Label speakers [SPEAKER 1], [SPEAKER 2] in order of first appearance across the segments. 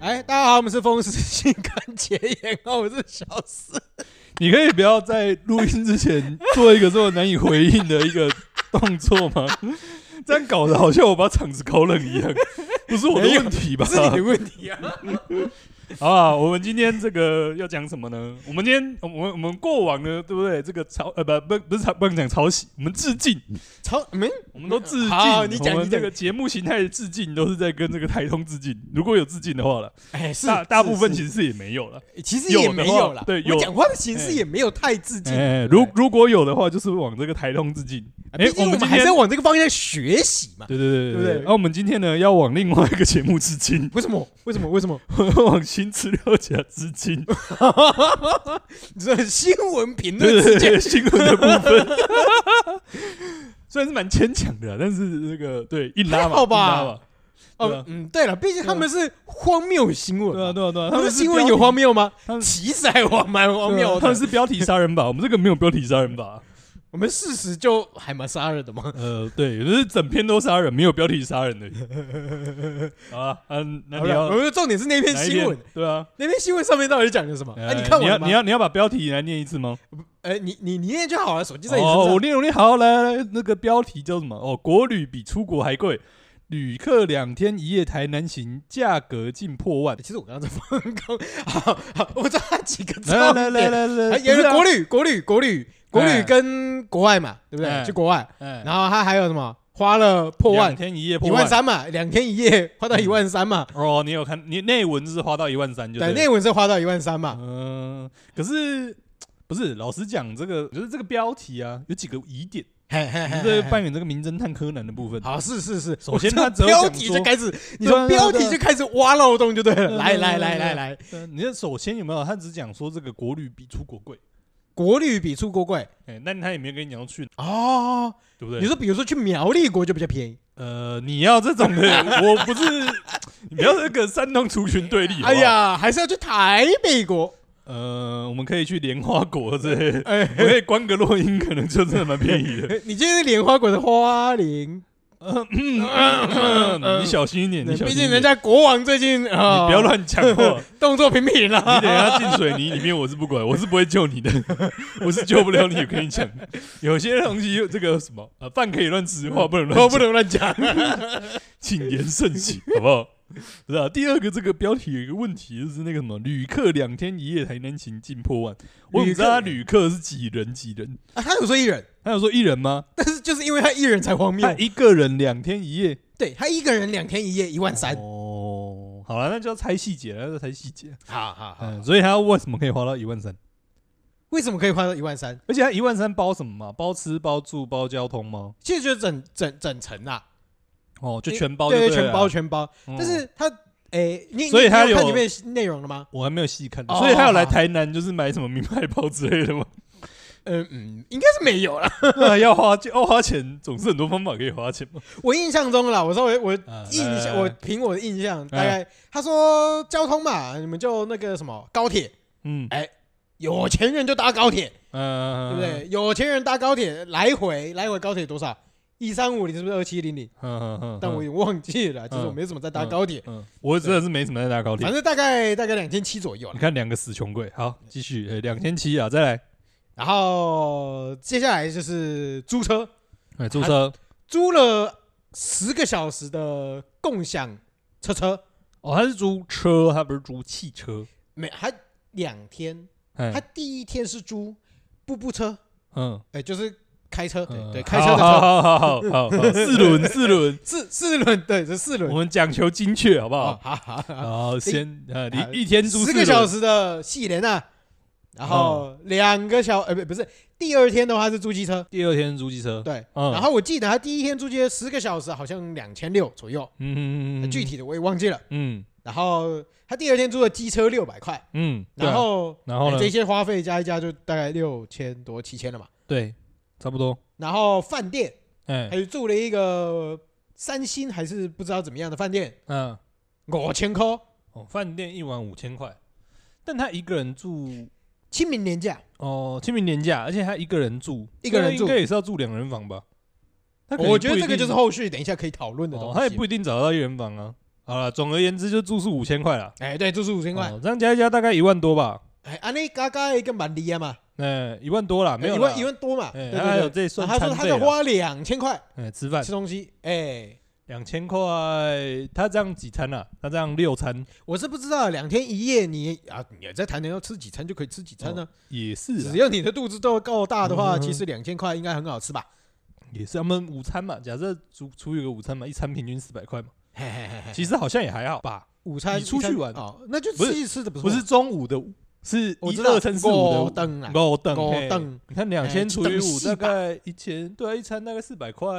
[SPEAKER 1] 哎家，我们是风湿性关节炎，哦我是小 四。
[SPEAKER 2] 你可以不要在录音之前做一个这么难以回应的一个动作吗？这样搞得好像我把场子搞冷一样，不是我的问题吧？
[SPEAKER 1] 是你的问题啊！
[SPEAKER 2] 好啊，我们今天这个要讲什么呢？我们今天我们我们过往呢，对不对？这个抄呃不不不是抄不能讲抄袭，我们致敬，
[SPEAKER 1] 超没
[SPEAKER 2] 我们都致敬。
[SPEAKER 1] 好你讲
[SPEAKER 2] 我们
[SPEAKER 1] 你
[SPEAKER 2] 这
[SPEAKER 1] 讲
[SPEAKER 2] 个节目形态的致敬都是在跟这个台通致敬，如果有致敬的话了，
[SPEAKER 1] 哎，是
[SPEAKER 2] 大大部分
[SPEAKER 1] 是
[SPEAKER 2] 其实是也没有了。
[SPEAKER 1] 是其实也没有啦。
[SPEAKER 2] 有的话对
[SPEAKER 1] 我
[SPEAKER 2] 有
[SPEAKER 1] 讲话的形式也没有太致敬。
[SPEAKER 2] 哎，如如果有的话，就是往这个台通致敬。
[SPEAKER 1] 啊毕，
[SPEAKER 2] 哎
[SPEAKER 1] 竟我
[SPEAKER 2] 们
[SPEAKER 1] 们
[SPEAKER 2] 今
[SPEAKER 1] 还
[SPEAKER 2] 天
[SPEAKER 1] 是要往这个方向学习嘛。
[SPEAKER 2] 对对对
[SPEAKER 1] 对不
[SPEAKER 2] 对
[SPEAKER 1] 对
[SPEAKER 2] 那、我们今天呢，要往另外一个节目致敬，
[SPEAKER 1] 为什么？为什么？为什么？
[SPEAKER 2] 往新资料夹致 敬，
[SPEAKER 1] 你说新闻评
[SPEAKER 2] 对
[SPEAKER 1] 论
[SPEAKER 2] 对
[SPEAKER 1] 之
[SPEAKER 2] 对，
[SPEAKER 1] 间，
[SPEAKER 2] 新闻的部分， 虽然是蛮牵强的啊，但是那个对硬
[SPEAKER 1] 还
[SPEAKER 2] 拉嘛，
[SPEAKER 1] 好
[SPEAKER 2] 硬拉
[SPEAKER 1] 吧
[SPEAKER 2] 嘛，对
[SPEAKER 1] 哦
[SPEAKER 2] 啊，
[SPEAKER 1] 嗯，对了，毕竟他们是荒谬新闻
[SPEAKER 2] 对啊
[SPEAKER 1] 嘛。
[SPEAKER 2] 对啊对啊，
[SPEAKER 1] 他
[SPEAKER 2] 他
[SPEAKER 1] 们
[SPEAKER 2] 们
[SPEAKER 1] 新闻有荒
[SPEAKER 2] 谬，
[SPEAKER 1] 谬吗
[SPEAKER 2] 他？们
[SPEAKER 1] 其实还荒蛮荒
[SPEAKER 2] 对啊
[SPEAKER 1] 谬的
[SPEAKER 2] 他们。是标题杀人吧？我们这个没有标题杀人 吧？
[SPEAKER 1] 我们事实就还蛮杀人的嘛。
[SPEAKER 2] 呃，对，就是整篇都杀人，没有标题杀人的。 好啊，嗯，那
[SPEAKER 1] 好
[SPEAKER 2] 你
[SPEAKER 1] 了，
[SPEAKER 2] 要
[SPEAKER 1] 我。们重点是那篇
[SPEAKER 2] 哪一
[SPEAKER 1] 新闻
[SPEAKER 2] 篇，对啊，
[SPEAKER 1] 那篇新闻上面到底讲的什么？哎，
[SPEAKER 2] 哎
[SPEAKER 1] 你看
[SPEAKER 2] 你
[SPEAKER 1] 完了
[SPEAKER 2] 要你
[SPEAKER 1] 吗？
[SPEAKER 2] 要你要把标题来念一次吗？
[SPEAKER 1] 哎，你你你念就好了，手机在你身
[SPEAKER 2] 哦，
[SPEAKER 1] 上
[SPEAKER 2] 我。念我念好，来来，来那个标题叫什么？哦，国旅比出国还贵，旅客两天一夜台南行，价格近破 万
[SPEAKER 1] 欸。其实我刚刚在放空，好好，我知道它几个重
[SPEAKER 2] 来
[SPEAKER 1] 点。
[SPEAKER 2] 来来来来
[SPEAKER 1] 啊
[SPEAKER 2] 来，
[SPEAKER 1] 也
[SPEAKER 2] 不
[SPEAKER 1] 是
[SPEAKER 2] 啊
[SPEAKER 1] 国，旅、国旅、国旅、国
[SPEAKER 2] 哎
[SPEAKER 1] 旅跟国外嘛，对不
[SPEAKER 2] 哎
[SPEAKER 1] 对？去国外，
[SPEAKER 2] 哎
[SPEAKER 1] 然后他还有什么？花了破
[SPEAKER 2] 两
[SPEAKER 1] 万，
[SPEAKER 2] 天一夜破
[SPEAKER 1] 一万。三嘛，两天一夜花到一万三嘛，
[SPEAKER 2] 哦，你有看你内文是花到一万三就
[SPEAKER 1] 对，
[SPEAKER 2] 对
[SPEAKER 1] 内文是花到一万三嘛，
[SPEAKER 2] 嗯，可是不是老实讲，这个就是这个标题啊，有几个疑点。
[SPEAKER 1] 嘿嘿
[SPEAKER 2] 嗯
[SPEAKER 1] 嘿
[SPEAKER 2] 你们
[SPEAKER 1] 嘿
[SPEAKER 2] 这
[SPEAKER 1] 嘿
[SPEAKER 2] 扮演这个名侦探柯南的部分，
[SPEAKER 1] 哎好是是是，
[SPEAKER 2] 首先
[SPEAKER 1] 我
[SPEAKER 2] 他只
[SPEAKER 1] 从
[SPEAKER 2] 有讲
[SPEAKER 1] 标题
[SPEAKER 2] 说
[SPEAKER 1] 就开始，你
[SPEAKER 2] 对啊
[SPEAKER 1] 从
[SPEAKER 2] 对啊
[SPEAKER 1] 标
[SPEAKER 2] 对啊
[SPEAKER 1] 题就开始挖漏洞就对了。
[SPEAKER 2] 对啊
[SPEAKER 1] 来
[SPEAKER 2] 对啊
[SPEAKER 1] 来
[SPEAKER 2] 对啊
[SPEAKER 1] 来来
[SPEAKER 2] 对
[SPEAKER 1] 来，
[SPEAKER 2] 呃你的首先有没有？他只讲说这个国旅比出国贵，
[SPEAKER 1] 国旅比出国贵
[SPEAKER 2] 哎，那他也没有跟你讲要去哪，
[SPEAKER 1] 哦。
[SPEAKER 2] 对不对？
[SPEAKER 1] 你说比如说去苗栗国就比较便宜，
[SPEAKER 2] 呃，你要这 种的，我不是，你不要那个山东族群对立。
[SPEAKER 1] 哎
[SPEAKER 2] 好不好，
[SPEAKER 1] 呀，还是要去台北国。
[SPEAKER 2] 呃，我们可以去莲花国之类的，
[SPEAKER 1] 哎
[SPEAKER 2] 我可以关个落音，可能就真的蛮便宜的。
[SPEAKER 1] 你今天是莲花国的花莲，嗯
[SPEAKER 2] 嗯你小心一点，你小
[SPEAKER 1] 毕
[SPEAKER 2] 心一
[SPEAKER 1] 竟
[SPEAKER 2] 点，
[SPEAKER 1] 人家国王最近啊，
[SPEAKER 2] 你不要乱讲话。
[SPEAKER 1] 动作频频啊了。
[SPEAKER 2] 你等一下进水泥里面，我是不管，我是不会救你的， 我是救不了你。我跟你讲，有些东西这个什么呃，饭可以乱吃，话不能乱
[SPEAKER 1] 我
[SPEAKER 2] 讲
[SPEAKER 1] 不能乱讲，
[SPEAKER 2] 谨言慎行，好不好？不是啊，第二个这个标题有一个问题，就是那个什么旅客两天一夜台南行进破万，我怎么知道他旅客是几人几人？
[SPEAKER 1] 啊他有说一人，
[SPEAKER 2] 他有说一人吗？
[SPEAKER 1] 但是就是因为他一人才荒谬
[SPEAKER 2] 他。一个人两天一夜，
[SPEAKER 1] 对他一个人两天一夜一万三，
[SPEAKER 2] 哦，好了，那就要猜细节了，那就猜细节。
[SPEAKER 1] 好好
[SPEAKER 2] 嗯，，所以他为什么可以花到一万三？
[SPEAKER 1] 为什么可以花到一万三？
[SPEAKER 2] 而且他一万三包什么嘛？包吃、包住、包交通吗？
[SPEAKER 1] 其实就整整整层啊，
[SPEAKER 2] 哦，就
[SPEAKER 1] 因
[SPEAKER 2] 全包就
[SPEAKER 1] 对，
[SPEAKER 2] 对了
[SPEAKER 1] 全包。全包。
[SPEAKER 2] 嗯
[SPEAKER 1] 但是他诶，你
[SPEAKER 2] 所以
[SPEAKER 1] 你
[SPEAKER 2] 他
[SPEAKER 1] 你有看
[SPEAKER 2] 有
[SPEAKER 1] 里面内容了吗？
[SPEAKER 2] 我还没有细看，
[SPEAKER 1] 哦
[SPEAKER 2] 所以他有来
[SPEAKER 1] 好
[SPEAKER 2] 台南，就是买什么名牌包之类 的吗？
[SPEAKER 1] 嗯嗯，应该是没有啦。
[SPEAKER 2] 那要花要哦花钱，总是很多方法可以花钱嘛。
[SPEAKER 1] 我印象中啦，我稍微我
[SPEAKER 2] 啊
[SPEAKER 1] 印
[SPEAKER 2] 来来
[SPEAKER 1] 象，
[SPEAKER 2] 来
[SPEAKER 1] 我凭我的印象，大
[SPEAKER 2] 哎
[SPEAKER 1] 概他说交通嘛，你们就那个什么高铁，
[SPEAKER 2] 嗯，
[SPEAKER 1] 有钱人就搭高铁，对
[SPEAKER 2] 呃，
[SPEAKER 1] 不？对？有钱人搭高铁来回，来回高铁多少？一三五零是不是二七零零？
[SPEAKER 2] 嗯嗯嗯。
[SPEAKER 1] 但我
[SPEAKER 2] 嗯
[SPEAKER 1] 也忘记了，就是我
[SPEAKER 2] 嗯
[SPEAKER 1] 没怎么在搭高铁，
[SPEAKER 2] 嗯，我真的是没什么在搭高铁
[SPEAKER 1] 反。正嗯大概大概两千七左右
[SPEAKER 2] 你
[SPEAKER 1] 了。
[SPEAKER 2] 看两个死穷鬼，好，继续，呃，两千七啊，再来，
[SPEAKER 1] 然后接下来就是租车，
[SPEAKER 2] 哎，租车，
[SPEAKER 1] 租了十个小时的共享车车，
[SPEAKER 2] 哦，他是租车，他不是租汽车，
[SPEAKER 1] 没还两天，他
[SPEAKER 2] 哎，
[SPEAKER 1] 第一天是租步步车，
[SPEAKER 2] 嗯，
[SPEAKER 1] 哎，就是开车，对
[SPEAKER 2] 嗯
[SPEAKER 1] 对，开车的车，
[SPEAKER 2] 好好好好 好，好四轮四轮，
[SPEAKER 1] 四四轮，对，是四
[SPEAKER 2] 我
[SPEAKER 1] 轮，
[SPEAKER 2] 们讲求精确，好不
[SPEAKER 1] 哦
[SPEAKER 2] 好？
[SPEAKER 1] 好好好。
[SPEAKER 2] 好，先呃，
[SPEAKER 1] 啊
[SPEAKER 2] 你一天租
[SPEAKER 1] 十
[SPEAKER 2] 四
[SPEAKER 1] 个小
[SPEAKER 2] 轮，嗯
[SPEAKER 1] 时的戏联啊，然后两个小呃不不是，第二天的话是租机车，
[SPEAKER 2] 第二天租汽车，
[SPEAKER 1] 对。
[SPEAKER 2] 嗯，
[SPEAKER 1] 然后我记得他第一天租机车十个小时好像两千六左右，
[SPEAKER 2] 嗯，嗯嗯嗯，
[SPEAKER 1] 具体的我也忘记了。
[SPEAKER 2] 嗯，
[SPEAKER 1] 然后他第二天租的机车六百块，
[SPEAKER 2] 嗯嗯，对啊
[SPEAKER 1] 然后
[SPEAKER 2] 然后
[SPEAKER 1] 哎
[SPEAKER 2] 呢
[SPEAKER 1] 这，些花费加一加就大概六千多七千了嘛。
[SPEAKER 2] 对，差不多，
[SPEAKER 1] 然后饭店
[SPEAKER 2] 哎，
[SPEAKER 1] 还住了一个三星还是不知道怎么样的饭店，
[SPEAKER 2] 嗯。
[SPEAKER 1] 五千块，
[SPEAKER 2] 哦，饭店一晚五千块，但他一个人住
[SPEAKER 1] 清明年假。
[SPEAKER 2] 哦，清明年假，而且他一个人住，
[SPEAKER 1] 一个人
[SPEAKER 2] 那
[SPEAKER 1] 住
[SPEAKER 2] 应该也是要住两人房吧？他可能
[SPEAKER 1] 我觉得
[SPEAKER 2] 不一
[SPEAKER 1] 这个就
[SPEAKER 2] 定
[SPEAKER 1] 是后续等一下可以讨论的
[SPEAKER 2] 哦
[SPEAKER 1] 东西。
[SPEAKER 2] 他也不一定找得到一人房啊。好了，总而言之就住宿五千块啦，
[SPEAKER 1] 哎，对，就是五千块。
[SPEAKER 2] 哦这样加一加大概一万多吧，
[SPEAKER 1] 哎，安尼嘎嘎一个蛮低啊嘛，
[SPEAKER 2] 哎，一万多啦，没有
[SPEAKER 1] 一
[SPEAKER 2] 啦
[SPEAKER 1] 万一，万多嘛，
[SPEAKER 2] 哎
[SPEAKER 1] 对
[SPEAKER 2] 还有
[SPEAKER 1] 对对。
[SPEAKER 2] 这
[SPEAKER 1] 然
[SPEAKER 2] 算
[SPEAKER 1] 后他说
[SPEAKER 2] 餐
[SPEAKER 1] 他
[SPEAKER 2] 费啊
[SPEAKER 1] 才
[SPEAKER 2] 啦，
[SPEAKER 1] 花两千块
[SPEAKER 2] 哎，吃饭
[SPEAKER 1] 吃东西，哎，
[SPEAKER 2] 两千块，他这样几餐啊？他这样六餐
[SPEAKER 1] 我是不知道两天一夜你啊，你在台南要吃几餐就可以吃几餐呢？
[SPEAKER 2] 也是
[SPEAKER 1] 只
[SPEAKER 2] 啊，
[SPEAKER 1] 要你的肚子够够大的话，
[SPEAKER 2] 嗯
[SPEAKER 1] 其实两千块应该很好吃吧？
[SPEAKER 2] 也是他们午餐嘛，假设除除以个午餐嘛，一餐平均四百块嘛，
[SPEAKER 1] 嘿嘿嘿嘿
[SPEAKER 2] 其实好像也还好吧，
[SPEAKER 1] 午餐
[SPEAKER 2] 你出去玩
[SPEAKER 1] 哦，那就
[SPEAKER 2] 不
[SPEAKER 1] 吃
[SPEAKER 2] 是
[SPEAKER 1] 一吃的不
[SPEAKER 2] 不是中午的午，是
[SPEAKER 1] 我
[SPEAKER 2] 一
[SPEAKER 1] 知道
[SPEAKER 2] 二乘四五
[SPEAKER 1] 五
[SPEAKER 2] 的
[SPEAKER 1] 顿啊，
[SPEAKER 2] 五等
[SPEAKER 1] 五
[SPEAKER 2] 嘿
[SPEAKER 1] 顿
[SPEAKER 2] 你看
[SPEAKER 1] 哎
[SPEAKER 2] 两千
[SPEAKER 1] 一
[SPEAKER 2] 除
[SPEAKER 1] 顿
[SPEAKER 2] 以五，
[SPEAKER 1] 四
[SPEAKER 2] 大
[SPEAKER 1] 百
[SPEAKER 2] 概一千，对啊，一餐大概四百块。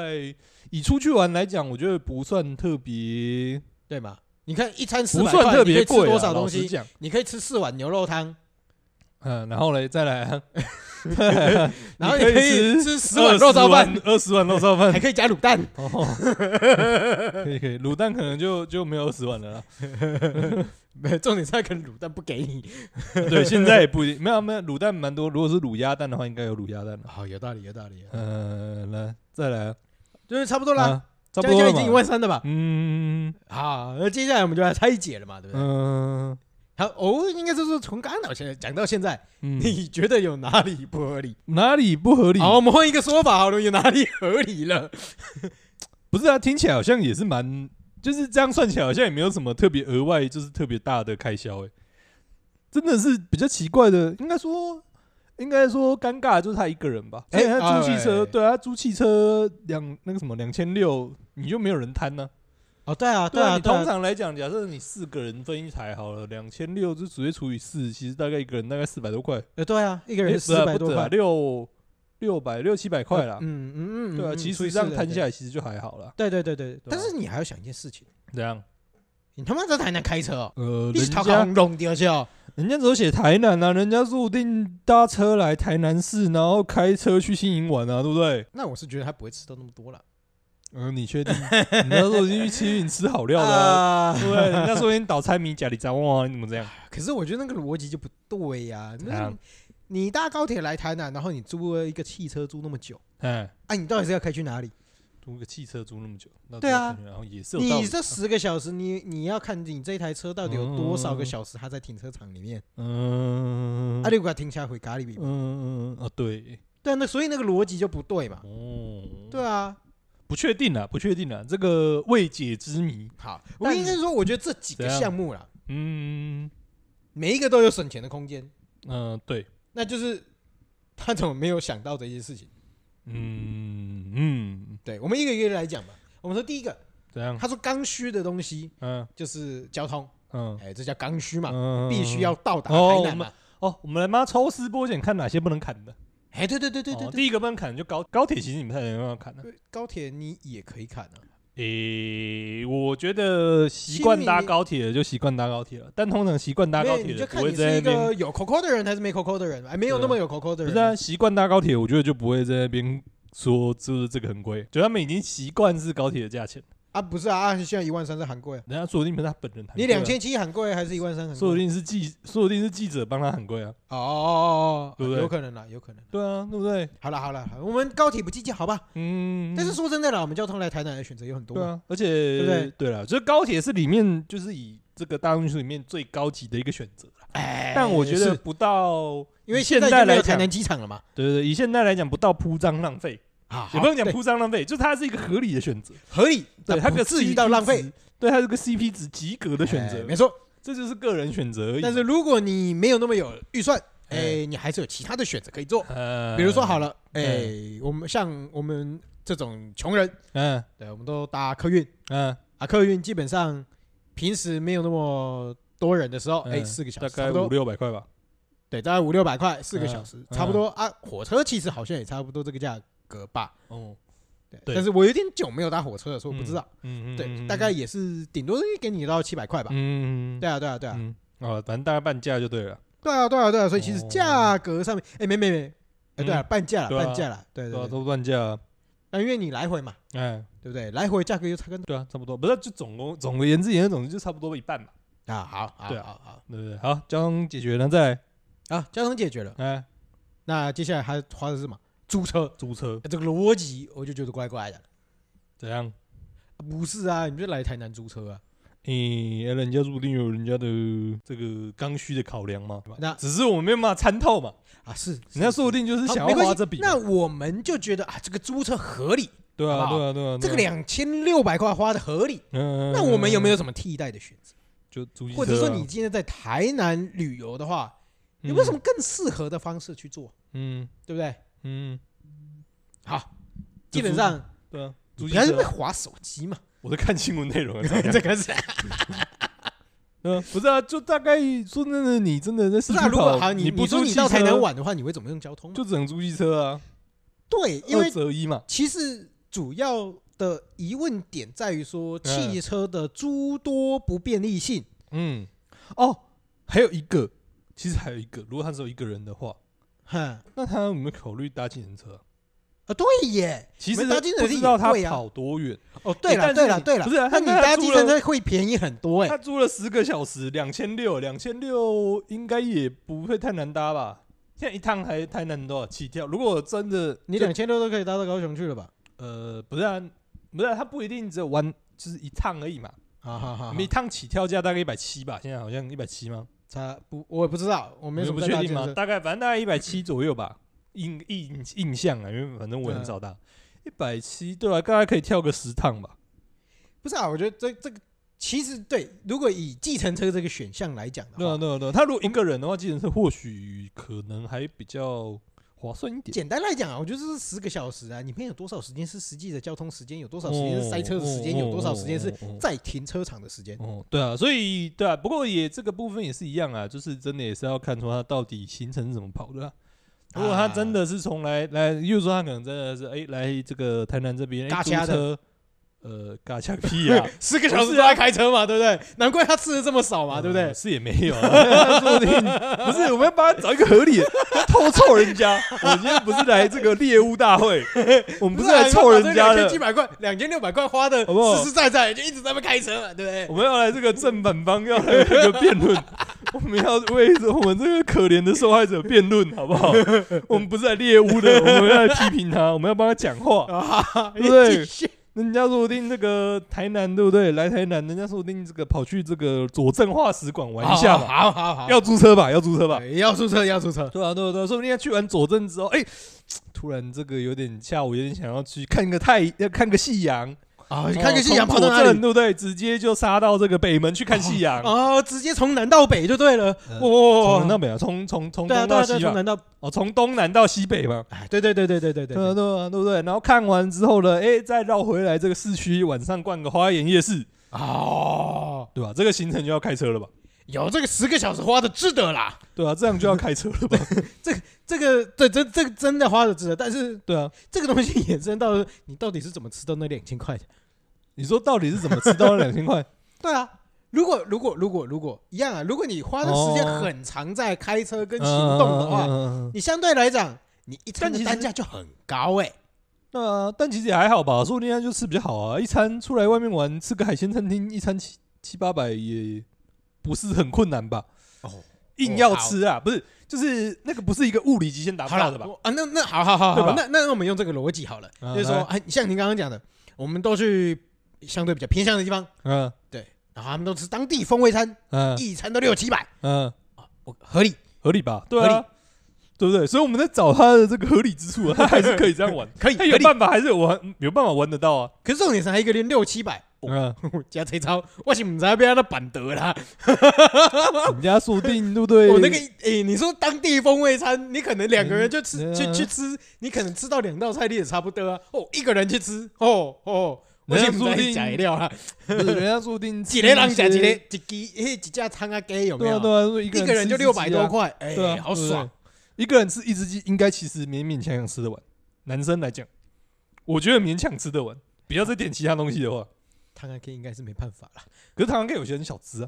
[SPEAKER 2] 以出去玩来讲，我觉得不算特别，
[SPEAKER 1] 对嘛？你看一餐四
[SPEAKER 2] 不
[SPEAKER 1] 百
[SPEAKER 2] 算
[SPEAKER 1] 块，
[SPEAKER 2] 特别
[SPEAKER 1] 你可以吃
[SPEAKER 2] 贵啊。
[SPEAKER 1] 多少
[SPEAKER 2] 老
[SPEAKER 1] 东
[SPEAKER 2] 实
[SPEAKER 1] 西？
[SPEAKER 2] 讲，
[SPEAKER 1] 你可以吃四碗牛肉汤，
[SPEAKER 2] 嗯，然后嘞，再来啊，
[SPEAKER 1] 然后
[SPEAKER 2] 你
[SPEAKER 1] 你
[SPEAKER 2] 可以
[SPEAKER 1] 可以
[SPEAKER 2] 吃
[SPEAKER 1] 吃十碗肉燥饭，，
[SPEAKER 2] 二十碗肉燥
[SPEAKER 1] 还
[SPEAKER 2] 饭。
[SPEAKER 1] 可以加卤蛋。
[SPEAKER 2] 哦，可以可以，卤蛋可能就就没有二十碗了啦。
[SPEAKER 1] 没有重点是他可能卤蛋不给你。
[SPEAKER 2] 对，现在也不一定，没有没有，卤蛋蛮多。如果是卤鸭蛋的话，应该有卤鸭蛋了。
[SPEAKER 1] 好，哦有道理，有道理，
[SPEAKER 2] 嗯，来再来啊，
[SPEAKER 1] 就是差不多啦，
[SPEAKER 2] 啊差不多
[SPEAKER 1] 加
[SPEAKER 2] 了
[SPEAKER 1] 一加已经一
[SPEAKER 2] 嘛。
[SPEAKER 1] 万三了吧？
[SPEAKER 2] 嗯
[SPEAKER 1] 好，那接下来我们就来拆解了嘛，对不对？
[SPEAKER 2] 嗯
[SPEAKER 1] 好，哦，应该就是从刚刚到现在讲到现在，
[SPEAKER 2] 嗯，
[SPEAKER 1] 你觉得有哪里不合理？
[SPEAKER 2] 哪里不合理？
[SPEAKER 1] 好，我们换一个说法好了，有哪里合理了？
[SPEAKER 2] 不是啊，听起来好像也是蛮，就是这样算起来好像也没有什么特别额外，就是特别大的开销哎、真的是比较奇怪的，应该说。应该说尴尬的就是他一个人吧，
[SPEAKER 1] 哎
[SPEAKER 2] 哎、他租
[SPEAKER 1] 哎
[SPEAKER 2] 汽车，
[SPEAKER 1] 哎
[SPEAKER 2] 对啊，他租汽车两那个什么两千六，你就没有人摊呢、
[SPEAKER 1] 哦，对啊，
[SPEAKER 2] 对
[SPEAKER 1] 啊，
[SPEAKER 2] 你
[SPEAKER 1] 对啊
[SPEAKER 2] 通常来讲，假设你四个人分一台好了，两千六就直接除以四，其实大概一个人大概四百多块，
[SPEAKER 1] 呃，对啊，一个
[SPEAKER 2] 哎
[SPEAKER 1] 人
[SPEAKER 2] 不是
[SPEAKER 1] 四
[SPEAKER 2] 啊
[SPEAKER 1] 百
[SPEAKER 2] 不
[SPEAKER 1] 多
[SPEAKER 2] 止啊
[SPEAKER 1] 块，
[SPEAKER 2] 六六百六七百块啦，
[SPEAKER 1] 嗯嗯嗯，
[SPEAKER 2] 对啊，其实这样摊下来其实就还好啦。
[SPEAKER 1] 对对对对，但
[SPEAKER 2] 啊
[SPEAKER 1] 是你还要想一件事情，
[SPEAKER 2] 怎样？
[SPEAKER 1] 你他妈在台南开车哦，
[SPEAKER 2] 呃，
[SPEAKER 1] 你
[SPEAKER 2] 人
[SPEAKER 1] 是头
[SPEAKER 2] 家
[SPEAKER 1] 壳轰弄掉去哦，
[SPEAKER 2] 人家只有写台南啊，人家入定搭车来台南市，然后开车去新营玩啊，对不对？
[SPEAKER 1] 那我是觉得他不会吃到那么多了。
[SPEAKER 2] 嗯、你 确定？你那时候已经去七云吃好料的、啊，
[SPEAKER 1] 啊
[SPEAKER 2] 对不对？人家说你倒猜米甲里杂哇，你怎么这样？
[SPEAKER 1] 可是我觉得那个逻辑就不对呀、
[SPEAKER 2] 怎
[SPEAKER 1] 那
[SPEAKER 2] 样
[SPEAKER 1] 你搭高铁来台南，然后你租了一个汽车租那么久，
[SPEAKER 2] 哎，
[SPEAKER 1] 哎、你到底是要开去哪里？租
[SPEAKER 2] 租个汽车租那么久，那
[SPEAKER 1] 对啊
[SPEAKER 2] 这个然后也是有道理。
[SPEAKER 1] 你这十个小时，你你要看你这台车到底有多少个小时它在停车场里面，
[SPEAKER 2] 嗯，
[SPEAKER 1] 啊，你给它停下来回咖喱饼，
[SPEAKER 2] 嗯啊，对，
[SPEAKER 1] 对啊，那所以那个逻辑就不对嘛，
[SPEAKER 2] 哦，
[SPEAKER 1] 对啊，
[SPEAKER 2] 不确定啊，不确定啊，这个未解之谜。
[SPEAKER 1] 好，我
[SPEAKER 2] 但
[SPEAKER 1] 应该说，我觉得这几个
[SPEAKER 2] 怎样
[SPEAKER 1] 项目啦，
[SPEAKER 2] 嗯
[SPEAKER 1] 每一个都有省钱的空间，
[SPEAKER 2] 嗯、呃对，
[SPEAKER 1] 那就是他怎么没有想到这些事情？
[SPEAKER 2] 嗯嗯，
[SPEAKER 1] 对我们一个一个来讲吧。我们说第一个，
[SPEAKER 2] 怎样？
[SPEAKER 1] 他说刚需的东西
[SPEAKER 2] 嗯
[SPEAKER 1] 就是交通，
[SPEAKER 2] 嗯。
[SPEAKER 1] 哎，这叫刚需嘛，
[SPEAKER 2] 嗯
[SPEAKER 1] 必须要到达
[SPEAKER 2] 哦
[SPEAKER 1] 台南
[SPEAKER 2] 我
[SPEAKER 1] 嘛
[SPEAKER 2] 们。哦，我们来妈抽丝剥茧，看哪些不能砍的。
[SPEAKER 1] 哎，对对对对对
[SPEAKER 2] 哦
[SPEAKER 1] 对，
[SPEAKER 2] 第一个不能砍就高高铁，其实你们太没办法砍了。
[SPEAKER 1] 高铁你也可以砍啊。
[SPEAKER 2] 诶、我觉得习惯搭高铁的就习惯搭高铁了，但通常习惯搭
[SPEAKER 1] 没
[SPEAKER 2] 高
[SPEAKER 1] 有，
[SPEAKER 2] 铁
[SPEAKER 1] 你就
[SPEAKER 2] 的不
[SPEAKER 1] 看
[SPEAKER 2] 会
[SPEAKER 1] 你是
[SPEAKER 2] 在那
[SPEAKER 1] 一
[SPEAKER 2] 边
[SPEAKER 1] 个，有 COCO 的人还是没 COCO 的人，哎，没有
[SPEAKER 2] 对啊
[SPEAKER 1] 那么有 COCO 的
[SPEAKER 2] 不
[SPEAKER 1] 人。
[SPEAKER 2] 是啊？习惯搭高铁，我觉得就不会在那边说就是这个很贵，就他们已经习惯是高铁的价钱。
[SPEAKER 1] 啊，不是啊，啊现在一万三是喊贵啊，
[SPEAKER 2] 人家说不定不是他本人喊
[SPEAKER 1] 你
[SPEAKER 2] 贵啊
[SPEAKER 1] 两，千七喊贵还是一万三喊
[SPEAKER 2] 说不
[SPEAKER 1] 贵？
[SPEAKER 2] 定是记，说不定是记者帮他喊贵啊。
[SPEAKER 1] 哦哦哦哦
[SPEAKER 2] 对不
[SPEAKER 1] 哦，
[SPEAKER 2] 对
[SPEAKER 1] 有可能啦，有可能。
[SPEAKER 2] 对啊，对不对？
[SPEAKER 1] 好了好了，好了我们高铁不计较，好吧？
[SPEAKER 2] 嗯，
[SPEAKER 1] 但是说真的啦，我们交通来台南的选择有很多
[SPEAKER 2] 对
[SPEAKER 1] 嘛。
[SPEAKER 2] 啊，而且
[SPEAKER 1] 对不对
[SPEAKER 2] 对了，就是高铁是里面就是以这个大众运输里面最高级的一个选择啦
[SPEAKER 1] 哎
[SPEAKER 2] 但我觉得
[SPEAKER 1] 是
[SPEAKER 2] 不到，
[SPEAKER 1] 因为
[SPEAKER 2] 以
[SPEAKER 1] 现在已
[SPEAKER 2] 现在
[SPEAKER 1] 经没有
[SPEAKER 2] 来
[SPEAKER 1] 台
[SPEAKER 2] 讲，
[SPEAKER 1] 南机场了嘛，
[SPEAKER 2] 对对对，以现在来讲不到铺张浪费，
[SPEAKER 1] 啊
[SPEAKER 2] 也不能讲
[SPEAKER 1] 对
[SPEAKER 2] 铺张浪费，就是它是一个合理的选择，
[SPEAKER 1] 合理，
[SPEAKER 2] 对
[SPEAKER 1] 但
[SPEAKER 2] 它
[SPEAKER 1] 不
[SPEAKER 2] 个
[SPEAKER 1] 至于
[SPEAKER 2] CP
[SPEAKER 1] 到浪费
[SPEAKER 2] 值，对它这个 CP 值及格的选
[SPEAKER 1] 哎
[SPEAKER 2] 择
[SPEAKER 1] 没，错。
[SPEAKER 2] 这就是个人选择而已。
[SPEAKER 1] 但是如果你没有那么有预算，哎，
[SPEAKER 2] 哎
[SPEAKER 1] 你还是有其他的选择可以做，
[SPEAKER 2] 呃，
[SPEAKER 1] 比如说好，了，哎，我们像我们这种穷人，
[SPEAKER 2] 嗯
[SPEAKER 1] 对，我们都搭客运
[SPEAKER 2] 嗯，
[SPEAKER 1] 啊，客运基本上平时没有那么多人的时候，哎，
[SPEAKER 2] 嗯
[SPEAKER 1] 四个小
[SPEAKER 2] 大
[SPEAKER 1] 时差
[SPEAKER 2] 概
[SPEAKER 1] 不
[SPEAKER 2] 五
[SPEAKER 1] 多，
[SPEAKER 2] 六百块吧，
[SPEAKER 1] 对，大概五六百块，四个
[SPEAKER 2] 嗯
[SPEAKER 1] 小时
[SPEAKER 2] 嗯
[SPEAKER 1] 差不多啊。火车其实好像也差不多这个价格吧，
[SPEAKER 2] 哦，
[SPEAKER 1] 对，
[SPEAKER 2] 对
[SPEAKER 1] 但是我有点久没有搭火车了，所以我不知道。
[SPEAKER 2] 嗯嗯，
[SPEAKER 1] 对，
[SPEAKER 2] 嗯
[SPEAKER 1] 大概，也是顶多给你到七百块吧。
[SPEAKER 2] 嗯，
[SPEAKER 1] 对啊，对啊，对啊，
[SPEAKER 2] 嗯，哦，反正大概半价就对了，
[SPEAKER 1] 对啊，对啊，对啊。所以其实
[SPEAKER 2] 哦
[SPEAKER 1] 价格上面，哎，没没没，哎，对啊，
[SPEAKER 2] 嗯
[SPEAKER 1] 半价了，
[SPEAKER 2] 对啊
[SPEAKER 1] 半价了，对
[SPEAKER 2] 对啊，
[SPEAKER 1] 对对。
[SPEAKER 2] 都半价啊，
[SPEAKER 1] 那因为你来回嘛，
[SPEAKER 2] 哎。
[SPEAKER 1] 对不对？来回价格又差跟
[SPEAKER 2] 对啊，差不多，不是就总共总而言之，言而总之就差不多一半嘛，
[SPEAKER 1] 啊，好，好
[SPEAKER 2] 对啊
[SPEAKER 1] 好好
[SPEAKER 2] 对不对？好，交通解决了，再来，
[SPEAKER 1] 好，交通解决了。
[SPEAKER 2] 哎，
[SPEAKER 1] 那接下来还花的是什么？租车。
[SPEAKER 2] 租车
[SPEAKER 1] 哎这个逻辑我就觉得怪怪的。
[SPEAKER 2] 怎样？
[SPEAKER 1] 不是啊，你就来台南租车啊？
[SPEAKER 2] 哎、诶、人家说不定有人家的这个刚需的考量嘛，对吧
[SPEAKER 1] 那
[SPEAKER 2] 只是我们没有办法参透嘛，
[SPEAKER 1] 啊，是
[SPEAKER 2] 人家说不定就是
[SPEAKER 1] 好
[SPEAKER 2] 想
[SPEAKER 1] 啊没
[SPEAKER 2] 要
[SPEAKER 1] 关
[SPEAKER 2] 花
[SPEAKER 1] 系
[SPEAKER 2] 这笔嘛，
[SPEAKER 1] 那我们就觉得啊，这个租车合理，
[SPEAKER 2] 对啊，
[SPEAKER 1] 好不
[SPEAKER 2] 对
[SPEAKER 1] 好
[SPEAKER 2] 啊，对啊，
[SPEAKER 1] 这个
[SPEAKER 2] 对啊，
[SPEAKER 1] 两千六百块花的合理。
[SPEAKER 2] 嗯，
[SPEAKER 1] 那我们有没
[SPEAKER 2] 有
[SPEAKER 1] 有什么替代的选择？
[SPEAKER 2] 就租机车啊、
[SPEAKER 1] 或者说你今天在台南旅游的话，有没有什么更适合的方式去做？
[SPEAKER 2] 嗯？
[SPEAKER 1] 对不对？
[SPEAKER 2] 嗯嗯，
[SPEAKER 1] 好，
[SPEAKER 2] 就
[SPEAKER 1] 基本上
[SPEAKER 2] 对啊，租
[SPEAKER 1] 不
[SPEAKER 2] 机
[SPEAKER 1] 要
[SPEAKER 2] 车
[SPEAKER 1] 会
[SPEAKER 2] 啊，
[SPEAKER 1] 划手机嘛，
[SPEAKER 2] 我在看新闻内容啊，怎么样
[SPEAKER 1] 这个 是
[SPEAKER 2] 嗯，不是啊，就大概说真的，你真的在市
[SPEAKER 1] 不
[SPEAKER 2] 区
[SPEAKER 1] 是啊？如果
[SPEAKER 2] 跑，
[SPEAKER 1] 好，你
[SPEAKER 2] 不
[SPEAKER 1] 说
[SPEAKER 2] 租
[SPEAKER 1] 你
[SPEAKER 2] 汽
[SPEAKER 1] 到台
[SPEAKER 2] 车
[SPEAKER 1] 南玩的话，你会怎么用交通嘛？呃
[SPEAKER 2] 就只能租机车啊，
[SPEAKER 1] 对，因
[SPEAKER 2] 二
[SPEAKER 1] 为
[SPEAKER 2] 折一嘛，
[SPEAKER 1] 其实主要的疑问点在于说
[SPEAKER 2] 嗯
[SPEAKER 1] 汽车的诸多不便利性。
[SPEAKER 2] 嗯，哦，还有一个，其实还有一个，如果他只有一个人的话，
[SPEAKER 1] 哼，啊，
[SPEAKER 2] 那他有没有考虑搭计程车啊？
[SPEAKER 1] 呃对耶，
[SPEAKER 2] 其实
[SPEAKER 1] 没搭计程车
[SPEAKER 2] 不知道他
[SPEAKER 1] 也贵啊
[SPEAKER 2] 跑多远，
[SPEAKER 1] 哦，对
[SPEAKER 2] 但
[SPEAKER 1] 了，
[SPEAKER 2] 是
[SPEAKER 1] 对了，
[SPEAKER 2] 你
[SPEAKER 1] 对了，
[SPEAKER 2] 不是啊
[SPEAKER 1] 那
[SPEAKER 2] 他
[SPEAKER 1] 你
[SPEAKER 2] 那
[SPEAKER 1] 搭
[SPEAKER 2] 他
[SPEAKER 1] 计
[SPEAKER 2] 租
[SPEAKER 1] 程
[SPEAKER 2] 了
[SPEAKER 1] 车会便宜很多哎
[SPEAKER 2] 他。租了十个小时，两千六，两千六应该也不会太难搭吧？现在一趟还太难多少起跳？如果真的
[SPEAKER 1] 你
[SPEAKER 2] 就
[SPEAKER 1] 两千六都可以搭到高雄去了吧？
[SPEAKER 2] 呃，不是啊，不是啊，他不一定只有弯，就是一趟而已嘛。
[SPEAKER 1] 好好好
[SPEAKER 2] 我，们一趟起跳价大概一百七吧，现在好像一百七吗？
[SPEAKER 1] 差不，我也不知道，我没
[SPEAKER 2] 你
[SPEAKER 1] 什么
[SPEAKER 2] 们不
[SPEAKER 1] 在
[SPEAKER 2] 确
[SPEAKER 1] 搭
[SPEAKER 2] 定
[SPEAKER 1] 计程
[SPEAKER 2] 吗？
[SPEAKER 1] 车
[SPEAKER 2] 大概反正大概一百七左右吧，印印印象啊，因为反正我也很少搭一百七，对啊，大概可以跳个十趟吧。
[SPEAKER 1] 不是啊，我觉得这这个其实对，如果以计程车这个选项来讲的
[SPEAKER 2] 对啊，
[SPEAKER 1] 话，
[SPEAKER 2] 对啊，对啊。他如果一个人的话，计程车或许可能还比较划算一点。
[SPEAKER 1] 简单来讲啊，我觉得这是十个小时啊，里面有多少时间是实际的交通时间，有多少时间是塞车的时间，
[SPEAKER 2] 哦
[SPEAKER 1] 有多少时间是
[SPEAKER 2] 哦哦哦
[SPEAKER 1] 在停车场的时间。
[SPEAKER 2] 哦，对啊，所以对啊，不过也这个部分也是一样啊，就是真的也是要看出他到底行程是怎么跑的、啊。如果他真的是从来来，例如说他可能真的是哎、来这个台南这边哎
[SPEAKER 1] 嘎
[SPEAKER 2] 租
[SPEAKER 1] 掐的
[SPEAKER 2] 车，呃，嘎掐个屁啊！
[SPEAKER 1] 十个小时都在开车嘛，对不对？难怪他吃的这么少嘛，对不对
[SPEAKER 2] 嗯？是也没有、啊， 说不定不是我们要帮他找一个合理的， 他偷凑人家。我今天不是来这个猎物大 会，我们不是啊来凑人家
[SPEAKER 1] 两千七
[SPEAKER 2] 的，
[SPEAKER 1] 百块、两千六百块花的，
[SPEAKER 2] 好不好
[SPEAKER 1] 实实在在就一直在那边开车嘛，对不对
[SPEAKER 2] 我？们要来这个正反方，要来这个辩 论，我们要为我们这个可怜的受害者辩论，好不 好？我们不是来猎物的，我们要来批评他，我们要帮他讲话。
[SPEAKER 1] 啊，
[SPEAKER 2] 对不对
[SPEAKER 1] 继续
[SPEAKER 2] 人家说不定这个台南，对不对？来台南，人家说不定这个跑去这个左镇化石馆玩一下嘛，
[SPEAKER 1] 好好好，
[SPEAKER 2] 要租车吧，要租车吧。
[SPEAKER 1] 哎要出车，要出车。
[SPEAKER 2] 对啊，对啊，对啊，说不定他去完佐证之后，哎、突然这个有点下午有点想要去看个太要看个夕阳，
[SPEAKER 1] 啊，看个夕阳
[SPEAKER 2] 哦
[SPEAKER 1] 跑到
[SPEAKER 2] 从
[SPEAKER 1] 哪
[SPEAKER 2] 佐
[SPEAKER 1] 里
[SPEAKER 2] 证？对不对？直接就杀到这个北门去看夕阳，
[SPEAKER 1] 哦，直接从南到北就对了。
[SPEAKER 2] 呃从
[SPEAKER 1] 哇，
[SPEAKER 2] 南到北啊，从从从
[SPEAKER 1] 对啊，
[SPEAKER 2] 东
[SPEAKER 1] 对啊，
[SPEAKER 2] 到
[SPEAKER 1] 对啊，
[SPEAKER 2] 西
[SPEAKER 1] 从
[SPEAKER 2] 吧，
[SPEAKER 1] 南到，
[SPEAKER 2] 哦，从东南到西北嘛。
[SPEAKER 1] 哎，对对对对对对对
[SPEAKER 2] 对啊，对啊，对不对？然后看完之后呢，哎，再绕回来这个市区，晚上逛个花园夜市，
[SPEAKER 1] 哦，
[SPEAKER 2] 对吧？这个行程就要开车了吧？
[SPEAKER 1] 有这个十个小时花的值得啦。
[SPEAKER 2] 对啊，这样就要开车 了吧？
[SPEAKER 1] 这个对，这这个真的花的值得，但是
[SPEAKER 2] 对啊，
[SPEAKER 1] 这个东西衍生到你到底是怎么吃到那两千块的？
[SPEAKER 2] 你说到底是怎么吃到两千块？
[SPEAKER 1] 对啊，如果如果如果如果一样啊，如果你花的时间
[SPEAKER 2] 哦
[SPEAKER 1] 很长在开车 跟行动的
[SPEAKER 2] 嗯嗯
[SPEAKER 1] 话，
[SPEAKER 2] 嗯嗯嗯
[SPEAKER 1] 你相对来讲，你一餐
[SPEAKER 2] 但其
[SPEAKER 1] 的
[SPEAKER 2] 实
[SPEAKER 1] 单价就很高哎。
[SPEAKER 2] 那、但其实也还好吧，说不定他就吃比较好啊。一餐出来外面玩，吃个海鲜餐厅，一餐七七八百也不是很困难吧？
[SPEAKER 1] 哦，
[SPEAKER 2] 硬要吃啊，不是，就是那个不是一个物理极限达不
[SPEAKER 1] 好
[SPEAKER 2] 到
[SPEAKER 1] 了
[SPEAKER 2] 的吧？
[SPEAKER 1] 我啊，那那好好好
[SPEAKER 2] 对
[SPEAKER 1] 好
[SPEAKER 2] 吧，
[SPEAKER 1] 那那我们用这个逻辑好了，
[SPEAKER 2] 嗯
[SPEAKER 1] 就是说，
[SPEAKER 2] 来
[SPEAKER 1] 哎，像您刚刚讲的，我们都去相对比较偏向的地方，
[SPEAKER 2] 嗯
[SPEAKER 1] 对，然后他们都吃当地风味餐，
[SPEAKER 2] 嗯
[SPEAKER 1] 一餐都六七百，
[SPEAKER 2] 嗯，
[SPEAKER 1] 我合理，
[SPEAKER 2] 合理吧？对
[SPEAKER 1] 合
[SPEAKER 2] 啊，对不对？所以我们在找他的这个合理之 处啊，他还是可以这样玩，
[SPEAKER 1] 可以
[SPEAKER 2] 他
[SPEAKER 1] 合
[SPEAKER 2] 有
[SPEAKER 1] 理。
[SPEAKER 2] 办法还是有玩，有办法玩得到啊。
[SPEAKER 1] 可是重点是还一个月六七百，哦
[SPEAKER 2] 嗯，
[SPEAKER 1] 加这招，我是不知道被他的板得啦。
[SPEAKER 2] 人家说不定对不对？
[SPEAKER 1] 我那个，诶，你说当地风味餐，你可能两个人就吃
[SPEAKER 2] 嗯
[SPEAKER 1] 去
[SPEAKER 2] 嗯
[SPEAKER 1] 去吃，你可能吃到两道菜你也差不多啊。哦，一个人去吃，哦哦，我
[SPEAKER 2] 人家
[SPEAKER 1] 是不
[SPEAKER 2] 说不
[SPEAKER 1] 在
[SPEAKER 2] 定
[SPEAKER 1] 假料 啦，
[SPEAKER 2] 不是人家说不定
[SPEAKER 1] 几个人讲
[SPEAKER 2] 吃
[SPEAKER 1] 几
[SPEAKER 2] 一些
[SPEAKER 1] 个，几鸡，嘿，几架汤啊鸡有没
[SPEAKER 2] 对啊
[SPEAKER 1] 有？
[SPEAKER 2] 对啊，说一
[SPEAKER 1] 一
[SPEAKER 2] 个
[SPEAKER 1] 个人就
[SPEAKER 2] 吃
[SPEAKER 1] 六
[SPEAKER 2] 自
[SPEAKER 1] 百
[SPEAKER 2] 己
[SPEAKER 1] 多
[SPEAKER 2] 啊
[SPEAKER 1] 块，哎、
[SPEAKER 2] 对啊，
[SPEAKER 1] 好
[SPEAKER 2] 对
[SPEAKER 1] 爽。。
[SPEAKER 2] 一个人吃一只鸡，应该其实勉勉强强吃得完。男生来讲，我觉得勉强吃得完。不要再点其他东西的话，
[SPEAKER 1] 汤阿 K 应该是没办法了。
[SPEAKER 2] 可是台湾 K 有些人小资啊，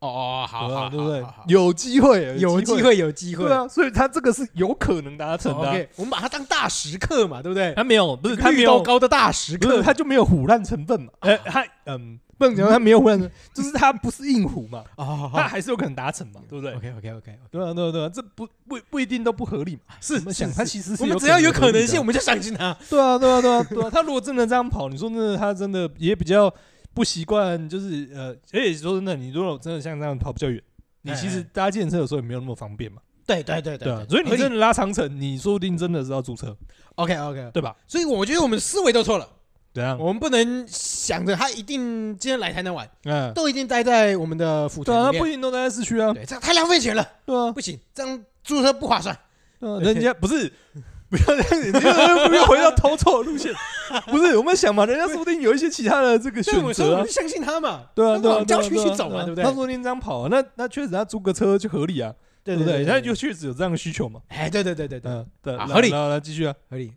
[SPEAKER 1] 哦，
[SPEAKER 2] 对吧对不对
[SPEAKER 1] 好好？
[SPEAKER 2] 有机会，
[SPEAKER 1] 有机，会，有机会。哦
[SPEAKER 2] 对啊，所以他这个是有可能达成的啊。
[SPEAKER 1] OK，我们把它当大食客嘛，对不对？
[SPEAKER 2] 他没有，不是他没
[SPEAKER 1] 绿
[SPEAKER 2] 有
[SPEAKER 1] 豆，糕的大食
[SPEAKER 2] 不是
[SPEAKER 1] 客，
[SPEAKER 2] 他就没有虎烂成分嘛。呃，他嗯，不能讲他没有虎烂成分，就是他不是硬虎嘛，
[SPEAKER 1] 哦，好
[SPEAKER 2] 他
[SPEAKER 1] 好
[SPEAKER 2] 还是有可能达成嘛，对不对？
[SPEAKER 1] ，OK，OK，OK，
[SPEAKER 2] 对啊，对啊，对啊，这不不不一定都不合理嘛。
[SPEAKER 1] 是
[SPEAKER 2] 我们想，
[SPEAKER 1] 是
[SPEAKER 2] 他
[SPEAKER 1] 是
[SPEAKER 2] 其实是
[SPEAKER 1] 我们只要有可
[SPEAKER 2] 合理
[SPEAKER 1] 能
[SPEAKER 2] 的啊
[SPEAKER 1] 性，我们就相信他。
[SPEAKER 2] 对啊，对啊，对啊，对啊。他如果真的这样跑，你说真的，他真的也比较不习惯，就是呃，而且说真的，你如果真的像这样跑比较远，你其实
[SPEAKER 1] 哎
[SPEAKER 2] 搭计程车的时候也没有那么方便嘛，
[SPEAKER 1] 对对对
[SPEAKER 2] 对啊
[SPEAKER 1] 对，，
[SPEAKER 2] 所以你真
[SPEAKER 1] 是
[SPEAKER 2] 的拉长程，你说不定真的是要租车，
[SPEAKER 1] OK OK，
[SPEAKER 2] 对吧？
[SPEAKER 1] 所以我觉得我们思维都错了，
[SPEAKER 2] 怎样？
[SPEAKER 1] 我们不能想着他一定今天来台南玩，
[SPEAKER 2] 嗯，
[SPEAKER 1] 都一定待在我们的府
[SPEAKER 2] 对啊，
[SPEAKER 1] 城
[SPEAKER 2] 他
[SPEAKER 1] 里
[SPEAKER 2] 不
[SPEAKER 1] 面，
[SPEAKER 2] 一定都待在市区啊，
[SPEAKER 1] 对，这样太浪费钱了，
[SPEAKER 2] 对啊，
[SPEAKER 1] 不行，这样租车不划算。
[SPEAKER 2] 对啊，
[SPEAKER 1] 对
[SPEAKER 2] 人家不是。不要这样，你这个又又回到偷错的路 线。不是，我们想嘛，人家说不定有一些其他的这个
[SPEAKER 1] 对，
[SPEAKER 2] 选
[SPEAKER 1] 我说
[SPEAKER 2] 择
[SPEAKER 1] 我
[SPEAKER 2] 啊
[SPEAKER 1] 们。相信他嘛，
[SPEAKER 2] 对啊，
[SPEAKER 1] 那
[SPEAKER 2] 对啊，
[SPEAKER 1] 往郊
[SPEAKER 2] 对啊
[SPEAKER 1] 区
[SPEAKER 2] 对啊
[SPEAKER 1] 去走嘛，对
[SPEAKER 2] 对啊
[SPEAKER 1] 不对
[SPEAKER 2] 他？说不定这样跑啊，那那确实他租个车就合理啊，
[SPEAKER 1] 对
[SPEAKER 2] 不
[SPEAKER 1] 对，
[SPEAKER 2] 那就确实有这样的需求嘛。
[SPEAKER 1] 哎，对对对对对，
[SPEAKER 2] 嗯，对，
[SPEAKER 1] 啊
[SPEAKER 2] 来
[SPEAKER 1] 合理
[SPEAKER 2] 来来，继续啊，
[SPEAKER 1] 合理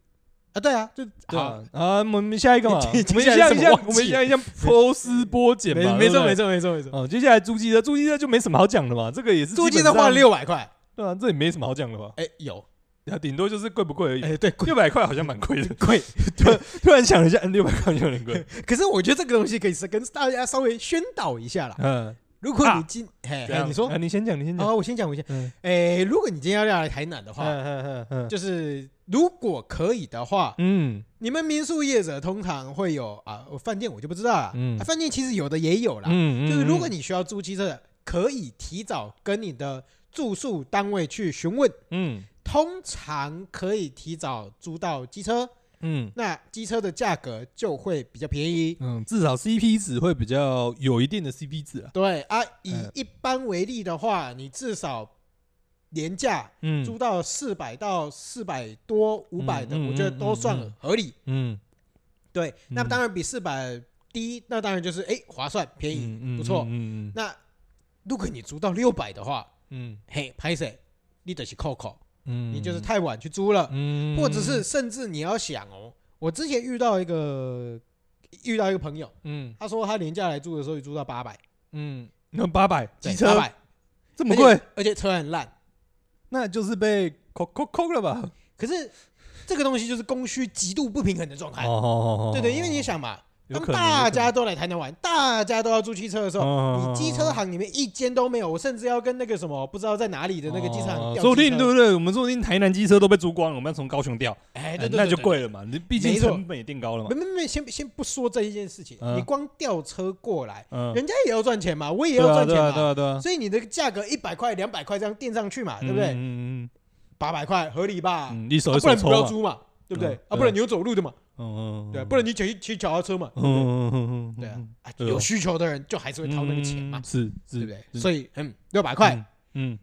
[SPEAKER 1] 啊，对啊，就
[SPEAKER 2] 对
[SPEAKER 1] 好
[SPEAKER 2] 啊，啊，我们下一个嘛， 我
[SPEAKER 1] 接
[SPEAKER 2] 们
[SPEAKER 1] 接下
[SPEAKER 2] 下
[SPEAKER 1] 来
[SPEAKER 2] 一
[SPEAKER 1] 是
[SPEAKER 2] 项
[SPEAKER 1] 什么忘记
[SPEAKER 2] 我们下一项抽丝剥茧
[SPEAKER 1] 没
[SPEAKER 2] 嘛，
[SPEAKER 1] 没
[SPEAKER 2] 对
[SPEAKER 1] 错
[SPEAKER 2] 不对
[SPEAKER 1] 没。错没错没错，
[SPEAKER 2] 哦，接下来租机车，租机车就没什么好讲的嘛，这个也是
[SPEAKER 1] 租
[SPEAKER 2] 基
[SPEAKER 1] 金
[SPEAKER 2] 本
[SPEAKER 1] 的话
[SPEAKER 2] 上，
[SPEAKER 1] 六百块，
[SPEAKER 2] 对啊，这也没什么好讲的吧，
[SPEAKER 1] 哎，有，
[SPEAKER 2] 啊顶多就是贵不贵而已。
[SPEAKER 1] 哎，对，贵
[SPEAKER 2] 六百块好像蛮贵的，
[SPEAKER 1] 贵，
[SPEAKER 2] 突然想了一下，嗯六百块好像有 点贵。
[SPEAKER 1] 可是我觉得这个东西可以是跟大家稍微宣导一下啦。
[SPEAKER 2] 嗯，
[SPEAKER 1] 如果
[SPEAKER 2] 啊
[SPEAKER 1] 你今，哎
[SPEAKER 2] 怎，样
[SPEAKER 1] 你说
[SPEAKER 2] 啊，，你先讲，你先讲。
[SPEAKER 1] 啊，我先讲，我先，
[SPEAKER 2] 嗯
[SPEAKER 1] 哎，如果你今天要来台南的话，
[SPEAKER 2] 嗯嗯嗯
[SPEAKER 1] 就是如果可以的话，
[SPEAKER 2] 嗯
[SPEAKER 1] 你们民宿业者通常会有啊，我饭店我就不知道了，
[SPEAKER 2] 嗯
[SPEAKER 1] 啊饭店其实有的也有啦，
[SPEAKER 2] 嗯，
[SPEAKER 1] 就是如果
[SPEAKER 2] 你
[SPEAKER 1] 你需要租机车的，可以提早跟你的住宿单位去询问，
[SPEAKER 2] 嗯
[SPEAKER 1] 通常可以提早租到机车，
[SPEAKER 2] 嗯
[SPEAKER 1] 那机车的价格就会比较便宜。
[SPEAKER 2] 嗯，至少 CP 值会比较有一定的 CP 值啊。
[SPEAKER 1] 对啊，以
[SPEAKER 2] 嗯
[SPEAKER 1] 一般为例的话，你至少廉价
[SPEAKER 2] 嗯
[SPEAKER 1] 租到四百到四百多五百的，
[SPEAKER 2] 嗯嗯
[SPEAKER 1] 我觉得都算
[SPEAKER 2] 嗯嗯嗯
[SPEAKER 1] 合理。
[SPEAKER 2] 嗯，
[SPEAKER 1] 对，那
[SPEAKER 2] 嗯
[SPEAKER 1] 当然比四百低，那当然就是哎划算便宜。
[SPEAKER 2] 嗯
[SPEAKER 1] 不错
[SPEAKER 2] 嗯嗯
[SPEAKER 1] 那如果你租到六百的话，
[SPEAKER 2] 嗯
[SPEAKER 1] 嘿，拍谁？你得去扣扣。
[SPEAKER 2] 嗯，
[SPEAKER 1] 你就是太晚去租了，
[SPEAKER 2] 嗯，
[SPEAKER 1] 或者是甚至你要想哦，我之前遇到一个遇到一个朋友，
[SPEAKER 2] 嗯
[SPEAKER 1] 他说他廉价来租的时候就租到八百，
[SPEAKER 2] 嗯，那八百机
[SPEAKER 1] 八
[SPEAKER 2] 车
[SPEAKER 1] 百
[SPEAKER 2] 这
[SPEAKER 1] 这
[SPEAKER 2] 么贵，，
[SPEAKER 1] 而且车很烂。
[SPEAKER 2] 那就是被扣扣扣了吧？
[SPEAKER 1] 可是这个东西就是供需极度不平衡的状态，
[SPEAKER 2] 哦
[SPEAKER 1] 对对，因为你想嘛，
[SPEAKER 2] 有
[SPEAKER 1] 当
[SPEAKER 2] 可能哦
[SPEAKER 1] 大家都来台南玩，大家都要租汽车的时候。你机车行里面一间都没有，我甚至要跟那个什么不知道在哪里的那个机车行调
[SPEAKER 2] 说不
[SPEAKER 1] 机
[SPEAKER 2] 哦定对
[SPEAKER 1] 车，
[SPEAKER 2] 不对？我们说不定台南机车都被租光了，我们要从高雄调，
[SPEAKER 1] 哎，对对，
[SPEAKER 2] 那
[SPEAKER 1] 对
[SPEAKER 2] 就
[SPEAKER 1] 对
[SPEAKER 2] 贵了嘛。你毕竟
[SPEAKER 1] 没错
[SPEAKER 2] 成本也定高了嘛
[SPEAKER 1] 没。没没，先先不说这一件事情，
[SPEAKER 2] 嗯
[SPEAKER 1] 你光调车过来，
[SPEAKER 2] 嗯，
[SPEAKER 1] 人家也要赚钱嘛，我也
[SPEAKER 2] 对
[SPEAKER 1] 要
[SPEAKER 2] 啊
[SPEAKER 1] 赚钱
[SPEAKER 2] 对啊对
[SPEAKER 1] 嘛，
[SPEAKER 2] 啊对啊，
[SPEAKER 1] 所以你的价格一百块、两百块这样垫上去嘛，对不对？
[SPEAKER 2] 嗯嗯
[SPEAKER 1] 八百块合理吧？啊
[SPEAKER 2] 嗯，一手
[SPEAKER 1] 不
[SPEAKER 2] 一手
[SPEAKER 1] 然你
[SPEAKER 2] 抽
[SPEAKER 1] 不要
[SPEAKER 2] 嘛。
[SPEAKER 1] 租嘛，对不
[SPEAKER 2] 嗯
[SPEAKER 1] 对？
[SPEAKER 2] 对
[SPEAKER 1] 啊，不然你有走路的嘛，
[SPEAKER 2] 嗯嗯，
[SPEAKER 1] 对，不然你骑骑脚踏车嘛，对不对
[SPEAKER 2] 嗯嗯嗯，
[SPEAKER 1] 对啊，啊，
[SPEAKER 2] 对哦
[SPEAKER 1] 有需求的人就还是会掏那个钱嘛
[SPEAKER 2] 嗯，是是，
[SPEAKER 1] 对不对？
[SPEAKER 2] 是
[SPEAKER 1] 所以嗯，六百块，
[SPEAKER 2] 嗯，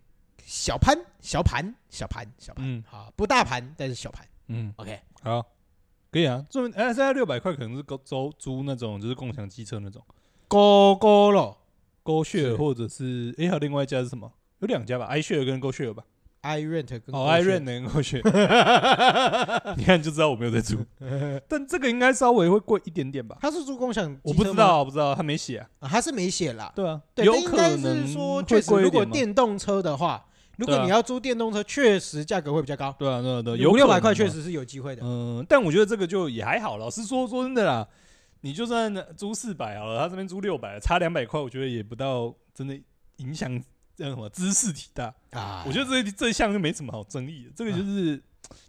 [SPEAKER 1] 小盘小盘小盘小盘
[SPEAKER 2] 嗯，
[SPEAKER 1] 好，不大盘，但是小盘
[SPEAKER 2] 嗯嗯，
[SPEAKER 1] ，OK，
[SPEAKER 2] 好，可以啊。这哎，现在六百块可能是高租租那种，就是共享机车那种，
[SPEAKER 1] 高高了
[SPEAKER 2] 勾
[SPEAKER 1] 是
[SPEAKER 2] 血或者是哎，还有另外一家是什么？有两家吧，i share 跟 go share 吧。
[SPEAKER 1] ，I rent 跟
[SPEAKER 2] 哦
[SPEAKER 1] GoShare
[SPEAKER 2] ，i rent 跟 go share，你 看就知道我没有在 租。但这个应该稍微会贵一点点吧？
[SPEAKER 1] 他是租共享机车吗，
[SPEAKER 2] 我不知道，我不知道，他没写啊。
[SPEAKER 1] 啊，他是没写啦。
[SPEAKER 2] 对啊，
[SPEAKER 1] 对，
[SPEAKER 2] 有
[SPEAKER 1] 但应
[SPEAKER 2] 可
[SPEAKER 1] 该
[SPEAKER 2] 能
[SPEAKER 1] 是说，
[SPEAKER 2] 会
[SPEAKER 1] 确实，
[SPEAKER 2] 贵一
[SPEAKER 1] 如果
[SPEAKER 2] 点嘛。
[SPEAKER 1] 电动车的话，如果
[SPEAKER 2] 对啊
[SPEAKER 1] 你要租电动车，确实价格会比较高，
[SPEAKER 2] 对啊，对啊，对啊，有
[SPEAKER 1] 五六
[SPEAKER 2] 可
[SPEAKER 1] 百
[SPEAKER 2] 能
[SPEAKER 1] 块
[SPEAKER 2] 嘛
[SPEAKER 1] 确实是有机会的。
[SPEAKER 2] 嗯，但我觉得这个就也还好。老实说，说真的啦，你就算租四百好了，他这边租六百，差两百块，我觉得也不到真的影响那什么知识体大。
[SPEAKER 1] 啊，
[SPEAKER 2] 我觉得这这一项就没什么好争议的，这个就是、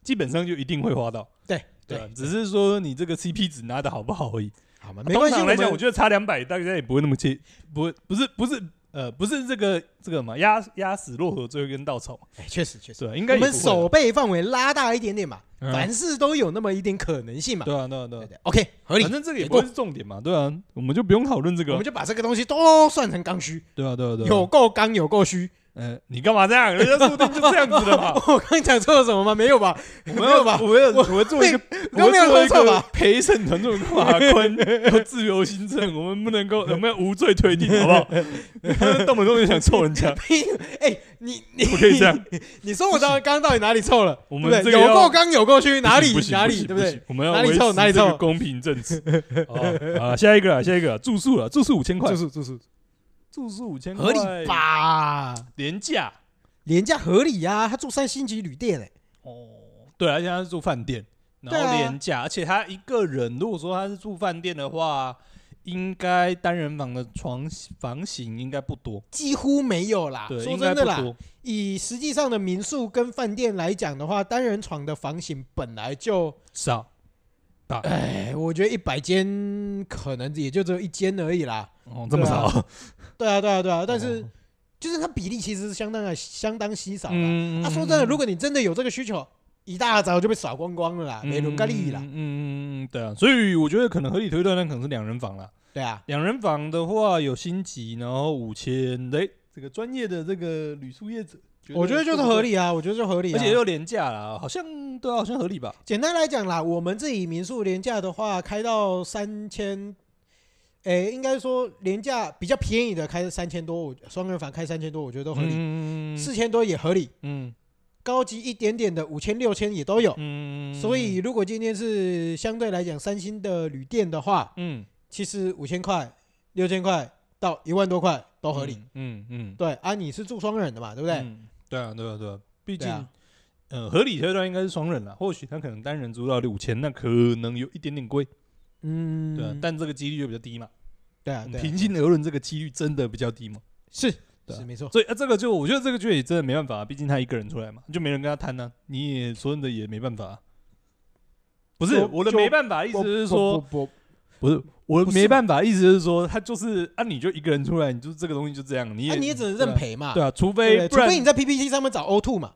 [SPEAKER 2] 基本上就一定会花到。
[SPEAKER 1] 嗯对
[SPEAKER 2] 对啊，只是说你这个 CP 值拿的好不好而已。
[SPEAKER 1] 好嘛，
[SPEAKER 2] 啊
[SPEAKER 1] 没关系。
[SPEAKER 2] 通常来讲，我
[SPEAKER 1] 觉
[SPEAKER 2] 觉得差两百大家也不会那么切，不会不是不是呃不是这个这个嘛，压压死骆驼最后一根稻草嘛，
[SPEAKER 1] 得哎确实确实，
[SPEAKER 2] 对啊，应该
[SPEAKER 1] 我
[SPEAKER 2] 也
[SPEAKER 1] 们
[SPEAKER 2] 不会
[SPEAKER 1] 手背范围拉大一点点嘛，
[SPEAKER 2] 嗯
[SPEAKER 1] 凡事都有那么一点可能性嘛。
[SPEAKER 2] 对啊对啊对啊
[SPEAKER 1] 对，对，OK，合理
[SPEAKER 2] 反。正这个也
[SPEAKER 1] 没
[SPEAKER 2] 不会
[SPEAKER 1] 错
[SPEAKER 2] 是重点嘛，对啊，我们就不用讨论这个
[SPEAKER 1] 我
[SPEAKER 2] 啊
[SPEAKER 1] 们。就把这个东西都算成刚需，
[SPEAKER 2] 对啊，对啊，对啊。
[SPEAKER 1] 有，够刚，有够虚。
[SPEAKER 2] 呃，你干嘛这样？人家说不定就这样子 的嘛。
[SPEAKER 1] 我刚讲错了什么吗？没有 吧？
[SPEAKER 2] 我
[SPEAKER 1] 没有吧
[SPEAKER 2] 我们要我们做一 个，
[SPEAKER 1] 我
[SPEAKER 2] 我们
[SPEAKER 1] 没有
[SPEAKER 2] 做一
[SPEAKER 1] 说错
[SPEAKER 2] 个
[SPEAKER 1] 吧
[SPEAKER 2] 陪审团，这种法官要自由行政，我们不能 够，我们要无罪推定，好不好？他们动不动就想揍人 家，
[SPEAKER 1] 屁！哎，你你
[SPEAKER 2] 不可以这样。
[SPEAKER 1] 你说我到底刚刚到底哪里错了？
[SPEAKER 2] 我们
[SPEAKER 1] 对不
[SPEAKER 2] 这
[SPEAKER 1] 对
[SPEAKER 2] 个
[SPEAKER 1] 有
[SPEAKER 2] 要
[SPEAKER 1] 够刚，有够虚，哪里
[SPEAKER 2] 不行
[SPEAKER 1] 哪里，
[SPEAKER 2] 行
[SPEAKER 1] 对不
[SPEAKER 2] 行
[SPEAKER 1] 对？
[SPEAKER 2] 我们要
[SPEAKER 1] 哪里
[SPEAKER 2] 维持
[SPEAKER 1] 凑哪里
[SPEAKER 2] 这个
[SPEAKER 1] 凑
[SPEAKER 2] 公平正 治。哦啊，下一个啦，下一个啦住宿了，住宿五千块
[SPEAKER 1] 住，宿住宿
[SPEAKER 2] 住宿五千块，
[SPEAKER 1] 合理？吧？
[SPEAKER 2] 廉价
[SPEAKER 1] 廉价合理呀、他住三星级旅店欸嘞、
[SPEAKER 2] 哦，对，而且他是住饭店，然
[SPEAKER 1] 对
[SPEAKER 2] 后
[SPEAKER 1] 啊
[SPEAKER 2] 廉价，而且他一个人，如果说他是住饭店的话，应该单人房的床房型应该不多，
[SPEAKER 1] 几乎没有啦。
[SPEAKER 2] 对，
[SPEAKER 1] 啊说
[SPEAKER 2] 应
[SPEAKER 1] 真
[SPEAKER 2] 该
[SPEAKER 1] 的
[SPEAKER 2] 不
[SPEAKER 1] 啦，
[SPEAKER 2] 多，
[SPEAKER 1] 以实际上的民宿跟饭店来讲的话，单人床的房型本来就，
[SPEAKER 2] 少，
[SPEAKER 1] 哎，我觉得一百间间可能也就只有一间而已啦。
[SPEAKER 2] 哦，这么
[SPEAKER 1] 对 啊
[SPEAKER 2] 少，
[SPEAKER 1] 对啊，对啊，对啊，但是
[SPEAKER 2] 哦
[SPEAKER 1] 就是它比例其实是相当的相当稀少啦。
[SPEAKER 2] 嗯，
[SPEAKER 1] 啊，说真的，如果你真的有这个需求，一大早就被扫光光了啦，没轮
[SPEAKER 2] 伦
[SPEAKER 1] 哎咖喱啦
[SPEAKER 2] 嗯，嗯嗯，对啊，所以我觉得可能合理推断，那可能是两人房啦。
[SPEAKER 1] 对啊，
[SPEAKER 2] 两人房的话有星级，然后五千，哎，这个专业的这个旅宿业者，
[SPEAKER 1] 我觉得就是合，理啊，我觉得就合理、啊，
[SPEAKER 2] 而且又廉价啦，好像对啊，好像合理吧？
[SPEAKER 1] 简单来讲啦，我们自己民宿廉价的话，开到三千，诶，应该说廉价比较便宜的开三千多，我双人房开三千多，我觉得都合理，
[SPEAKER 2] 嗯
[SPEAKER 1] 四千、多也合理，
[SPEAKER 2] 嗯
[SPEAKER 1] 高级一点点的五千六千也都有。
[SPEAKER 2] 嗯，
[SPEAKER 1] 所以如果今天是相对来讲三星的旅店的话，
[SPEAKER 2] 嗯
[SPEAKER 1] 其实五千块、六千块到一万多块都合理。，
[SPEAKER 2] 嗯嗯，
[SPEAKER 1] 对啊，你是住双人的嘛，对不
[SPEAKER 2] 不
[SPEAKER 1] 对？
[SPEAKER 2] 对啊，对啊，对啊，毕
[SPEAKER 1] 对
[SPEAKER 2] 竟
[SPEAKER 1] 啊。
[SPEAKER 2] 呃，合理推断应该是双人啦，或许他可能单人租到六千，那可能有一点点贵，
[SPEAKER 1] 嗯，
[SPEAKER 2] 对啊，但这个几率就比较低嘛。
[SPEAKER 1] 对啊，
[SPEAKER 2] 我们
[SPEAKER 1] 对啊
[SPEAKER 2] 平心而论，这个几率真的比较低嘛。
[SPEAKER 1] 是
[SPEAKER 2] 对啊
[SPEAKER 1] 是没错，
[SPEAKER 2] 所以啊，这个就我觉得这个就也真的没办法、毕竟他一个人出来嘛，就没人跟他摊呢、你也说真的也没办法啊、不是
[SPEAKER 1] 就
[SPEAKER 2] 我的
[SPEAKER 1] 就
[SPEAKER 2] 没办法，意思就是说，
[SPEAKER 1] 不不不
[SPEAKER 2] 不是我
[SPEAKER 1] 不
[SPEAKER 2] 的
[SPEAKER 1] 是
[SPEAKER 2] 没办法，意思就是说，他就是啊，你就一个人出来，你就这个东西就这样，你也、
[SPEAKER 1] 啊，你也只能认赔嘛，
[SPEAKER 2] 对啊，除
[SPEAKER 1] 对
[SPEAKER 2] 非
[SPEAKER 1] 不对
[SPEAKER 2] 不
[SPEAKER 1] 除
[SPEAKER 2] 然
[SPEAKER 1] 非你在 PPT 上面找 O two 嘛，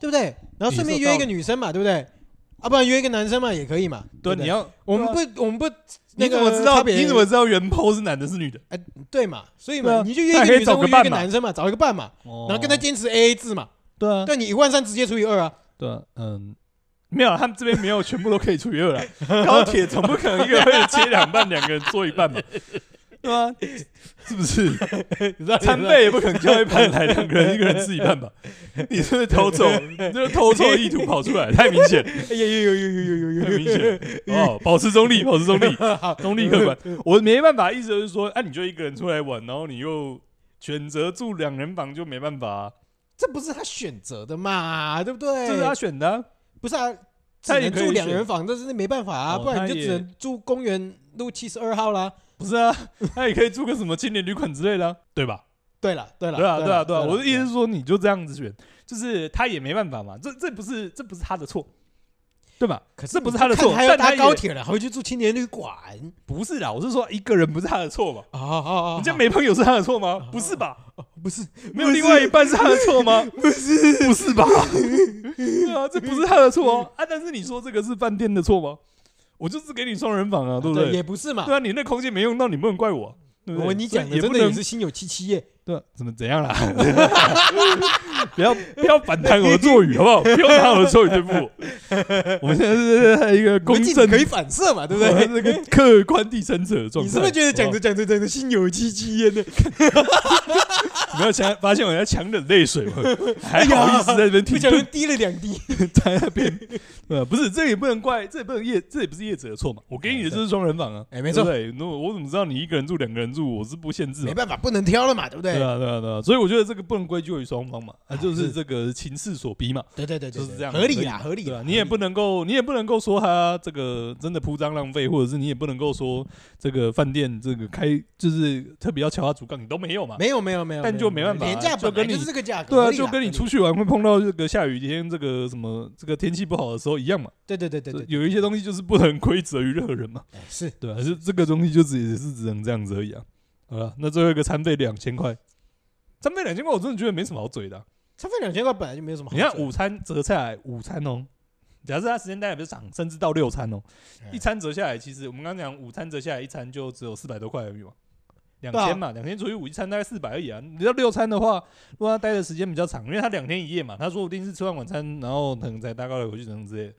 [SPEAKER 1] 对不对？然后顺便
[SPEAKER 2] 也是有道理
[SPEAKER 1] 约一个女生嘛，对不对？啊，不然约一个男生嘛也可以嘛，
[SPEAKER 2] 对
[SPEAKER 1] 对
[SPEAKER 2] 啊，
[SPEAKER 1] 不
[SPEAKER 2] 你
[SPEAKER 1] 对
[SPEAKER 2] 要
[SPEAKER 1] 我们
[SPEAKER 2] 对啊
[SPEAKER 1] 不我们不那
[SPEAKER 2] 你怎
[SPEAKER 1] 个
[SPEAKER 2] 么知
[SPEAKER 1] 差
[SPEAKER 2] 道
[SPEAKER 1] 别
[SPEAKER 2] 你怎么知道原 PO 是男的是女的？
[SPEAKER 1] 对嘛？所以
[SPEAKER 2] 对
[SPEAKER 1] 嘛，
[SPEAKER 2] 啊
[SPEAKER 1] 你就约一
[SPEAKER 2] 那可
[SPEAKER 1] 个
[SPEAKER 2] 以
[SPEAKER 1] 女生
[SPEAKER 2] 找
[SPEAKER 1] 或约
[SPEAKER 2] 个
[SPEAKER 1] 一个
[SPEAKER 2] 伴嘛
[SPEAKER 1] 男生嘛，找一个伴嘛，
[SPEAKER 2] 然
[SPEAKER 1] 然后跟他坚持 AA 制嘛，
[SPEAKER 2] 对啊
[SPEAKER 1] 对你一万三直接除以二啊，
[SPEAKER 2] 对啊，嗯。没有，他们这边没有全部都可以除以 二了。高铁总不可能一个人切两半，两个人做一半吧？ 对啊，是不是？
[SPEAKER 1] 你知道
[SPEAKER 2] 餐费也不可能叫一盘来，两个人一个人吃一半吧？你是不是偷走？你这是偷错意图跑出 来，太明显，
[SPEAKER 1] 哎有有有有有有有
[SPEAKER 2] 太
[SPEAKER 1] 有
[SPEAKER 2] 明 显。哦，保持中立，保持 中立，中立客观。我没办法，意思就是说，啊，你就一个人出来玩，然后你又选择住两人房，就没办法、啊，
[SPEAKER 1] 这不是他选择的嘛，对不对？
[SPEAKER 2] 这是他选的啊、
[SPEAKER 1] 不是啊，
[SPEAKER 2] 他
[SPEAKER 1] 只
[SPEAKER 2] 也
[SPEAKER 1] 能
[SPEAKER 2] 可以
[SPEAKER 1] 住两人房，但是没办法啊，
[SPEAKER 2] 哦
[SPEAKER 1] 不然你就
[SPEAKER 2] 他也
[SPEAKER 1] 只能住公园路七十二号啦。
[SPEAKER 2] 不是 啊？他也可以住个什么青年旅馆之类的啊、对吧？
[SPEAKER 1] 对了，对了，
[SPEAKER 2] 对啊，对啊，
[SPEAKER 1] 对
[SPEAKER 2] 对
[SPEAKER 1] 啦
[SPEAKER 2] 啊。我的意思是，说，你就这样子选，就是他也没办法嘛，这这不是这不是他的错，对吧？
[SPEAKER 1] 可是
[SPEAKER 2] 这不是他的
[SPEAKER 1] 你看
[SPEAKER 2] 错
[SPEAKER 1] 还要
[SPEAKER 2] 但他
[SPEAKER 1] 搭
[SPEAKER 2] 也
[SPEAKER 1] 高铁了，还会去住青年旅馆
[SPEAKER 2] 不是啦，我是说一个人不是他的错嘛。
[SPEAKER 1] 啊啊啊！
[SPEAKER 2] 人家没朋友是他的错吗
[SPEAKER 1] 哦？
[SPEAKER 2] 啊不是吧？
[SPEAKER 1] 不是
[SPEAKER 2] 没有另外一半是他的错吗？ 不是，不是吧？对啊，这不是他的错啊！啊，但是你说这个是饭店的错吗？我就是给你双人房啊，对不
[SPEAKER 1] 对
[SPEAKER 2] 对？
[SPEAKER 1] 也不是嘛
[SPEAKER 2] 对。啊，你那空间没用到，你不能怪我啊，对不对？
[SPEAKER 1] 我你讲
[SPEAKER 2] 所
[SPEAKER 1] 的
[SPEAKER 2] 以也
[SPEAKER 1] 真
[SPEAKER 2] 不
[SPEAKER 1] 的也
[SPEAKER 2] 能
[SPEAKER 1] 是心有戚戚耶，
[SPEAKER 2] 对啊，怎么怎样啦？ 不要不要反弹我的咒语 好不好？不要拿我的咒语对付我。我们现在是在一个
[SPEAKER 1] 你
[SPEAKER 2] 公
[SPEAKER 1] 们自己
[SPEAKER 2] 正
[SPEAKER 1] 可以反射嘛，对不
[SPEAKER 2] 我
[SPEAKER 1] 对？
[SPEAKER 2] 们是个客观第三者的状态。哦
[SPEAKER 1] 你是不是觉得
[SPEAKER 2] 好
[SPEAKER 1] 讲
[SPEAKER 2] 不
[SPEAKER 1] 着讲着讲着心有戚戚 焉呢？
[SPEAKER 2] 好你没有强发现我在强忍泪水吗？ 还好意思在这边
[SPEAKER 1] 不
[SPEAKER 2] 停
[SPEAKER 1] 小
[SPEAKER 2] 顿
[SPEAKER 1] 心滴了两滴。
[SPEAKER 2] 在那边，呃，不是，这也不能怪，这也不能业，这也不是业者的错嘛。我给你的就是双人房啊，
[SPEAKER 1] 哎没错
[SPEAKER 2] 对不对，那我我怎么知道你一个人住、两个人住？我是不限制嘛
[SPEAKER 1] 没，办法，不能挑了嘛，对不对？
[SPEAKER 2] 对啊，对啊，对啊，所以我觉得这个不能归咎于双方嘛，啊，
[SPEAKER 1] 啊
[SPEAKER 2] 就是
[SPEAKER 1] 是
[SPEAKER 2] 这个情势所逼嘛，
[SPEAKER 1] 对对对对，
[SPEAKER 2] 就是这样
[SPEAKER 1] 合理啦，合理
[SPEAKER 2] 对
[SPEAKER 1] 啦
[SPEAKER 2] 啊，。你也不能够，你也不能够说他这个真的铺张浪费，或者是你也不能够说这个饭店这个开就是特别要敲他竹杠，你都没有嘛，
[SPEAKER 1] 没有没有没有，
[SPEAKER 2] 但就没办法啊
[SPEAKER 1] 廉价
[SPEAKER 2] 就
[SPEAKER 1] 本来
[SPEAKER 2] 跟你
[SPEAKER 1] 就是这个价格，
[SPEAKER 2] 对
[SPEAKER 1] 合
[SPEAKER 2] 啊，
[SPEAKER 1] 理啦
[SPEAKER 2] 就跟你，
[SPEAKER 1] 合
[SPEAKER 2] 出去玩会碰到这个下雨天，这个什么这个天气不好的时候一样嘛。
[SPEAKER 1] 理对对对对对，
[SPEAKER 2] 这有一些东西就是不能归责于任何人嘛。
[SPEAKER 1] 哎是
[SPEAKER 2] 对啊，就这个东西就只也是只能这样子而已啊。好了，那最后一个餐费两千块，餐费两千块我真的觉得没什么好嘴的啊、
[SPEAKER 1] 餐费两千块本来就没有什么好
[SPEAKER 2] 你
[SPEAKER 1] 说的。
[SPEAKER 2] 看午餐折下来，午餐哦、假设他时间单也不是长，甚至到六餐哦、
[SPEAKER 1] 嗯
[SPEAKER 2] 一餐折下来，其实我们刚刚讲午餐折下来一餐就只有四百多块而已嘛。两
[SPEAKER 1] 对啊
[SPEAKER 2] 千嘛，两千除以五，一餐大概四百而已啊。你要六餐的话，如果他待的时间比较长，因为他两天一夜嘛，他说不定是吃完晚餐，然后可能才大概回去等等之类的。啊，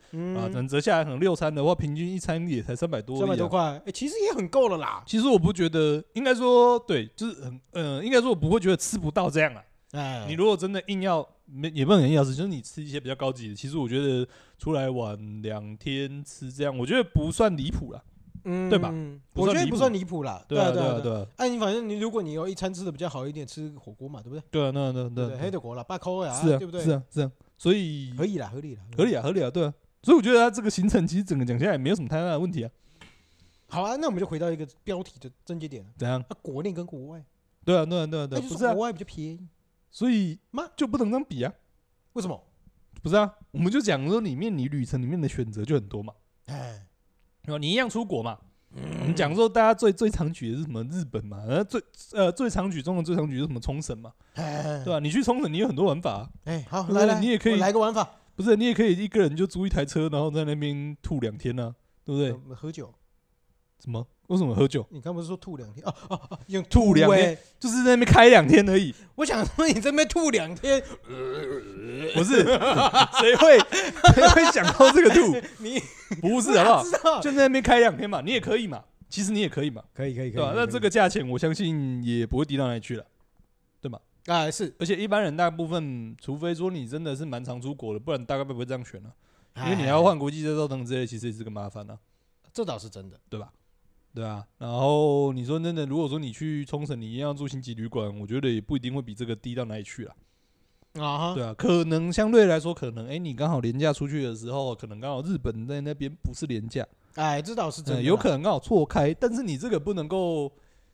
[SPEAKER 1] 嗯，
[SPEAKER 2] 能折下来可能六餐的话，平均一餐也才三百多、啊
[SPEAKER 1] 三百多。块，哎，其实也很够了啦。
[SPEAKER 2] 其实我不觉得，应该说对，就是很呃，应该说我不会觉得吃不到这样啊。
[SPEAKER 1] 哎，
[SPEAKER 2] 你如果真的硬要，没也不能硬要吃，就是你吃一些比较高级的，其实我觉得出来玩两天吃这样，我觉得不算离谱啦。
[SPEAKER 1] 嗯
[SPEAKER 2] 对吧？不
[SPEAKER 1] 我
[SPEAKER 2] 算
[SPEAKER 1] 觉得
[SPEAKER 2] 离
[SPEAKER 1] 不
[SPEAKER 2] 谱
[SPEAKER 1] 算离谱啦。
[SPEAKER 2] 对
[SPEAKER 1] 啊
[SPEAKER 2] 对
[SPEAKER 1] 对
[SPEAKER 2] 啊对
[SPEAKER 1] 啊。
[SPEAKER 2] 啊
[SPEAKER 1] 哎，你反正你如果你有一餐吃的比较好一点，吃火锅嘛，对不对？
[SPEAKER 2] 对啊，那
[SPEAKER 1] 对
[SPEAKER 2] 那
[SPEAKER 1] 不
[SPEAKER 2] 那
[SPEAKER 1] 对，黑德国啦，八扣呀，
[SPEAKER 2] 是啊
[SPEAKER 1] 对不对？
[SPEAKER 2] 是啊是啊，所以
[SPEAKER 1] 合理啦，合理啦，
[SPEAKER 2] 合理啊合理啊对啊，所以我觉得他这个行程其实整个讲下来也没有什么太大的问题啊。
[SPEAKER 1] 好啊，那我们就回到一个标题的症结点了，
[SPEAKER 2] 怎样？
[SPEAKER 1] 啊，国内跟国外，
[SPEAKER 2] 对啊对啊对啊对
[SPEAKER 1] 那
[SPEAKER 2] 啊，
[SPEAKER 1] 哎就
[SPEAKER 2] 不
[SPEAKER 1] 是
[SPEAKER 2] 是啊
[SPEAKER 1] 国，外比较便宜，
[SPEAKER 2] 所以
[SPEAKER 1] 妈
[SPEAKER 2] 就不能这样比啊。
[SPEAKER 1] 为什么？
[SPEAKER 2] 不是啊，我们就讲说里面你旅程里面的选择就很多嘛，
[SPEAKER 1] 哎，
[SPEAKER 2] 对吧？你一样出国嘛，我
[SPEAKER 1] 嗯
[SPEAKER 2] 们讲说大家最最常举的是什么日本嘛，然后最呃最常举中的最常举是什么冲绳嘛，
[SPEAKER 1] 哎
[SPEAKER 2] 对吧、你去冲绳你有很多玩法啊、
[SPEAKER 1] 哎，好，
[SPEAKER 2] 对
[SPEAKER 1] 来来，
[SPEAKER 2] 你也可以
[SPEAKER 1] 我来个玩法，
[SPEAKER 2] 不是你也可以一个人就租一台车，然后在那边吐两天呢、对不对？
[SPEAKER 1] 呃喝酒。
[SPEAKER 2] 什么？为什么喝酒？
[SPEAKER 1] 你刚不是说吐两天？哦哦哦，用
[SPEAKER 2] 吐两天
[SPEAKER 1] 欸。
[SPEAKER 2] 就是在那边开两天 而已，
[SPEAKER 1] 我想说你这边吐两天，
[SPEAKER 2] 不是？ 谁会 谁会想到这个 吐？
[SPEAKER 1] 你
[SPEAKER 2] 不是好不 好？
[SPEAKER 1] 知道？
[SPEAKER 2] 就在那边开两天嘛，你也可以嘛，其实你也可以嘛，
[SPEAKER 1] 可以可以
[SPEAKER 2] 对吧、那这个价钱我相信也不会低到哪里去了，
[SPEAKER 1] 啊是，
[SPEAKER 2] 而且一般人大部分，除非说你真的是蛮常出国的，不然大概不会这样选了、啊因为你还要换国际驾照等之类，其实也是个麻烦啊，
[SPEAKER 1] 哎，这倒是真的。
[SPEAKER 2] 对吧？对啊，然后你说真的，如果说你去冲绳，你一样要住星级旅馆，我觉得也不一定会比这个低到哪里去啦。
[SPEAKER 1] 啊哈，
[SPEAKER 2] 对啊，可能相对来说，可能哎、你刚好廉价出去的时候，可能刚好日本在那边不是廉价，
[SPEAKER 1] 哎，这倒是真
[SPEAKER 2] 嗯，
[SPEAKER 1] 的，
[SPEAKER 2] 有可能刚好错开，但是你这个不能够，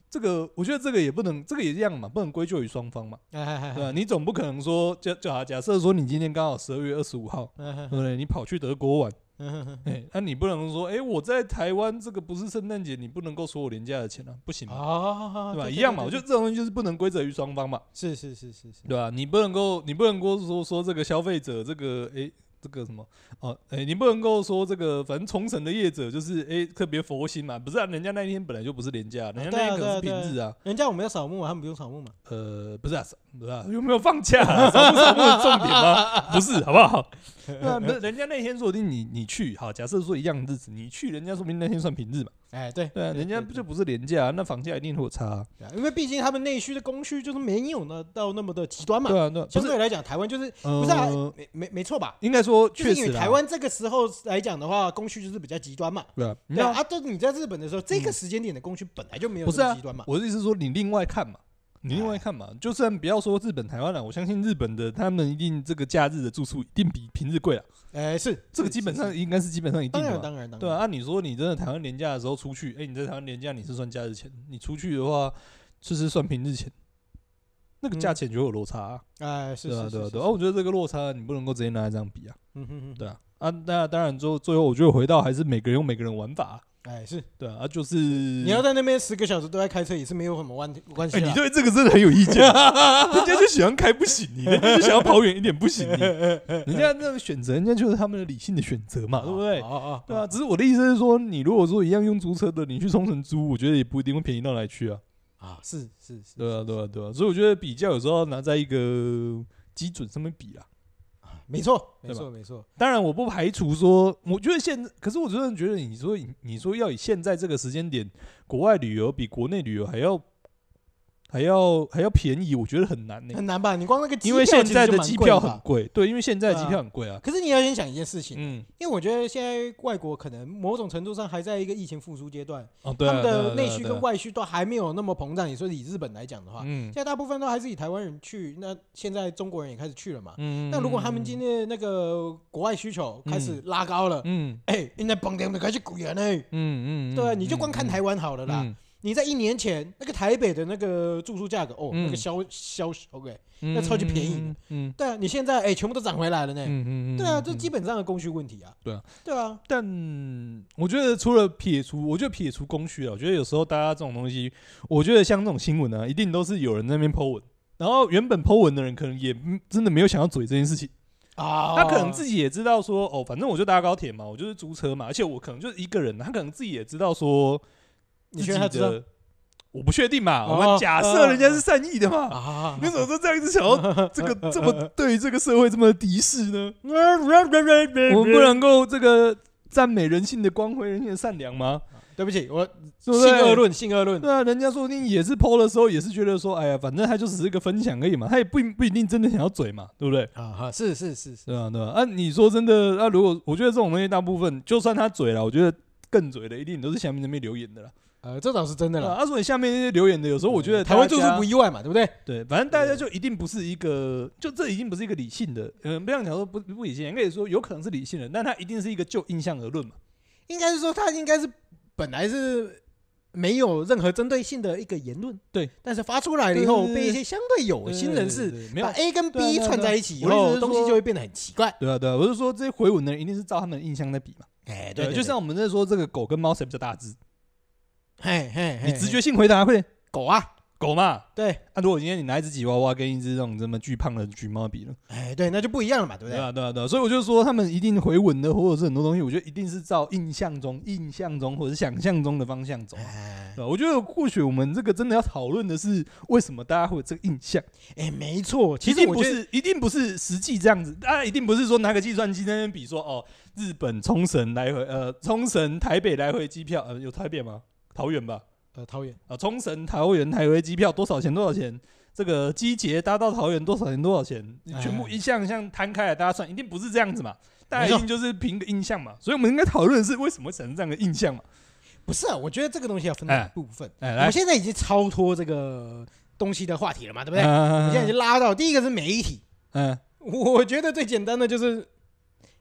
[SPEAKER 2] 这个我觉得这个也不能，这个也一样嘛，不能归咎于双方嘛，
[SPEAKER 1] 哎。哎哎
[SPEAKER 2] 对吧、啊你总不可能说，就就好，假设说你今天刚好十二月二十五号，
[SPEAKER 1] 哎哎
[SPEAKER 2] 对不对？你跑去德国玩，
[SPEAKER 1] 哎
[SPEAKER 2] 哎、那、你不能说，哎、我在台湾这个不是圣诞节，你不能够说我廉价的钱啊，不行嘛，
[SPEAKER 1] 啊，
[SPEAKER 2] 对
[SPEAKER 1] 对
[SPEAKER 2] 吧？
[SPEAKER 1] 对
[SPEAKER 2] 一样嘛，
[SPEAKER 1] 对
[SPEAKER 2] 我觉
[SPEAKER 1] 对
[SPEAKER 2] 得这种东西就是不能归责于双方嘛，
[SPEAKER 1] 是是是是是，
[SPEAKER 2] 对吧、你不能够，你不能够说说这个消费者这个，哎、这个什么哦，哎、你不能够说这个，反正冲绳的业者就是哎、特别佛心嘛，不是啊，人家那一天本来就不是廉价，人家那
[SPEAKER 1] 对啊
[SPEAKER 2] 天可能是
[SPEAKER 1] 对啊
[SPEAKER 2] 平日啊，
[SPEAKER 1] 人家我们要扫墓嘛，他们不用扫墓嘛。
[SPEAKER 2] 呃，不是啊，不是啊，有没有放假、啊？扫不扫墓的重点吗？ 不是，好不好？ 那那啊人家那天说不定你你去，好，假设说一样的日子，你去，人家说不定那天算平日嘛，
[SPEAKER 1] 哎，对
[SPEAKER 2] 对啊，人家不就不是廉价、那房价一定会有差、啊，
[SPEAKER 1] 对啊因为毕竟他们内需的供需就是没有那到那么的极端嘛。
[SPEAKER 2] 对啊，对啊，不
[SPEAKER 1] 相
[SPEAKER 2] 是，
[SPEAKER 1] 对来讲，台湾就是
[SPEAKER 2] 呃、
[SPEAKER 1] 不是啊，没没没错吧？
[SPEAKER 2] 应该说
[SPEAKER 1] 就是
[SPEAKER 2] 确
[SPEAKER 1] 因
[SPEAKER 2] 实
[SPEAKER 1] 为
[SPEAKER 2] 啊啦
[SPEAKER 1] 台湾这个时候来讲的话，供需就是比较极端嘛。
[SPEAKER 2] 对啊，你
[SPEAKER 1] 对
[SPEAKER 2] 要
[SPEAKER 1] 啊，但是你在日本的时候，这个时间点的供需本来就没有
[SPEAKER 2] 不是
[SPEAKER 1] 这
[SPEAKER 2] 啊
[SPEAKER 1] 么极端嘛。
[SPEAKER 2] 我的意思是说，你另外看嘛，你另外看嘛，就算不要说日本、台湾了，我相信日本的他们一定这个假日的住宿一定比平日贵啊，
[SPEAKER 1] 哎，是
[SPEAKER 2] 这个
[SPEAKER 1] 是
[SPEAKER 2] 基本
[SPEAKER 1] 是
[SPEAKER 2] 上
[SPEAKER 1] 是
[SPEAKER 2] 应该是基本上一定
[SPEAKER 1] 当
[SPEAKER 2] 的
[SPEAKER 1] 然
[SPEAKER 2] 嘛。
[SPEAKER 1] 当然当然，
[SPEAKER 2] 对啊，按、你说你真的台湾廉价的时候出去，哎、你在台湾廉价你是算假日钱，你出去的话就是算平日钱，那个价钱就会有落差、啊，
[SPEAKER 1] 哎，嗯是
[SPEAKER 2] 对
[SPEAKER 1] 是是
[SPEAKER 2] 啊，对啊，
[SPEAKER 1] 是
[SPEAKER 2] 对啊，我觉得这个落差你不能够直接拿来这样比啊，
[SPEAKER 1] 嗯哼哼，
[SPEAKER 2] 对啊，啊，那当然最后最后我觉得回到还是每个人有每个人的玩法啊、
[SPEAKER 1] 哎是，
[SPEAKER 2] 对啊，啊就是
[SPEAKER 1] 你要在那边十个小时都在开车也是没有什么关关系啊
[SPEAKER 2] 哎、
[SPEAKER 1] 啦。
[SPEAKER 2] 你对这个真的很有意见，啊人家就喜欢开不行你，人家就想要跑远一点不 行你，人家那个选择，人家就是他们的理性的选择嘛，对不对
[SPEAKER 1] 哦？哦，
[SPEAKER 2] 对啊，只是我的意思是说，你如果说一样用租车的，你去冲绳租，我觉得也不一定会便宜到哪里去啊。
[SPEAKER 1] 啊，是是是，
[SPEAKER 2] 对啊，对啊，对啊，所以我觉得比较有时候要拿在一个基准上面比啊。
[SPEAKER 1] 没错
[SPEAKER 2] 对
[SPEAKER 1] 没
[SPEAKER 2] 吧
[SPEAKER 1] 错没错，
[SPEAKER 2] 当然，我不排除说，我觉得现在，可是我真的觉得，你说以你说要以现在这个时间点，国外旅游比国内旅游还要还要还要便宜，我觉得很难呢、
[SPEAKER 1] 很难吧？你光那个机
[SPEAKER 2] 因为
[SPEAKER 1] 票
[SPEAKER 2] 现
[SPEAKER 1] 其实
[SPEAKER 2] 在
[SPEAKER 1] 就
[SPEAKER 2] 的
[SPEAKER 1] 蛮
[SPEAKER 2] 机
[SPEAKER 1] 贵的
[SPEAKER 2] 票
[SPEAKER 1] 吧
[SPEAKER 2] 很贵，对，因为现在的
[SPEAKER 1] 对啊
[SPEAKER 2] 机票很贵啊。
[SPEAKER 1] 可是你要先想一件事情，
[SPEAKER 2] 嗯，
[SPEAKER 1] 因为我觉得现在外国可能某种程度上还在一个疫情复苏阶段，
[SPEAKER 2] 哦，对
[SPEAKER 1] 他
[SPEAKER 2] 啊，
[SPEAKER 1] 们
[SPEAKER 2] 对啊
[SPEAKER 1] 的内需跟，
[SPEAKER 2] 对啊
[SPEAKER 1] 外需都还没有那么膨胀。你说以日本来讲的
[SPEAKER 2] 对啊
[SPEAKER 1] 话，
[SPEAKER 2] 嗯
[SPEAKER 1] 现在大部分都还是以台湾人去，那现在中国人也开始去了嘛。
[SPEAKER 2] 嗯，
[SPEAKER 1] 那如果他们今天那个国外需求开始拉高了，
[SPEAKER 2] 嗯
[SPEAKER 1] 哎，人家绑点就开始鼓人嘞。
[SPEAKER 2] 嗯嗯，嗯
[SPEAKER 1] 对啊，你就光看台湾好了啦。，你在一年前那个台北的那个住宿价格，哦，那
[SPEAKER 2] 嗯
[SPEAKER 1] 个销销 OK，
[SPEAKER 2] 那
[SPEAKER 1] 那超级便宜的，
[SPEAKER 2] 嗯
[SPEAKER 1] 对啊，你现在哎、全部都涨回来了呢。
[SPEAKER 2] 嗯嗯嗯，
[SPEAKER 1] 对啊，
[SPEAKER 2] 嗯
[SPEAKER 1] 这基。
[SPEAKER 2] 嗯
[SPEAKER 1] 本上的供需问题啊。
[SPEAKER 2] 对啊，
[SPEAKER 1] 对啊，
[SPEAKER 2] 但我觉得除了撇除，我觉得撇除供需啊，我觉得有时候大家这种东西，我觉得像这种新闻啊，一定都是有人在那边 Po 文，然后原本 Po 文的人可能也嗯真的没有想要嘴这件事情。
[SPEAKER 1] 啊，
[SPEAKER 2] 他可能自己也知道说，哦，反正我就搭高铁嘛，我就是租车嘛，而且我可能就是一个人，啊他可能自己也知道说，
[SPEAKER 1] 你觉得他知道？
[SPEAKER 2] 我不确定嘛，我
[SPEAKER 1] 哦
[SPEAKER 2] 们假设人家是善意的嘛，
[SPEAKER 1] 啊，
[SPEAKER 2] 你怎么说这样子想要这个 这么对于这个社会这么敌视呢？ 我
[SPEAKER 1] 我
[SPEAKER 2] 们不能够这个赞美人性的光辉、人性的善良吗？
[SPEAKER 1] 对不起，我
[SPEAKER 2] 对不
[SPEAKER 1] 性恶
[SPEAKER 2] 对？
[SPEAKER 1] 论，性恶论。
[SPEAKER 2] 对啊，人家说不定也是 PO 的时候，也是觉得说，哎呀，反正他就只是一个分享而已嘛，他也不一不一定真的想要嘴嘛，对不对？
[SPEAKER 1] 啊哈，是是是是，
[SPEAKER 2] 对啊，对啊。啊，你说真的，那、如果我觉得这种东西，大部分就算他嘴了，我觉得更嘴的一定都是下面那边留言的啦。
[SPEAKER 1] 呃，这倒是真的
[SPEAKER 2] 啊，
[SPEAKER 1] 了。
[SPEAKER 2] 啊所以下面那些留言的，有时候我觉得
[SPEAKER 1] 台湾
[SPEAKER 2] 大
[SPEAKER 1] 住
[SPEAKER 2] 家
[SPEAKER 1] 宿不意外嘛，对不对？
[SPEAKER 2] 对，反正大家就一定不是一个，就这已经不是一个理性的，嗯，不想讲说不不理性，应该也说有可能是理性的，但他一定是一个就印象而论嘛。
[SPEAKER 1] 应该是说他应该是本来是没有任何针对性的一个言论，
[SPEAKER 2] 对，
[SPEAKER 1] 但是发出来了以后，
[SPEAKER 2] 对对对
[SPEAKER 1] 被一些相对有心人士
[SPEAKER 2] 对对对没有
[SPEAKER 1] 把 A 跟
[SPEAKER 2] 对啊
[SPEAKER 1] B
[SPEAKER 2] 对啊
[SPEAKER 1] 串在一起以
[SPEAKER 2] 我的意思
[SPEAKER 1] 后，
[SPEAKER 2] 是
[SPEAKER 1] 东西
[SPEAKER 2] 说
[SPEAKER 1] 就会变得很奇怪。
[SPEAKER 2] 对啊，对啊，我是说这些回文的人一定是照他们的印象在比嘛。
[SPEAKER 1] 哎，
[SPEAKER 2] 对，
[SPEAKER 1] 对，
[SPEAKER 2] 就像我们在说这个狗跟猫谁比较大只，
[SPEAKER 1] 嘿嘿，嘿
[SPEAKER 2] 你直觉性回答会
[SPEAKER 1] 狗啊，
[SPEAKER 2] 狗嘛？
[SPEAKER 1] 对，
[SPEAKER 2] 啊，如果今天你拿一只吉娃娃跟一只那种这么巨胖的橘猫比呢？
[SPEAKER 1] 哎对，那就不一样了嘛，对不
[SPEAKER 2] 对
[SPEAKER 1] 对？
[SPEAKER 2] 啊，对啊，对啊，所以我就说他们一定回文的，或者是很多东西，我觉得一定是照印象中、印象中或者是想象中的方向走。
[SPEAKER 1] 哎
[SPEAKER 2] 对啊我觉得或许我们这个真的要讨论的是，为什么大家会有这个印象？
[SPEAKER 1] 哎，没错，其
[SPEAKER 2] 一
[SPEAKER 1] 实
[SPEAKER 2] 定
[SPEAKER 1] 我
[SPEAKER 2] 不
[SPEAKER 1] 觉得
[SPEAKER 2] 是，一定不是实际这样子，大家一定不是说拿个计算机在那边比说哦，日本冲绳来回呃，冲绳台北来回机票呃，有台北吗？桃园吧？
[SPEAKER 1] 呃桃园，
[SPEAKER 2] 啊，冲绳桃园台回机票多少钱？多少钱？这个机捷搭到桃园多少钱？多少钱？你全部
[SPEAKER 1] 哎
[SPEAKER 2] 一项一项摊开来，大家算，一定不是这样子嘛？大家
[SPEAKER 1] 没错
[SPEAKER 2] 一定就是凭个印象嘛。所以我们应该讨论的是为什么会产生这样的印象嘛？
[SPEAKER 1] 不是啊，我觉得这个东西要分两
[SPEAKER 2] 哎
[SPEAKER 1] 部分。
[SPEAKER 2] 哎，
[SPEAKER 1] 我
[SPEAKER 2] 来
[SPEAKER 1] 们，现在已经超脱这个东西的话题了嘛，对不对？我
[SPEAKER 2] 嗯
[SPEAKER 1] 们现在已经拉到第一个是媒体，
[SPEAKER 2] 嗯，
[SPEAKER 1] 我觉得最简单的就是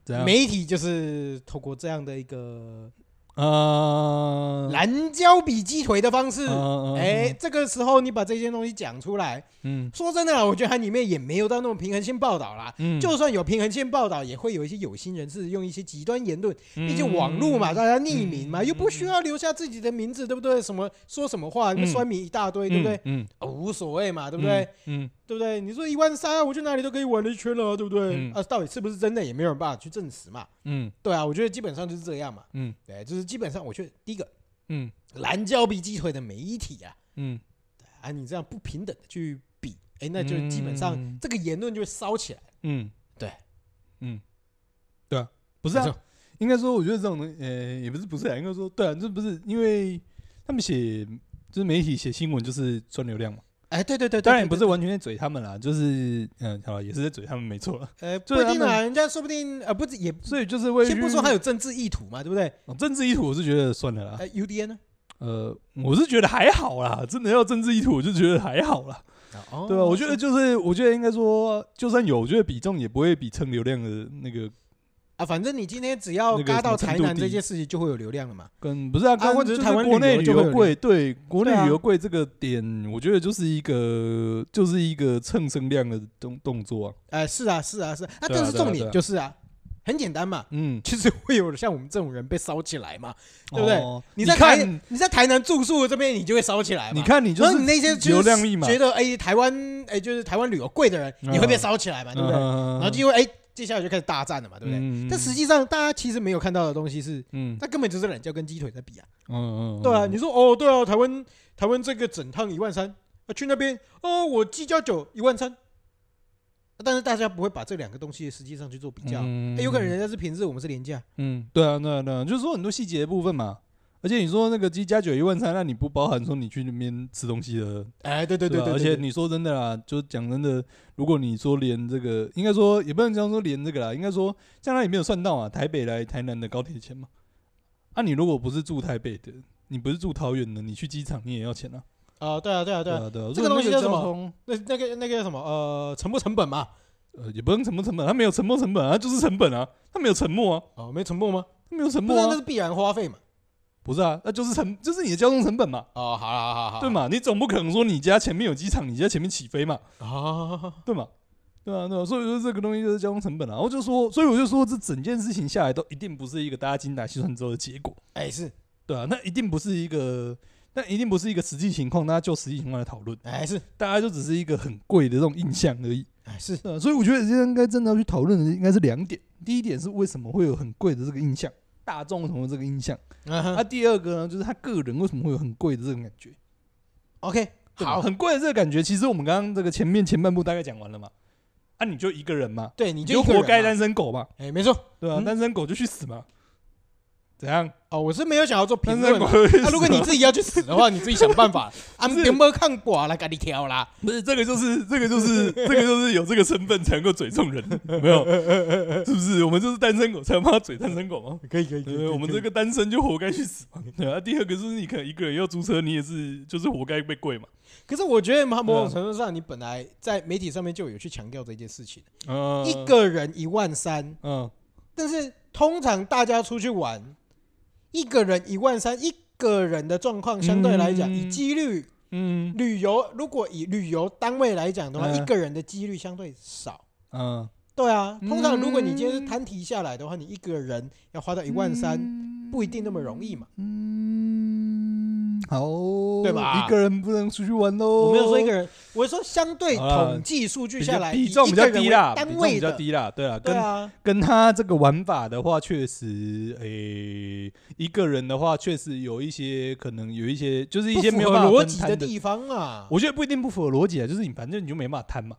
[SPEAKER 2] 怎样？
[SPEAKER 1] 媒体就是透过这样的一个
[SPEAKER 2] 呃，
[SPEAKER 1] 拦腰比鸡腿的方式，
[SPEAKER 2] 嗯，
[SPEAKER 1] 哎，
[SPEAKER 2] 哎，
[SPEAKER 1] 这个时候你把这些东西讲出来，
[SPEAKER 2] 嗯
[SPEAKER 1] 说真的啦，我觉得它里面也没有到那种平衡性报道啦。
[SPEAKER 2] 嗯，
[SPEAKER 1] 就算有平衡性报道，也会有一些有心人士用一些极端言论，毕
[SPEAKER 2] 毕
[SPEAKER 1] 竟网络嘛，，大家匿名嘛，
[SPEAKER 2] 嗯
[SPEAKER 1] 又不需要留下自己的名字，对不对？什么说什么话，那
[SPEAKER 2] 嗯
[SPEAKER 1] 酸民一大堆，
[SPEAKER 2] 对
[SPEAKER 1] 对不对？？
[SPEAKER 2] 嗯，
[SPEAKER 1] 啊无所谓嘛，对不对？？
[SPEAKER 2] 嗯，
[SPEAKER 1] 对不对？你说一万三，我去哪里都可以玩了一圈了，对不对？
[SPEAKER 2] 嗯
[SPEAKER 1] 啊，到底是不是真的，也没有人办法去证实嘛。
[SPEAKER 2] 嗯
[SPEAKER 1] 对啊，我觉得基本上就是这样嘛。
[SPEAKER 2] 嗯
[SPEAKER 1] 对，就是基本上，我觉得第一个
[SPEAKER 2] 嗯
[SPEAKER 1] 蓝胶比鸡腿的媒体啊，
[SPEAKER 2] 嗯
[SPEAKER 1] 啊，你这样不平等的去比，哎，那就基本上
[SPEAKER 2] 嗯
[SPEAKER 1] 这个言论就会烧起来。
[SPEAKER 2] 嗯，
[SPEAKER 1] 对，
[SPEAKER 2] 嗯，对啊，
[SPEAKER 1] 不
[SPEAKER 2] 不是啊，应该说，我觉得这种东西，呃，也不是不是啊，应该说，对啊，这不是因为他们写就是媒体写新闻就是赚流量嘛，
[SPEAKER 1] 哎，对对对，对
[SPEAKER 2] 当然也不，是
[SPEAKER 1] 对
[SPEAKER 2] 完全在嘴他们啦，就是嗯，好了，也是在嘴他们没错了，
[SPEAKER 1] 对呃，
[SPEAKER 2] 就
[SPEAKER 1] 不
[SPEAKER 2] 是
[SPEAKER 1] 一定
[SPEAKER 2] 他
[SPEAKER 1] 啊，
[SPEAKER 2] 们
[SPEAKER 1] 人家说不定呃，不止也，
[SPEAKER 2] 所以就是为
[SPEAKER 1] 先不说他
[SPEAKER 2] 还
[SPEAKER 1] 有政治意图嘛，对不对？
[SPEAKER 2] 政治意图，我是觉得算了啦，
[SPEAKER 1] 呃，UDN 呢？
[SPEAKER 2] 呃，我是觉得还好啦，真的要政治意图，我就觉得还好啦，
[SPEAKER 1] 哦
[SPEAKER 2] 对吧、啊我觉得就是，我觉得应该说，就算有，我觉得比重也不会比蹭流量的那个
[SPEAKER 1] 啊，反正你今天只要
[SPEAKER 2] 那个
[SPEAKER 1] 嘎
[SPEAKER 2] 什
[SPEAKER 1] 到
[SPEAKER 2] 么程
[SPEAKER 1] 台
[SPEAKER 2] 度
[SPEAKER 1] 南这
[SPEAKER 2] 低
[SPEAKER 1] 件事情，就会有流量了嘛。
[SPEAKER 2] 跟不是啊，
[SPEAKER 1] 啊
[SPEAKER 2] 跟
[SPEAKER 1] 或者是
[SPEAKER 2] 就
[SPEAKER 1] 台湾
[SPEAKER 2] 国内
[SPEAKER 1] 旅游
[SPEAKER 2] 旅
[SPEAKER 1] 就会有
[SPEAKER 2] 游贵，对，国内
[SPEAKER 1] 对啊
[SPEAKER 2] 旅游贵这个点，我觉得就是一个就是一个蹭声量的动动作啊，
[SPEAKER 1] 哎，是啊，是啊，是啊，啊，
[SPEAKER 2] 对啊
[SPEAKER 1] 这是
[SPEAKER 2] 对啊
[SPEAKER 1] 重
[SPEAKER 2] 对
[SPEAKER 1] 点，
[SPEAKER 2] 啊
[SPEAKER 1] 就是啊，很简单嘛，
[SPEAKER 2] 嗯，
[SPEAKER 1] 就是会有像我们这种人被烧起来嘛。对不对
[SPEAKER 2] 哦
[SPEAKER 1] 你
[SPEAKER 2] 你
[SPEAKER 1] 在台
[SPEAKER 2] 看，
[SPEAKER 1] 你在台南住宿这边，你就会烧起来嘛。
[SPEAKER 2] 你，看，你就
[SPEAKER 1] 然
[SPEAKER 2] 是
[SPEAKER 1] 后你那些就是
[SPEAKER 2] 流量密码
[SPEAKER 1] 觉得哎，台湾哎，就是台湾旅游贵的人，
[SPEAKER 2] 嗯
[SPEAKER 1] 你会被烧起来嘛，对不对？然后就会哎，接下来就开始大战了嘛，对不对？
[SPEAKER 2] 对
[SPEAKER 1] 但实，际上，大家其实没有看到的东西是，
[SPEAKER 2] 嗯
[SPEAKER 1] 那根本就是懒觉跟鸡腿在比啊。
[SPEAKER 2] 嗯嗯，嗯
[SPEAKER 1] 对啊，你说哦，对啊，台湾台湾这个整趟一万三，啊去那边哦，我鸡加酒一万三，啊但是大家不会把这两个东西实际上去做比较。
[SPEAKER 2] 嗯
[SPEAKER 1] 欸有可能人家是平日，我们是廉价。
[SPEAKER 2] 嗯，对啊，对啊，对啊，就是说很多细节的部分嘛。而且你说那个鸡加酒一万三，那你不包含说你去那边吃东西的
[SPEAKER 1] 哎，对对
[SPEAKER 2] 对
[SPEAKER 1] 对
[SPEAKER 2] 啊
[SPEAKER 1] 对，
[SPEAKER 2] 而且你说真的啦，就讲真的，如果你说连这个，应该说也不能这样说连这个啦，应该说将来也没有算到啊，台北来台南的高铁钱嘛。啊，你如果不是住台北的，你不是住桃园的，你去机场你也要钱啊。
[SPEAKER 1] 啊，对啊对啊对啊，
[SPEAKER 2] 啊，对啊，
[SPEAKER 1] 这
[SPEAKER 2] 所
[SPEAKER 1] 个
[SPEAKER 2] 以
[SPEAKER 1] 东西
[SPEAKER 2] 那
[SPEAKER 1] 叫什么
[SPEAKER 2] 交通？
[SPEAKER 1] 那那个那个什么呃，沉没成本嘛？
[SPEAKER 2] 呃，也不用沉没成本，它没有沉没成本啊，它就是成本啊，它没有沉没啊，
[SPEAKER 1] 哦，没沉没吗？
[SPEAKER 2] 它没有沉
[SPEAKER 1] 不
[SPEAKER 2] 没
[SPEAKER 1] 是，那
[SPEAKER 2] 啊
[SPEAKER 1] 是，必然花费嘛。
[SPEAKER 2] 不是啊，那就是成，就是你的交通成本嘛，
[SPEAKER 1] 哦，好了好好好，
[SPEAKER 2] 对？嘛？你总不可能说你家前面有机场，你家前面起飞嘛？
[SPEAKER 1] 啊，
[SPEAKER 2] 对嘛？对啊，对啊，所以说这个东西就是交通成本啊。我就说，所以我就说，这整件事情下来都一定不是一个大家精打细算之后的结果，
[SPEAKER 1] 哎是
[SPEAKER 2] 对啊，那一定不是一个，那一定不是一个实际情况，大家就实际情况来讨论，
[SPEAKER 1] 哎是
[SPEAKER 2] 大家就只是一个很贵的这种印象而已。
[SPEAKER 1] 哎是，
[SPEAKER 2] 对啊，所以我觉得今天应该真的要去讨论的应该是两点，第一点是为什么会有很贵的这个印象，大众同的这个印象，
[SPEAKER 1] 啊
[SPEAKER 2] 那、
[SPEAKER 1] 哈
[SPEAKER 2] 第二个呢，就是他个人为什么会有很贵的这种感觉。
[SPEAKER 1] ，OK，
[SPEAKER 2] 对吧
[SPEAKER 1] 好，
[SPEAKER 2] 很贵的这个感觉，其实我们刚刚这个前面前半部大概讲完了嘛，啊，你就一个人嘛，
[SPEAKER 1] 对，你
[SPEAKER 2] 你
[SPEAKER 1] 就
[SPEAKER 2] 就
[SPEAKER 1] 一个人
[SPEAKER 2] 活
[SPEAKER 1] 嘛
[SPEAKER 2] 该单身狗嘛，
[SPEAKER 1] 哎，没错。
[SPEAKER 2] 对啊，
[SPEAKER 1] 嗯
[SPEAKER 2] 单身狗就去死嘛，怎样？
[SPEAKER 1] 哦，我是没有想要做评
[SPEAKER 2] 单
[SPEAKER 1] 论
[SPEAKER 2] 身狗
[SPEAKER 1] 啊。
[SPEAKER 2] 就去死
[SPEAKER 1] 啊，如果你自己要去死的话，你自己想办 法。啊，
[SPEAKER 2] 不是
[SPEAKER 1] 有没有看寡来给你挑啦？
[SPEAKER 2] 不是这个就是这个就 是这个就是有这个身份才能够嘴中人，有没有？是不是？我们就是单身狗才能帮他嘴单身狗嘛。
[SPEAKER 1] 可以可以
[SPEAKER 2] 对，我们这个单身就活该去死嘛。对啊，第二个就是你可能一个人要租车，你也是就是活该被跪嘛。
[SPEAKER 1] 可是我觉得嘛，某
[SPEAKER 2] 对
[SPEAKER 1] 种
[SPEAKER 2] 啊
[SPEAKER 1] 程度上，你本来在媒体上面就有去强调这件事情，
[SPEAKER 2] 嗯，
[SPEAKER 1] 一个人一万三，
[SPEAKER 2] 嗯
[SPEAKER 1] 但是通常大家出去玩，一个人一万三，一个人的状况相对来讲，
[SPEAKER 2] 嗯
[SPEAKER 1] 以几率
[SPEAKER 2] 嗯
[SPEAKER 1] 旅游，如果以旅游单位来讲的话，
[SPEAKER 2] 嗯
[SPEAKER 1] 一个人的几率相对少。
[SPEAKER 2] 嗯，
[SPEAKER 1] 对啊，
[SPEAKER 2] 嗯
[SPEAKER 1] 通常如果你今天是摊提下来的话，你一个人要花到一万三，不一定那么容易嘛。
[SPEAKER 2] 嗯，好，
[SPEAKER 1] 对吧
[SPEAKER 2] 一个人不能出去玩喽。
[SPEAKER 1] 我没有说一个人，我说相对
[SPEAKER 2] 好啦
[SPEAKER 1] 统计数据
[SPEAKER 2] 比
[SPEAKER 1] 下
[SPEAKER 2] 较
[SPEAKER 1] 来，
[SPEAKER 2] 比
[SPEAKER 1] 以
[SPEAKER 2] 重
[SPEAKER 1] 一个
[SPEAKER 2] 比较
[SPEAKER 1] 人
[SPEAKER 2] 低
[SPEAKER 1] 为
[SPEAKER 2] 啦，比
[SPEAKER 1] 单
[SPEAKER 2] 重
[SPEAKER 1] 位
[SPEAKER 2] 比较
[SPEAKER 1] 的，
[SPEAKER 2] 低啦，对啊，
[SPEAKER 1] 对
[SPEAKER 2] 跟
[SPEAKER 1] 啊，
[SPEAKER 2] 跟他这个玩法的话，确实，诶、一个人的话，确实有一些可能有一些，就是一
[SPEAKER 1] 不
[SPEAKER 2] 些
[SPEAKER 1] 符
[SPEAKER 2] 没有
[SPEAKER 1] 合
[SPEAKER 2] 办法
[SPEAKER 1] 逻
[SPEAKER 2] 分
[SPEAKER 1] 辑
[SPEAKER 2] 摊
[SPEAKER 1] 的
[SPEAKER 2] 的
[SPEAKER 1] 地方啊。
[SPEAKER 2] 我觉得不一定不符合逻辑啊，就是你反正你就没办法摊嘛，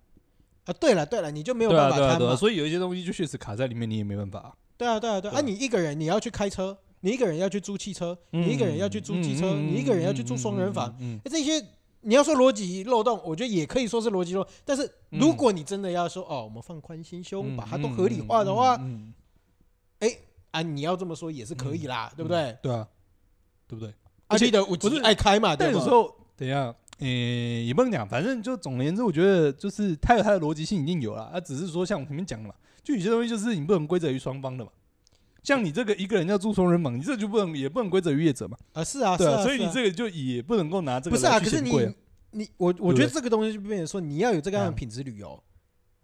[SPEAKER 1] 啊，对了对了，你就没有
[SPEAKER 2] 对啊
[SPEAKER 1] 办法
[SPEAKER 2] 对啊
[SPEAKER 1] 摊
[SPEAKER 2] 对啊，
[SPEAKER 1] 嘛。
[SPEAKER 2] 所以有一些东西就确实卡在里面，你也没办法啊、
[SPEAKER 1] 对啊对啊对啊，
[SPEAKER 2] 对啊
[SPEAKER 1] 你一个人你要去开车，你一个人要去租汽车，
[SPEAKER 2] 嗯
[SPEAKER 1] 你一个人要去租机车，
[SPEAKER 2] 嗯嗯
[SPEAKER 1] 你一个人要去住
[SPEAKER 2] 嗯
[SPEAKER 1] 双人房，哎
[SPEAKER 2] 嗯，嗯嗯
[SPEAKER 1] 诶这些你要说逻辑漏洞，我觉得也可以说是逻辑漏洞。但是如果你真的要说哦，我们放宽心胸，
[SPEAKER 2] 嗯
[SPEAKER 1] 把它都合理化的话，
[SPEAKER 2] 嗯嗯嗯嗯
[SPEAKER 1] 啊，你要这么说也是可以啦，对不对？
[SPEAKER 2] 对啊，对不对？
[SPEAKER 1] 啊，
[SPEAKER 2] 而且
[SPEAKER 1] 你的五
[SPEAKER 2] 不
[SPEAKER 1] 级
[SPEAKER 2] 是
[SPEAKER 1] 爱开嘛，
[SPEAKER 2] 但
[SPEAKER 1] 对
[SPEAKER 2] 有
[SPEAKER 1] 吧
[SPEAKER 2] 时？候，等一下，诶、也不能讲，反正就总而言之，我觉得就是它有它的逻辑性一定有啦，它、啊只是说像我前面讲的嘛，就有些东西就是你不能归责于双方的嘛。像你这个一个人要住双人房，你这就不能也不能归责于业者嘛，
[SPEAKER 1] 啊，是啊，是
[SPEAKER 2] 对
[SPEAKER 1] 啊，
[SPEAKER 2] 所以
[SPEAKER 1] 是
[SPEAKER 2] 你
[SPEAKER 1] 啊
[SPEAKER 2] 这个就也不能够拿这
[SPEAKER 1] 不
[SPEAKER 2] 个
[SPEAKER 1] 是啊，
[SPEAKER 2] 来
[SPEAKER 1] 可
[SPEAKER 2] 去
[SPEAKER 1] 是
[SPEAKER 2] 嫌
[SPEAKER 1] 你
[SPEAKER 2] 贵啊。
[SPEAKER 1] 你我我觉得
[SPEAKER 2] 对不对
[SPEAKER 1] 这个东西就变成说你要有这个样的
[SPEAKER 2] 嗯
[SPEAKER 1] 品质旅游，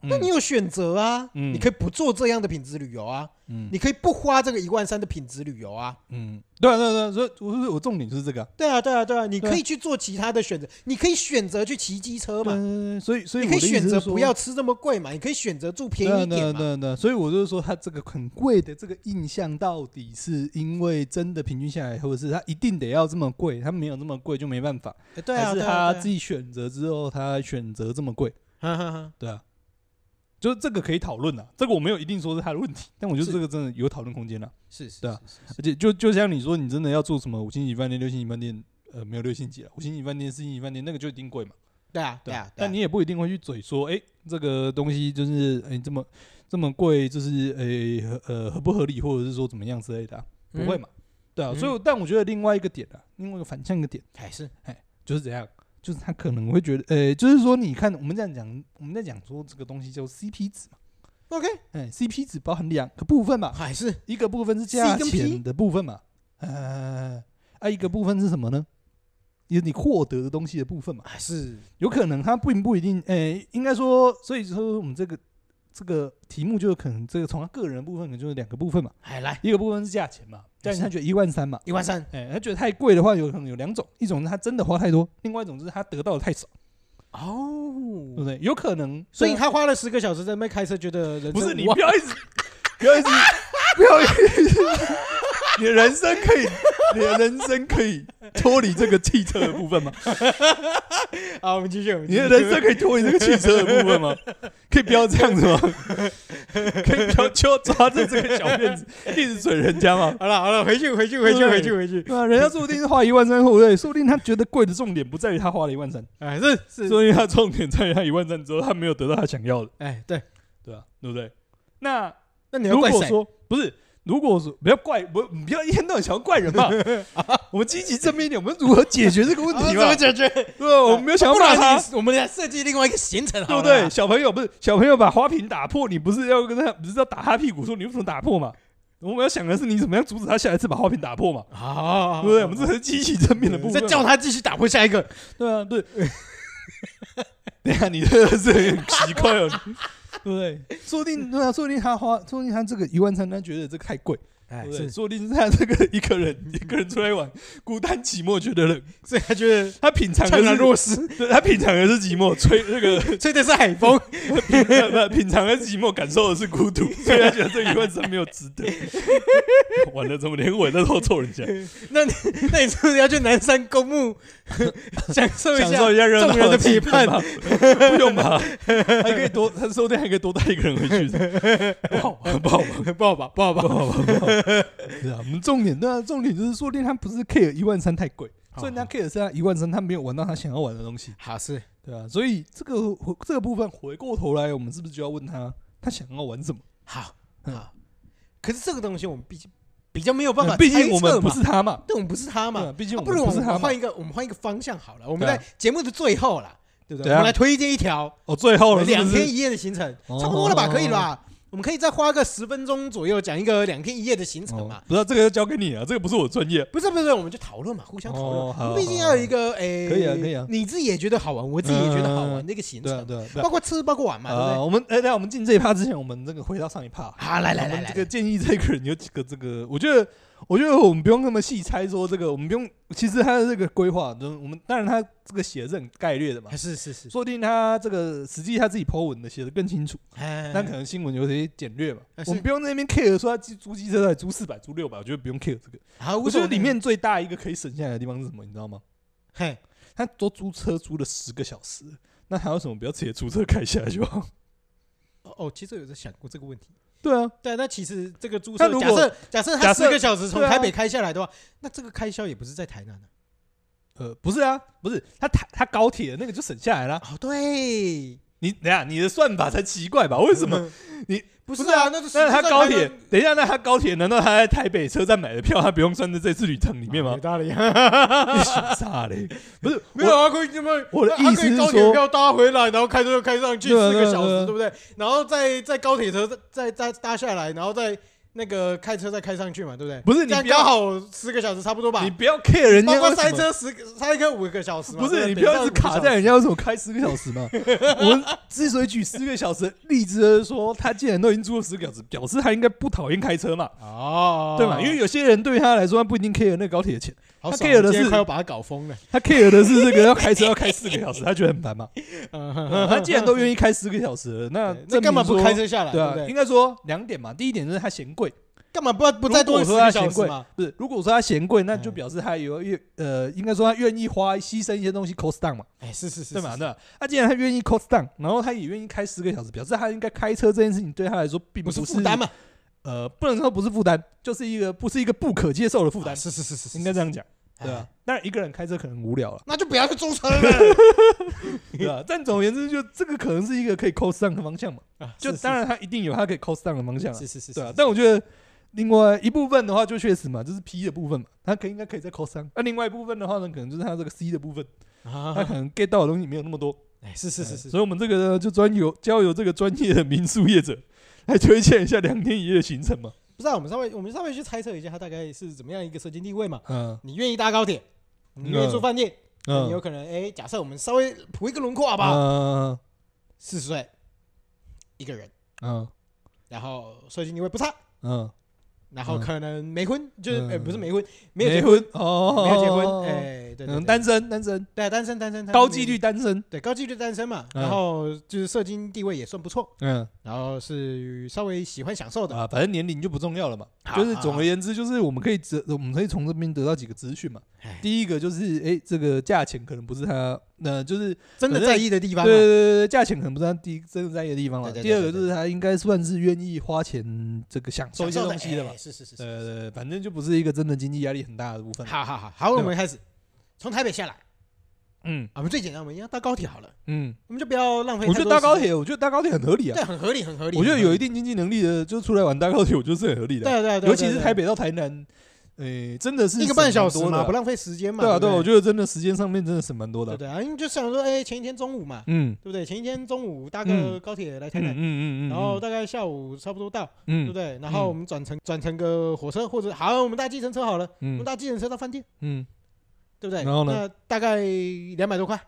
[SPEAKER 2] 那
[SPEAKER 1] 那你有选择啊，
[SPEAKER 2] 嗯
[SPEAKER 1] 你可以不做这样的品质旅游啊，
[SPEAKER 2] 嗯
[SPEAKER 1] 你可以不花这个一万三的品质旅游啊，
[SPEAKER 2] 嗯，对啊对啊对啊，所以我我重点就是这个啊、
[SPEAKER 1] 对啊，对啊，对啊，你
[SPEAKER 2] 对啊
[SPEAKER 1] 可以去做其他的选择，你可以选择去骑机车
[SPEAKER 2] 对
[SPEAKER 1] 嘛，
[SPEAKER 2] 啊，所以所以
[SPEAKER 1] 你
[SPEAKER 2] 我
[SPEAKER 1] 可以
[SPEAKER 2] 的意思
[SPEAKER 1] 选
[SPEAKER 2] 是
[SPEAKER 1] 择
[SPEAKER 2] 说
[SPEAKER 1] 不要吃这么贵嘛，你可以选择住便宜一
[SPEAKER 2] 对啊
[SPEAKER 1] 点
[SPEAKER 2] 对
[SPEAKER 1] 嘛，
[SPEAKER 2] 对对，所以我就说他这个很贵的这个印象，到底是因为真的平均下来，或者是他一定得要这么贵，他没有这么贵就没办法，
[SPEAKER 1] 哎对啊，
[SPEAKER 2] 还是
[SPEAKER 1] 对啊
[SPEAKER 2] 他
[SPEAKER 1] 对啊
[SPEAKER 2] 自己选择之后，他选择这么贵，
[SPEAKER 1] 哈哈哈
[SPEAKER 2] 对啊，就是这个可以讨论啊，这个我没有一定说是他的问题，但我觉得
[SPEAKER 1] 是
[SPEAKER 2] 这个真的有讨论空间了、
[SPEAKER 1] 是是，
[SPEAKER 2] 对啊
[SPEAKER 1] 是，是是
[SPEAKER 2] 而且就就像你说，你真的要做什么五星级饭店、六星级饭店，呃，没有六星级了，五星级饭店、四星级饭店那个就一定贵嘛。
[SPEAKER 1] 对啊，对
[SPEAKER 2] 对
[SPEAKER 1] 啊，对啊
[SPEAKER 2] 但你也不一定会去嘴说，哎、这个东西就是哎、这么这么贵，就是哎合呃合不合理，或者是说怎么样之类的啊、不会，嘛？对啊，
[SPEAKER 1] 嗯
[SPEAKER 2] 所以我但我觉得另外一个点啊，另外一个反向一个点
[SPEAKER 1] 嗯还是
[SPEAKER 2] 就是怎样，啊就是他可能会觉得，呃、就是说你看我们这样讲，我们在讲说这个东西叫 CP 值嘛，
[SPEAKER 1] OK，
[SPEAKER 2] 哎、c p 值包含两个部分嘛，
[SPEAKER 1] 还是
[SPEAKER 2] 一个部分是价
[SPEAKER 1] C 跟 P
[SPEAKER 2] 钱的部分嘛，呃，啊一个部分是什么呢？也是你获得的东西的部分嘛。
[SPEAKER 1] 还是
[SPEAKER 2] 有可能他并不一定，诶、应该说，所以说我们这个这个题目就可能这个从他个人的部分可能就是两个部分嘛，
[SPEAKER 1] 哎来
[SPEAKER 2] 一个部分是价钱嘛，价钱他觉得一万三嘛，
[SPEAKER 1] 一万三
[SPEAKER 2] 诶、他觉得太贵的话，有可能有两种，一种是他真的花太多，另外一种就是他得到的太少，对不
[SPEAKER 1] 哦，
[SPEAKER 2] 对？有可能，
[SPEAKER 1] 所以他花了十个小时在那边开车，觉得人生
[SPEAKER 2] 不是你
[SPEAKER 1] 无望
[SPEAKER 2] 不要一直 不要一直不要一直，你的人生可以，你的人生可以脱离这个汽车的部分吗？
[SPEAKER 1] 好，我们继续，我们继
[SPEAKER 2] 你
[SPEAKER 1] 续
[SPEAKER 2] 的人生可以脱离这个汽车的部分 吗？可以不要这样 子吗？可以不要就抓着这个小辫 子一直嘴人家吗？
[SPEAKER 1] 好了好了，回去回去回去
[SPEAKER 2] 对
[SPEAKER 1] 回去回去，
[SPEAKER 2] 对啊，人家说不定是花一万三，对不对？说不定他觉得贵的重点不在于他花了一万 三，
[SPEAKER 1] 哎是是，
[SPEAKER 2] 说不定他重点在于他一万三之后他没有得到他想要的，
[SPEAKER 1] 哎对，
[SPEAKER 2] 对啊，对不对？那
[SPEAKER 1] 那你要
[SPEAKER 2] 如
[SPEAKER 1] 怪
[SPEAKER 2] 果
[SPEAKER 1] 谁？
[SPEAKER 2] 说不是，如果说不要怪不，你不要一天到晚想要怪 人嘛，我们积极正面一点，我们如何解决这个问
[SPEAKER 1] 啊
[SPEAKER 2] 题
[SPEAKER 1] 怎
[SPEAKER 2] 嘛
[SPEAKER 1] 么？解决？
[SPEAKER 2] 对吧，我们没有想要
[SPEAKER 1] 不
[SPEAKER 2] 骂
[SPEAKER 1] 然
[SPEAKER 2] 他，
[SPEAKER 1] 你我们来设计另外一个行程
[SPEAKER 2] 对
[SPEAKER 1] 好
[SPEAKER 2] 不
[SPEAKER 1] 了，
[SPEAKER 2] 对？？小朋友不是小朋友把花瓶打破，你不是要跟他不是要打他屁股说你为什么打破嘛？我们要想的是你怎么样阻止他下一次把花瓶打破嘛？
[SPEAKER 1] 好好，好
[SPEAKER 2] 对不对？我们这是积极正面的部分
[SPEAKER 1] 啊再
[SPEAKER 2] 嘛。
[SPEAKER 1] 叫他继续打破下一个，
[SPEAKER 2] 对啊，对。 等一下，你这个是很奇怪哦，对不对？ 说不定对啊，说不定他花，说不定他这个一万三，他觉得这个太贵，
[SPEAKER 1] 哎
[SPEAKER 2] 对不对？说不定他这个一个人 一个人出来玩，孤单寂寞觉得冷，
[SPEAKER 1] 所以他觉得
[SPEAKER 2] 他品尝
[SPEAKER 1] 怅
[SPEAKER 2] 的
[SPEAKER 1] 然
[SPEAKER 2] 是
[SPEAKER 1] 若失，
[SPEAKER 2] 对他品尝的是寂寞，吹那个
[SPEAKER 1] 吹的是海风，
[SPEAKER 2] 品不不品尝的寂寞，感受的是孤独，所以他觉得这一万三没有值得。完了，怎么连吻都偷凑人家？
[SPEAKER 1] 那你 那你是不是要去南山公墓 享受一
[SPEAKER 2] 享
[SPEAKER 1] 下？
[SPEAKER 2] 受一下热闹
[SPEAKER 1] 众人的批判
[SPEAKER 2] 气氛吧，不用吧？还可以多，他说不定还可以多带一个人回去，不好吧？不好吧？
[SPEAKER 1] 不好吧，不好吧，
[SPEAKER 2] 不 好吧？不好吧是啊，我们重点，对啊，重点就是说不定他不是 care 一万三太贵，所以他 care 是他一万三，他没有玩到他想要玩的东西，
[SPEAKER 1] 好是
[SPEAKER 2] 对啊，所以这个这个部分回过头来，我们是不是就要问他，他想要玩什么？
[SPEAKER 1] 好
[SPEAKER 2] 嗯
[SPEAKER 1] 好，可是这个东西我们毕竟比较没有办法
[SPEAKER 2] 毕竟
[SPEAKER 1] 猜
[SPEAKER 2] 我
[SPEAKER 1] 测
[SPEAKER 2] 们不
[SPEAKER 1] 嘛
[SPEAKER 2] 是他嘛，
[SPEAKER 1] 对，我们不是他
[SPEAKER 2] 对啊
[SPEAKER 1] 嘛，
[SPEAKER 2] 毕竟
[SPEAKER 1] 啊
[SPEAKER 2] 我
[SPEAKER 1] 不
[SPEAKER 2] 们
[SPEAKER 1] 如
[SPEAKER 2] 不
[SPEAKER 1] 我
[SPEAKER 2] 是他
[SPEAKER 1] 们
[SPEAKER 2] 嘛
[SPEAKER 1] 换。一个，我们换一个方向好了。我们
[SPEAKER 2] 对啊
[SPEAKER 1] 在节目的最后啦，对不对？
[SPEAKER 2] 对
[SPEAKER 1] 我
[SPEAKER 2] 啊
[SPEAKER 1] 们来推荐一条
[SPEAKER 2] 哦，最后了，是不
[SPEAKER 1] 两
[SPEAKER 2] 是
[SPEAKER 1] 天一夜的行程，
[SPEAKER 2] 哦
[SPEAKER 1] 差不多了吧？可以了吧？我们可以再花个十分钟左右讲一个两天一夜的行程嘛
[SPEAKER 2] 哦？不知道这个要交给你了，这个不是我专业。
[SPEAKER 1] 不是不是，我们就讨论嘛，互相讨论。
[SPEAKER 2] 哦好
[SPEAKER 1] 我们毕竟要有一个诶，
[SPEAKER 2] 可以啊可以啊嗯
[SPEAKER 1] 你自己也觉得好玩，我自己也觉得好玩的一个行
[SPEAKER 2] 对啊，
[SPEAKER 1] 程，
[SPEAKER 2] 对啊，对啊
[SPEAKER 1] 包括吃包括玩嘛，对不
[SPEAKER 2] 啊，
[SPEAKER 1] 对？
[SPEAKER 2] 我们哎，等一下我们进这一趴之前，我们这个回到上一趴。
[SPEAKER 1] 好，来来
[SPEAKER 2] 我
[SPEAKER 1] 来
[SPEAKER 2] 们
[SPEAKER 1] 来
[SPEAKER 2] 这，个建议这个人有几个这个，我觉得我觉得我们不用那么细猜说这个，我们不用，其实它的这个规划，就是我们当然它这个写的是很概略的嘛
[SPEAKER 1] 啊，是是是，
[SPEAKER 2] 说不定他这个实际他自己 Po 文的写的更清楚，
[SPEAKER 1] 哎，
[SPEAKER 2] 但可能新闻有些简略嘛
[SPEAKER 1] 哎，是
[SPEAKER 2] 我们不用在那边 care 说他租机车到底租四百、租六百，我觉得不用 care 这个。
[SPEAKER 1] 好，
[SPEAKER 2] 我
[SPEAKER 1] 无
[SPEAKER 2] 觉
[SPEAKER 1] 所
[SPEAKER 2] 得
[SPEAKER 1] 谓
[SPEAKER 2] 里面最大一个可以省下来的地方是什么，你知道吗？
[SPEAKER 1] 嘿，
[SPEAKER 2] 他都租车租了十个小时，那还有什么不要直接租车开下来就好？
[SPEAKER 1] 哦哦，其实有在想过这个问题。
[SPEAKER 2] 对啊，
[SPEAKER 1] 对，那其实这个租
[SPEAKER 2] 那
[SPEAKER 1] 车，
[SPEAKER 2] 如
[SPEAKER 1] 假
[SPEAKER 2] 果
[SPEAKER 1] 设假设他
[SPEAKER 2] 假设
[SPEAKER 1] 四个小时从
[SPEAKER 2] 对啊
[SPEAKER 1] 台北开下来的话，那这个开销也不是在台南的。啊
[SPEAKER 2] 呃，不是啊，不是他他他高铁那个就省下来啦。
[SPEAKER 1] 哦，对，
[SPEAKER 2] 你等一下你的算法才奇怪吧？为什么？你
[SPEAKER 1] 不
[SPEAKER 2] 不
[SPEAKER 1] 是
[SPEAKER 2] 是啊
[SPEAKER 1] 啊？那就
[SPEAKER 2] 那他高铁
[SPEAKER 1] 实际上台南
[SPEAKER 2] 等一下，那他高铁难道他在台北车站买的票，他不用算在这次旅程里面
[SPEAKER 1] 啊
[SPEAKER 2] 吗
[SPEAKER 1] 有？道理。
[SPEAKER 2] 你想啥嘞？不是，
[SPEAKER 1] 没有啊，可以你们
[SPEAKER 2] 我的意思是
[SPEAKER 1] 高
[SPEAKER 2] 说
[SPEAKER 1] 铁票搭回来，然后开车开上去
[SPEAKER 2] 对啊
[SPEAKER 1] 四
[SPEAKER 2] 对啊
[SPEAKER 1] 个小
[SPEAKER 2] 对啊
[SPEAKER 1] 时，对不对？然后再在高铁车再再搭下来，然后再那个开车再开上去嘛，对不对？
[SPEAKER 2] 不是
[SPEAKER 1] 这
[SPEAKER 2] 你
[SPEAKER 1] 样
[SPEAKER 2] 不要
[SPEAKER 1] 刚好四个小时差不多吧
[SPEAKER 2] 你？不要 care 人家
[SPEAKER 1] 包括
[SPEAKER 2] 为什
[SPEAKER 1] 塞
[SPEAKER 2] 么，
[SPEAKER 1] 车十个塞车五个小时嘛，
[SPEAKER 2] 不是你
[SPEAKER 1] 对
[SPEAKER 2] 不
[SPEAKER 1] 对
[SPEAKER 2] 要一直卡在人家为什么开十个小时嘛？ 我们之所以举十个小时的例子，就是说他既然都已经租了十个小时，表示他应该不讨厌开车嘛，
[SPEAKER 1] 哦，
[SPEAKER 2] 对嘛？因为有些人对他来说，他不一定 care 那个高铁钱，
[SPEAKER 1] 好
[SPEAKER 2] 他
[SPEAKER 1] 爽
[SPEAKER 2] care 的
[SPEAKER 1] 我今天
[SPEAKER 2] 是
[SPEAKER 1] 快要把他搞疯了。
[SPEAKER 2] 他 care 的 是这个要开车要开四个小时，他觉得很烦嘛。
[SPEAKER 1] 嗯
[SPEAKER 2] 嗯他既然都愿意开十个小时了，那
[SPEAKER 1] 那干嘛不开
[SPEAKER 2] 车？
[SPEAKER 1] 车下来？
[SPEAKER 2] 对
[SPEAKER 1] 对不
[SPEAKER 2] 啊，
[SPEAKER 1] 对
[SPEAKER 2] 应？该说两点嘛。第一点就是他嫌贵，
[SPEAKER 1] 干嘛不不再多
[SPEAKER 2] 如
[SPEAKER 1] 十
[SPEAKER 2] 果说他
[SPEAKER 1] 个小
[SPEAKER 2] 嫌
[SPEAKER 1] 时
[SPEAKER 2] 贵
[SPEAKER 1] 嘛？，
[SPEAKER 2] 不是？如果说他嫌贵，那就
[SPEAKER 1] 嗯
[SPEAKER 2] 表示他有愿呃，应该说他愿意花牺牲一些东西 cost down 嘛，
[SPEAKER 1] 哎，是是是，
[SPEAKER 2] 对
[SPEAKER 1] 是
[SPEAKER 2] 嘛？对吧？他既然他愿意 cost down，然后他也愿意开十个小时，表示他应该开车这件事情对他来说并
[SPEAKER 1] 不
[SPEAKER 2] 是
[SPEAKER 1] 是负担，嘛？
[SPEAKER 2] 呃，不能说不是负担，就是一个不是一个不可接受的负担
[SPEAKER 1] 啊，是是是是是，
[SPEAKER 2] 应该这样讲，对
[SPEAKER 1] 哎
[SPEAKER 2] 吧？当然一个人开车可能无聊
[SPEAKER 1] ，
[SPEAKER 2] 了
[SPEAKER 1] 那就不要去租车 了
[SPEAKER 2] 对吧？但总而言之，就这个可能是一个可以 cost down 的方向嘛。
[SPEAKER 1] 啊。
[SPEAKER 2] 就是
[SPEAKER 1] 是
[SPEAKER 2] 当然他一定有他可以 cost down 的方向啊，
[SPEAKER 1] 是是是，
[SPEAKER 2] 对啊
[SPEAKER 1] 是，
[SPEAKER 2] 但我觉得另外一部分的话，就确实嘛，就是 P 的部分嘛，它可以应该可以再 cos 三。那另外一部分的话呢，可能就是它这个 C 的部分，它
[SPEAKER 1] 啊，
[SPEAKER 2] 可能 get 到的东西没有那么多。
[SPEAKER 1] 哎，是是是
[SPEAKER 2] 哎
[SPEAKER 1] 是，
[SPEAKER 2] 所以我们这个呢，就专由交由这个专业的民宿业者 来推荐一下两天一夜的行程嘛。
[SPEAKER 1] 不知道我们稍微我们稍微去猜测一下，它大概是怎么样一个社经地位嘛？
[SPEAKER 2] 嗯
[SPEAKER 1] 你愿意搭高铁，你愿意住饭店，啊那你有
[SPEAKER 2] 嗯，
[SPEAKER 1] 可能哎，假设我们稍微呃谱一个轮廓好不好？
[SPEAKER 2] 嗯
[SPEAKER 1] 四十岁一个人，
[SPEAKER 2] 嗯
[SPEAKER 1] 然后社经地位不差，
[SPEAKER 2] 嗯，
[SPEAKER 1] 然后
[SPEAKER 2] 嗯
[SPEAKER 1] 可能没婚，就是哎
[SPEAKER 2] 嗯
[SPEAKER 1] 不是没婚，没有
[SPEAKER 2] 没
[SPEAKER 1] 结婚，
[SPEAKER 2] 婚哦，
[SPEAKER 1] 没有结婚，，哎，对对
[SPEAKER 2] 嗯，
[SPEAKER 1] 对，
[SPEAKER 2] 单身单身，
[SPEAKER 1] 对单身单身单身
[SPEAKER 2] 高几率单身，
[SPEAKER 1] 对高几率单身嘛，
[SPEAKER 2] 嗯
[SPEAKER 1] 然后就是社经地位也算不错，
[SPEAKER 2] 嗯
[SPEAKER 1] 然后是稍微喜欢享受的，
[SPEAKER 2] 啊，反正年龄就不重要了嘛。
[SPEAKER 1] 好
[SPEAKER 2] 就是
[SPEAKER 1] 好
[SPEAKER 2] 总
[SPEAKER 1] 好
[SPEAKER 2] 而言之，就是我们可以得，我们可以从这边得到几个资讯嘛。
[SPEAKER 1] 哎
[SPEAKER 2] 第一个就是，哎、这个价钱可能不是他，呃，就是
[SPEAKER 1] 真的
[SPEAKER 2] 反正
[SPEAKER 1] 在意的地
[SPEAKER 2] 对
[SPEAKER 1] 方嘛。啊
[SPEAKER 2] 对对对，价钱可能不是他第一真的在意的地方了。
[SPEAKER 1] 对对对
[SPEAKER 2] 第二
[SPEAKER 1] 对
[SPEAKER 2] 个就
[SPEAKER 1] 对
[SPEAKER 2] 是他应该算是愿意花钱这个享受一些东西的嘛
[SPEAKER 1] 哎。是是是是。
[SPEAKER 2] 呃，对对反正就不是一个真的经济压力很大的部分。
[SPEAKER 1] 好好好，好，
[SPEAKER 2] 对吧
[SPEAKER 1] 我们开始，从台北下来，啊
[SPEAKER 2] 嗯
[SPEAKER 1] 我们最简单，我们一样搭高铁好了，
[SPEAKER 2] 嗯，
[SPEAKER 1] 我们就不要浪费。
[SPEAKER 2] 我觉得搭高，铁，我觉得搭高铁很合理啊。
[SPEAKER 1] 对，很合理，很合理。
[SPEAKER 2] 我觉得有一
[SPEAKER 1] 定，
[SPEAKER 2] 定经济能力的，就出来玩搭高铁，我觉得是很合理的啊。
[SPEAKER 1] 对对对，
[SPEAKER 2] 尤其是
[SPEAKER 1] 对
[SPEAKER 2] 台北到台南，呃，真的是
[SPEAKER 1] 一个半小
[SPEAKER 2] 省
[SPEAKER 1] 时
[SPEAKER 2] 蛮多的
[SPEAKER 1] 嘛，
[SPEAKER 2] 啊
[SPEAKER 1] 不浪费时间嘛。
[SPEAKER 2] 对啊，对
[SPEAKER 1] 对
[SPEAKER 2] 啊，
[SPEAKER 1] 不
[SPEAKER 2] 我觉得真的时间上面真的省蛮多的
[SPEAKER 1] 对
[SPEAKER 2] 啊。
[SPEAKER 1] 对啊，因为就想说，哎，前一天中午嘛，
[SPEAKER 2] 嗯
[SPEAKER 1] 对不对？前一天中午搭
[SPEAKER 2] 嗯
[SPEAKER 1] 个高铁来台
[SPEAKER 2] 嗯嗯
[SPEAKER 1] 南，
[SPEAKER 2] 嗯嗯，
[SPEAKER 1] 然后大概下午差不多到，对不
[SPEAKER 2] 嗯
[SPEAKER 1] 对？然后我们转乘转乘个火车，或者好，我们搭计程车好了，我们
[SPEAKER 2] 嗯
[SPEAKER 1] 搭计程车到饭店，
[SPEAKER 2] 嗯，
[SPEAKER 1] 对不对？
[SPEAKER 2] 然后呢？
[SPEAKER 1] 大概两百多块，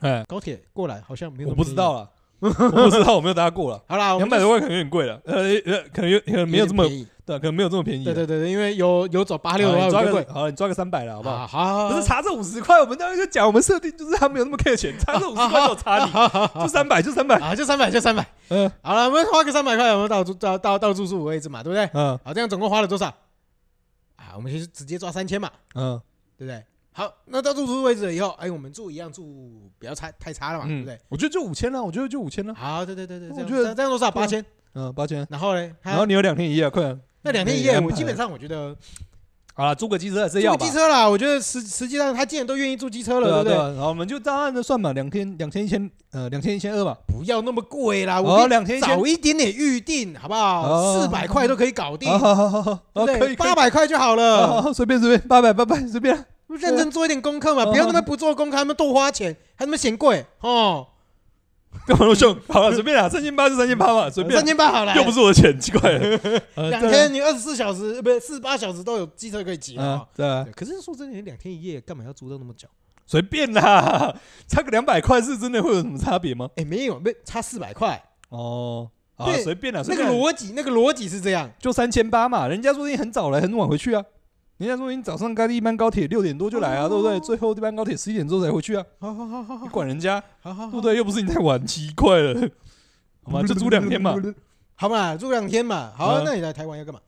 [SPEAKER 2] 哎，
[SPEAKER 1] 高铁过来好像没有。
[SPEAKER 2] 我不知 道。了，我不知道，我没有搭过了。
[SPEAKER 1] 好啦，我
[SPEAKER 2] 两
[SPEAKER 1] 们
[SPEAKER 2] 百
[SPEAKER 1] 就
[SPEAKER 2] 多块可能有点贵了，呃呃，可能有可能没有这
[SPEAKER 1] 点
[SPEAKER 2] 么
[SPEAKER 1] 便宜
[SPEAKER 2] 对啊，可能没有这么便宜啊。
[SPEAKER 1] 对对对对，因为有有走八
[SPEAKER 2] 好，
[SPEAKER 1] 六的话
[SPEAKER 2] 你
[SPEAKER 1] 我
[SPEAKER 2] 抓
[SPEAKER 1] 就会
[SPEAKER 2] 个，好，你抓个三百了，好不好？
[SPEAKER 1] 好？好，
[SPEAKER 2] 不是差这五十块，我们当时就讲，我们设定就是他没有那么 care 钱， 差这五十块就差你，就三百就三百，
[SPEAKER 1] 啊，就三百，就三百。
[SPEAKER 2] 嗯
[SPEAKER 1] 好了，我们花个三百块，我们到住到到到住宿位置嘛，对不对？
[SPEAKER 2] 嗯
[SPEAKER 1] 好，这样总共花了多少？啊，我们就直接抓三千嘛，
[SPEAKER 2] 嗯
[SPEAKER 1] 对不对？好，那到住宿位置了以后，哎，我们住一样住，不要差太差了嘛，对不
[SPEAKER 2] 嗯
[SPEAKER 1] 对？，
[SPEAKER 2] 我觉得就五千了，我觉得就五千了，
[SPEAKER 1] 好，对对对对，
[SPEAKER 2] 我
[SPEAKER 1] 这样
[SPEAKER 2] 觉得
[SPEAKER 1] 这样多少？
[SPEAKER 2] 对啊
[SPEAKER 1] 八千。
[SPEAKER 2] 嗯，八千。
[SPEAKER 1] 然后嘞，还
[SPEAKER 2] 然后你有两天一夜，啊快点，哎
[SPEAKER 1] 那两天一
[SPEAKER 2] 可以
[SPEAKER 1] 夜，
[SPEAKER 2] 安
[SPEAKER 1] 我
[SPEAKER 2] 排
[SPEAKER 1] 基本上我觉得
[SPEAKER 2] 哎好了，租个机车还是
[SPEAKER 1] 住
[SPEAKER 2] 要吧
[SPEAKER 1] 机。车啦，我觉得实实际上他既然都愿意住机车
[SPEAKER 2] 对
[SPEAKER 1] 了，
[SPEAKER 2] 啊
[SPEAKER 1] 对
[SPEAKER 2] 对
[SPEAKER 1] 不
[SPEAKER 2] 啊
[SPEAKER 1] 对？，
[SPEAKER 2] 然后我们就照按着算嘛，两天两千一千，呃，两千一千二嘛，
[SPEAKER 1] 不要那么贵啦，我
[SPEAKER 2] 哦，
[SPEAKER 1] 跟
[SPEAKER 2] 两天
[SPEAKER 1] 你
[SPEAKER 2] 一千
[SPEAKER 1] 早一点点预定好不好？
[SPEAKER 2] 哦
[SPEAKER 1] 四百块都可以搞定
[SPEAKER 2] 啊，，好好好好，
[SPEAKER 1] 对不
[SPEAKER 2] 好可以哦可
[SPEAKER 1] 对？
[SPEAKER 2] 以
[SPEAKER 1] 八百块就好
[SPEAKER 2] 好好
[SPEAKER 1] 了，
[SPEAKER 2] 好随便随便，八百八百随便啊。
[SPEAKER 1] 认真做一点功课嘛，
[SPEAKER 2] 对啊
[SPEAKER 1] 不要他们不做功课，他们多花钱，还他们嫌贵哦，
[SPEAKER 2] 干嘛那么凶？好了，随便啦，三千八就三千八嘛，随便
[SPEAKER 1] 三。千八好了，
[SPEAKER 2] 又不是我的钱，奇怪了。呃
[SPEAKER 1] 两
[SPEAKER 2] 对啊
[SPEAKER 1] 天，你二十四小时呃不是四十八小时都有机车可以骑
[SPEAKER 2] 啊
[SPEAKER 1] 啊。，
[SPEAKER 2] 对啊，
[SPEAKER 1] 对可是说真的，两天一夜干嘛要租到那么久？
[SPEAKER 2] 随便啦，差个两百块是真的会有什么差别吗？
[SPEAKER 1] 哎，没有，没差四百块，
[SPEAKER 2] 哦，啊，
[SPEAKER 1] 对
[SPEAKER 2] 随便啦，
[SPEAKER 1] 那
[SPEAKER 2] 随
[SPEAKER 1] 个
[SPEAKER 2] 便啦
[SPEAKER 1] 逻辑，那个逻辑是这样。
[SPEAKER 2] 就三千八嘛，人家说不定很早来，很晚回去啊。人家说你早上该一班高铁六点多就来啊，对不对？最后一班高铁十一点多才回去啊，
[SPEAKER 1] 好好好好好
[SPEAKER 2] 你管人家，
[SPEAKER 1] 好好
[SPEAKER 2] 对不对？又不是你太晚，奇 怪了，好吗？就租两天嘛，
[SPEAKER 1] 嗯好嘛，住两天嘛。好啊，
[SPEAKER 2] 嗯
[SPEAKER 1] 那你来台湾要干嘛？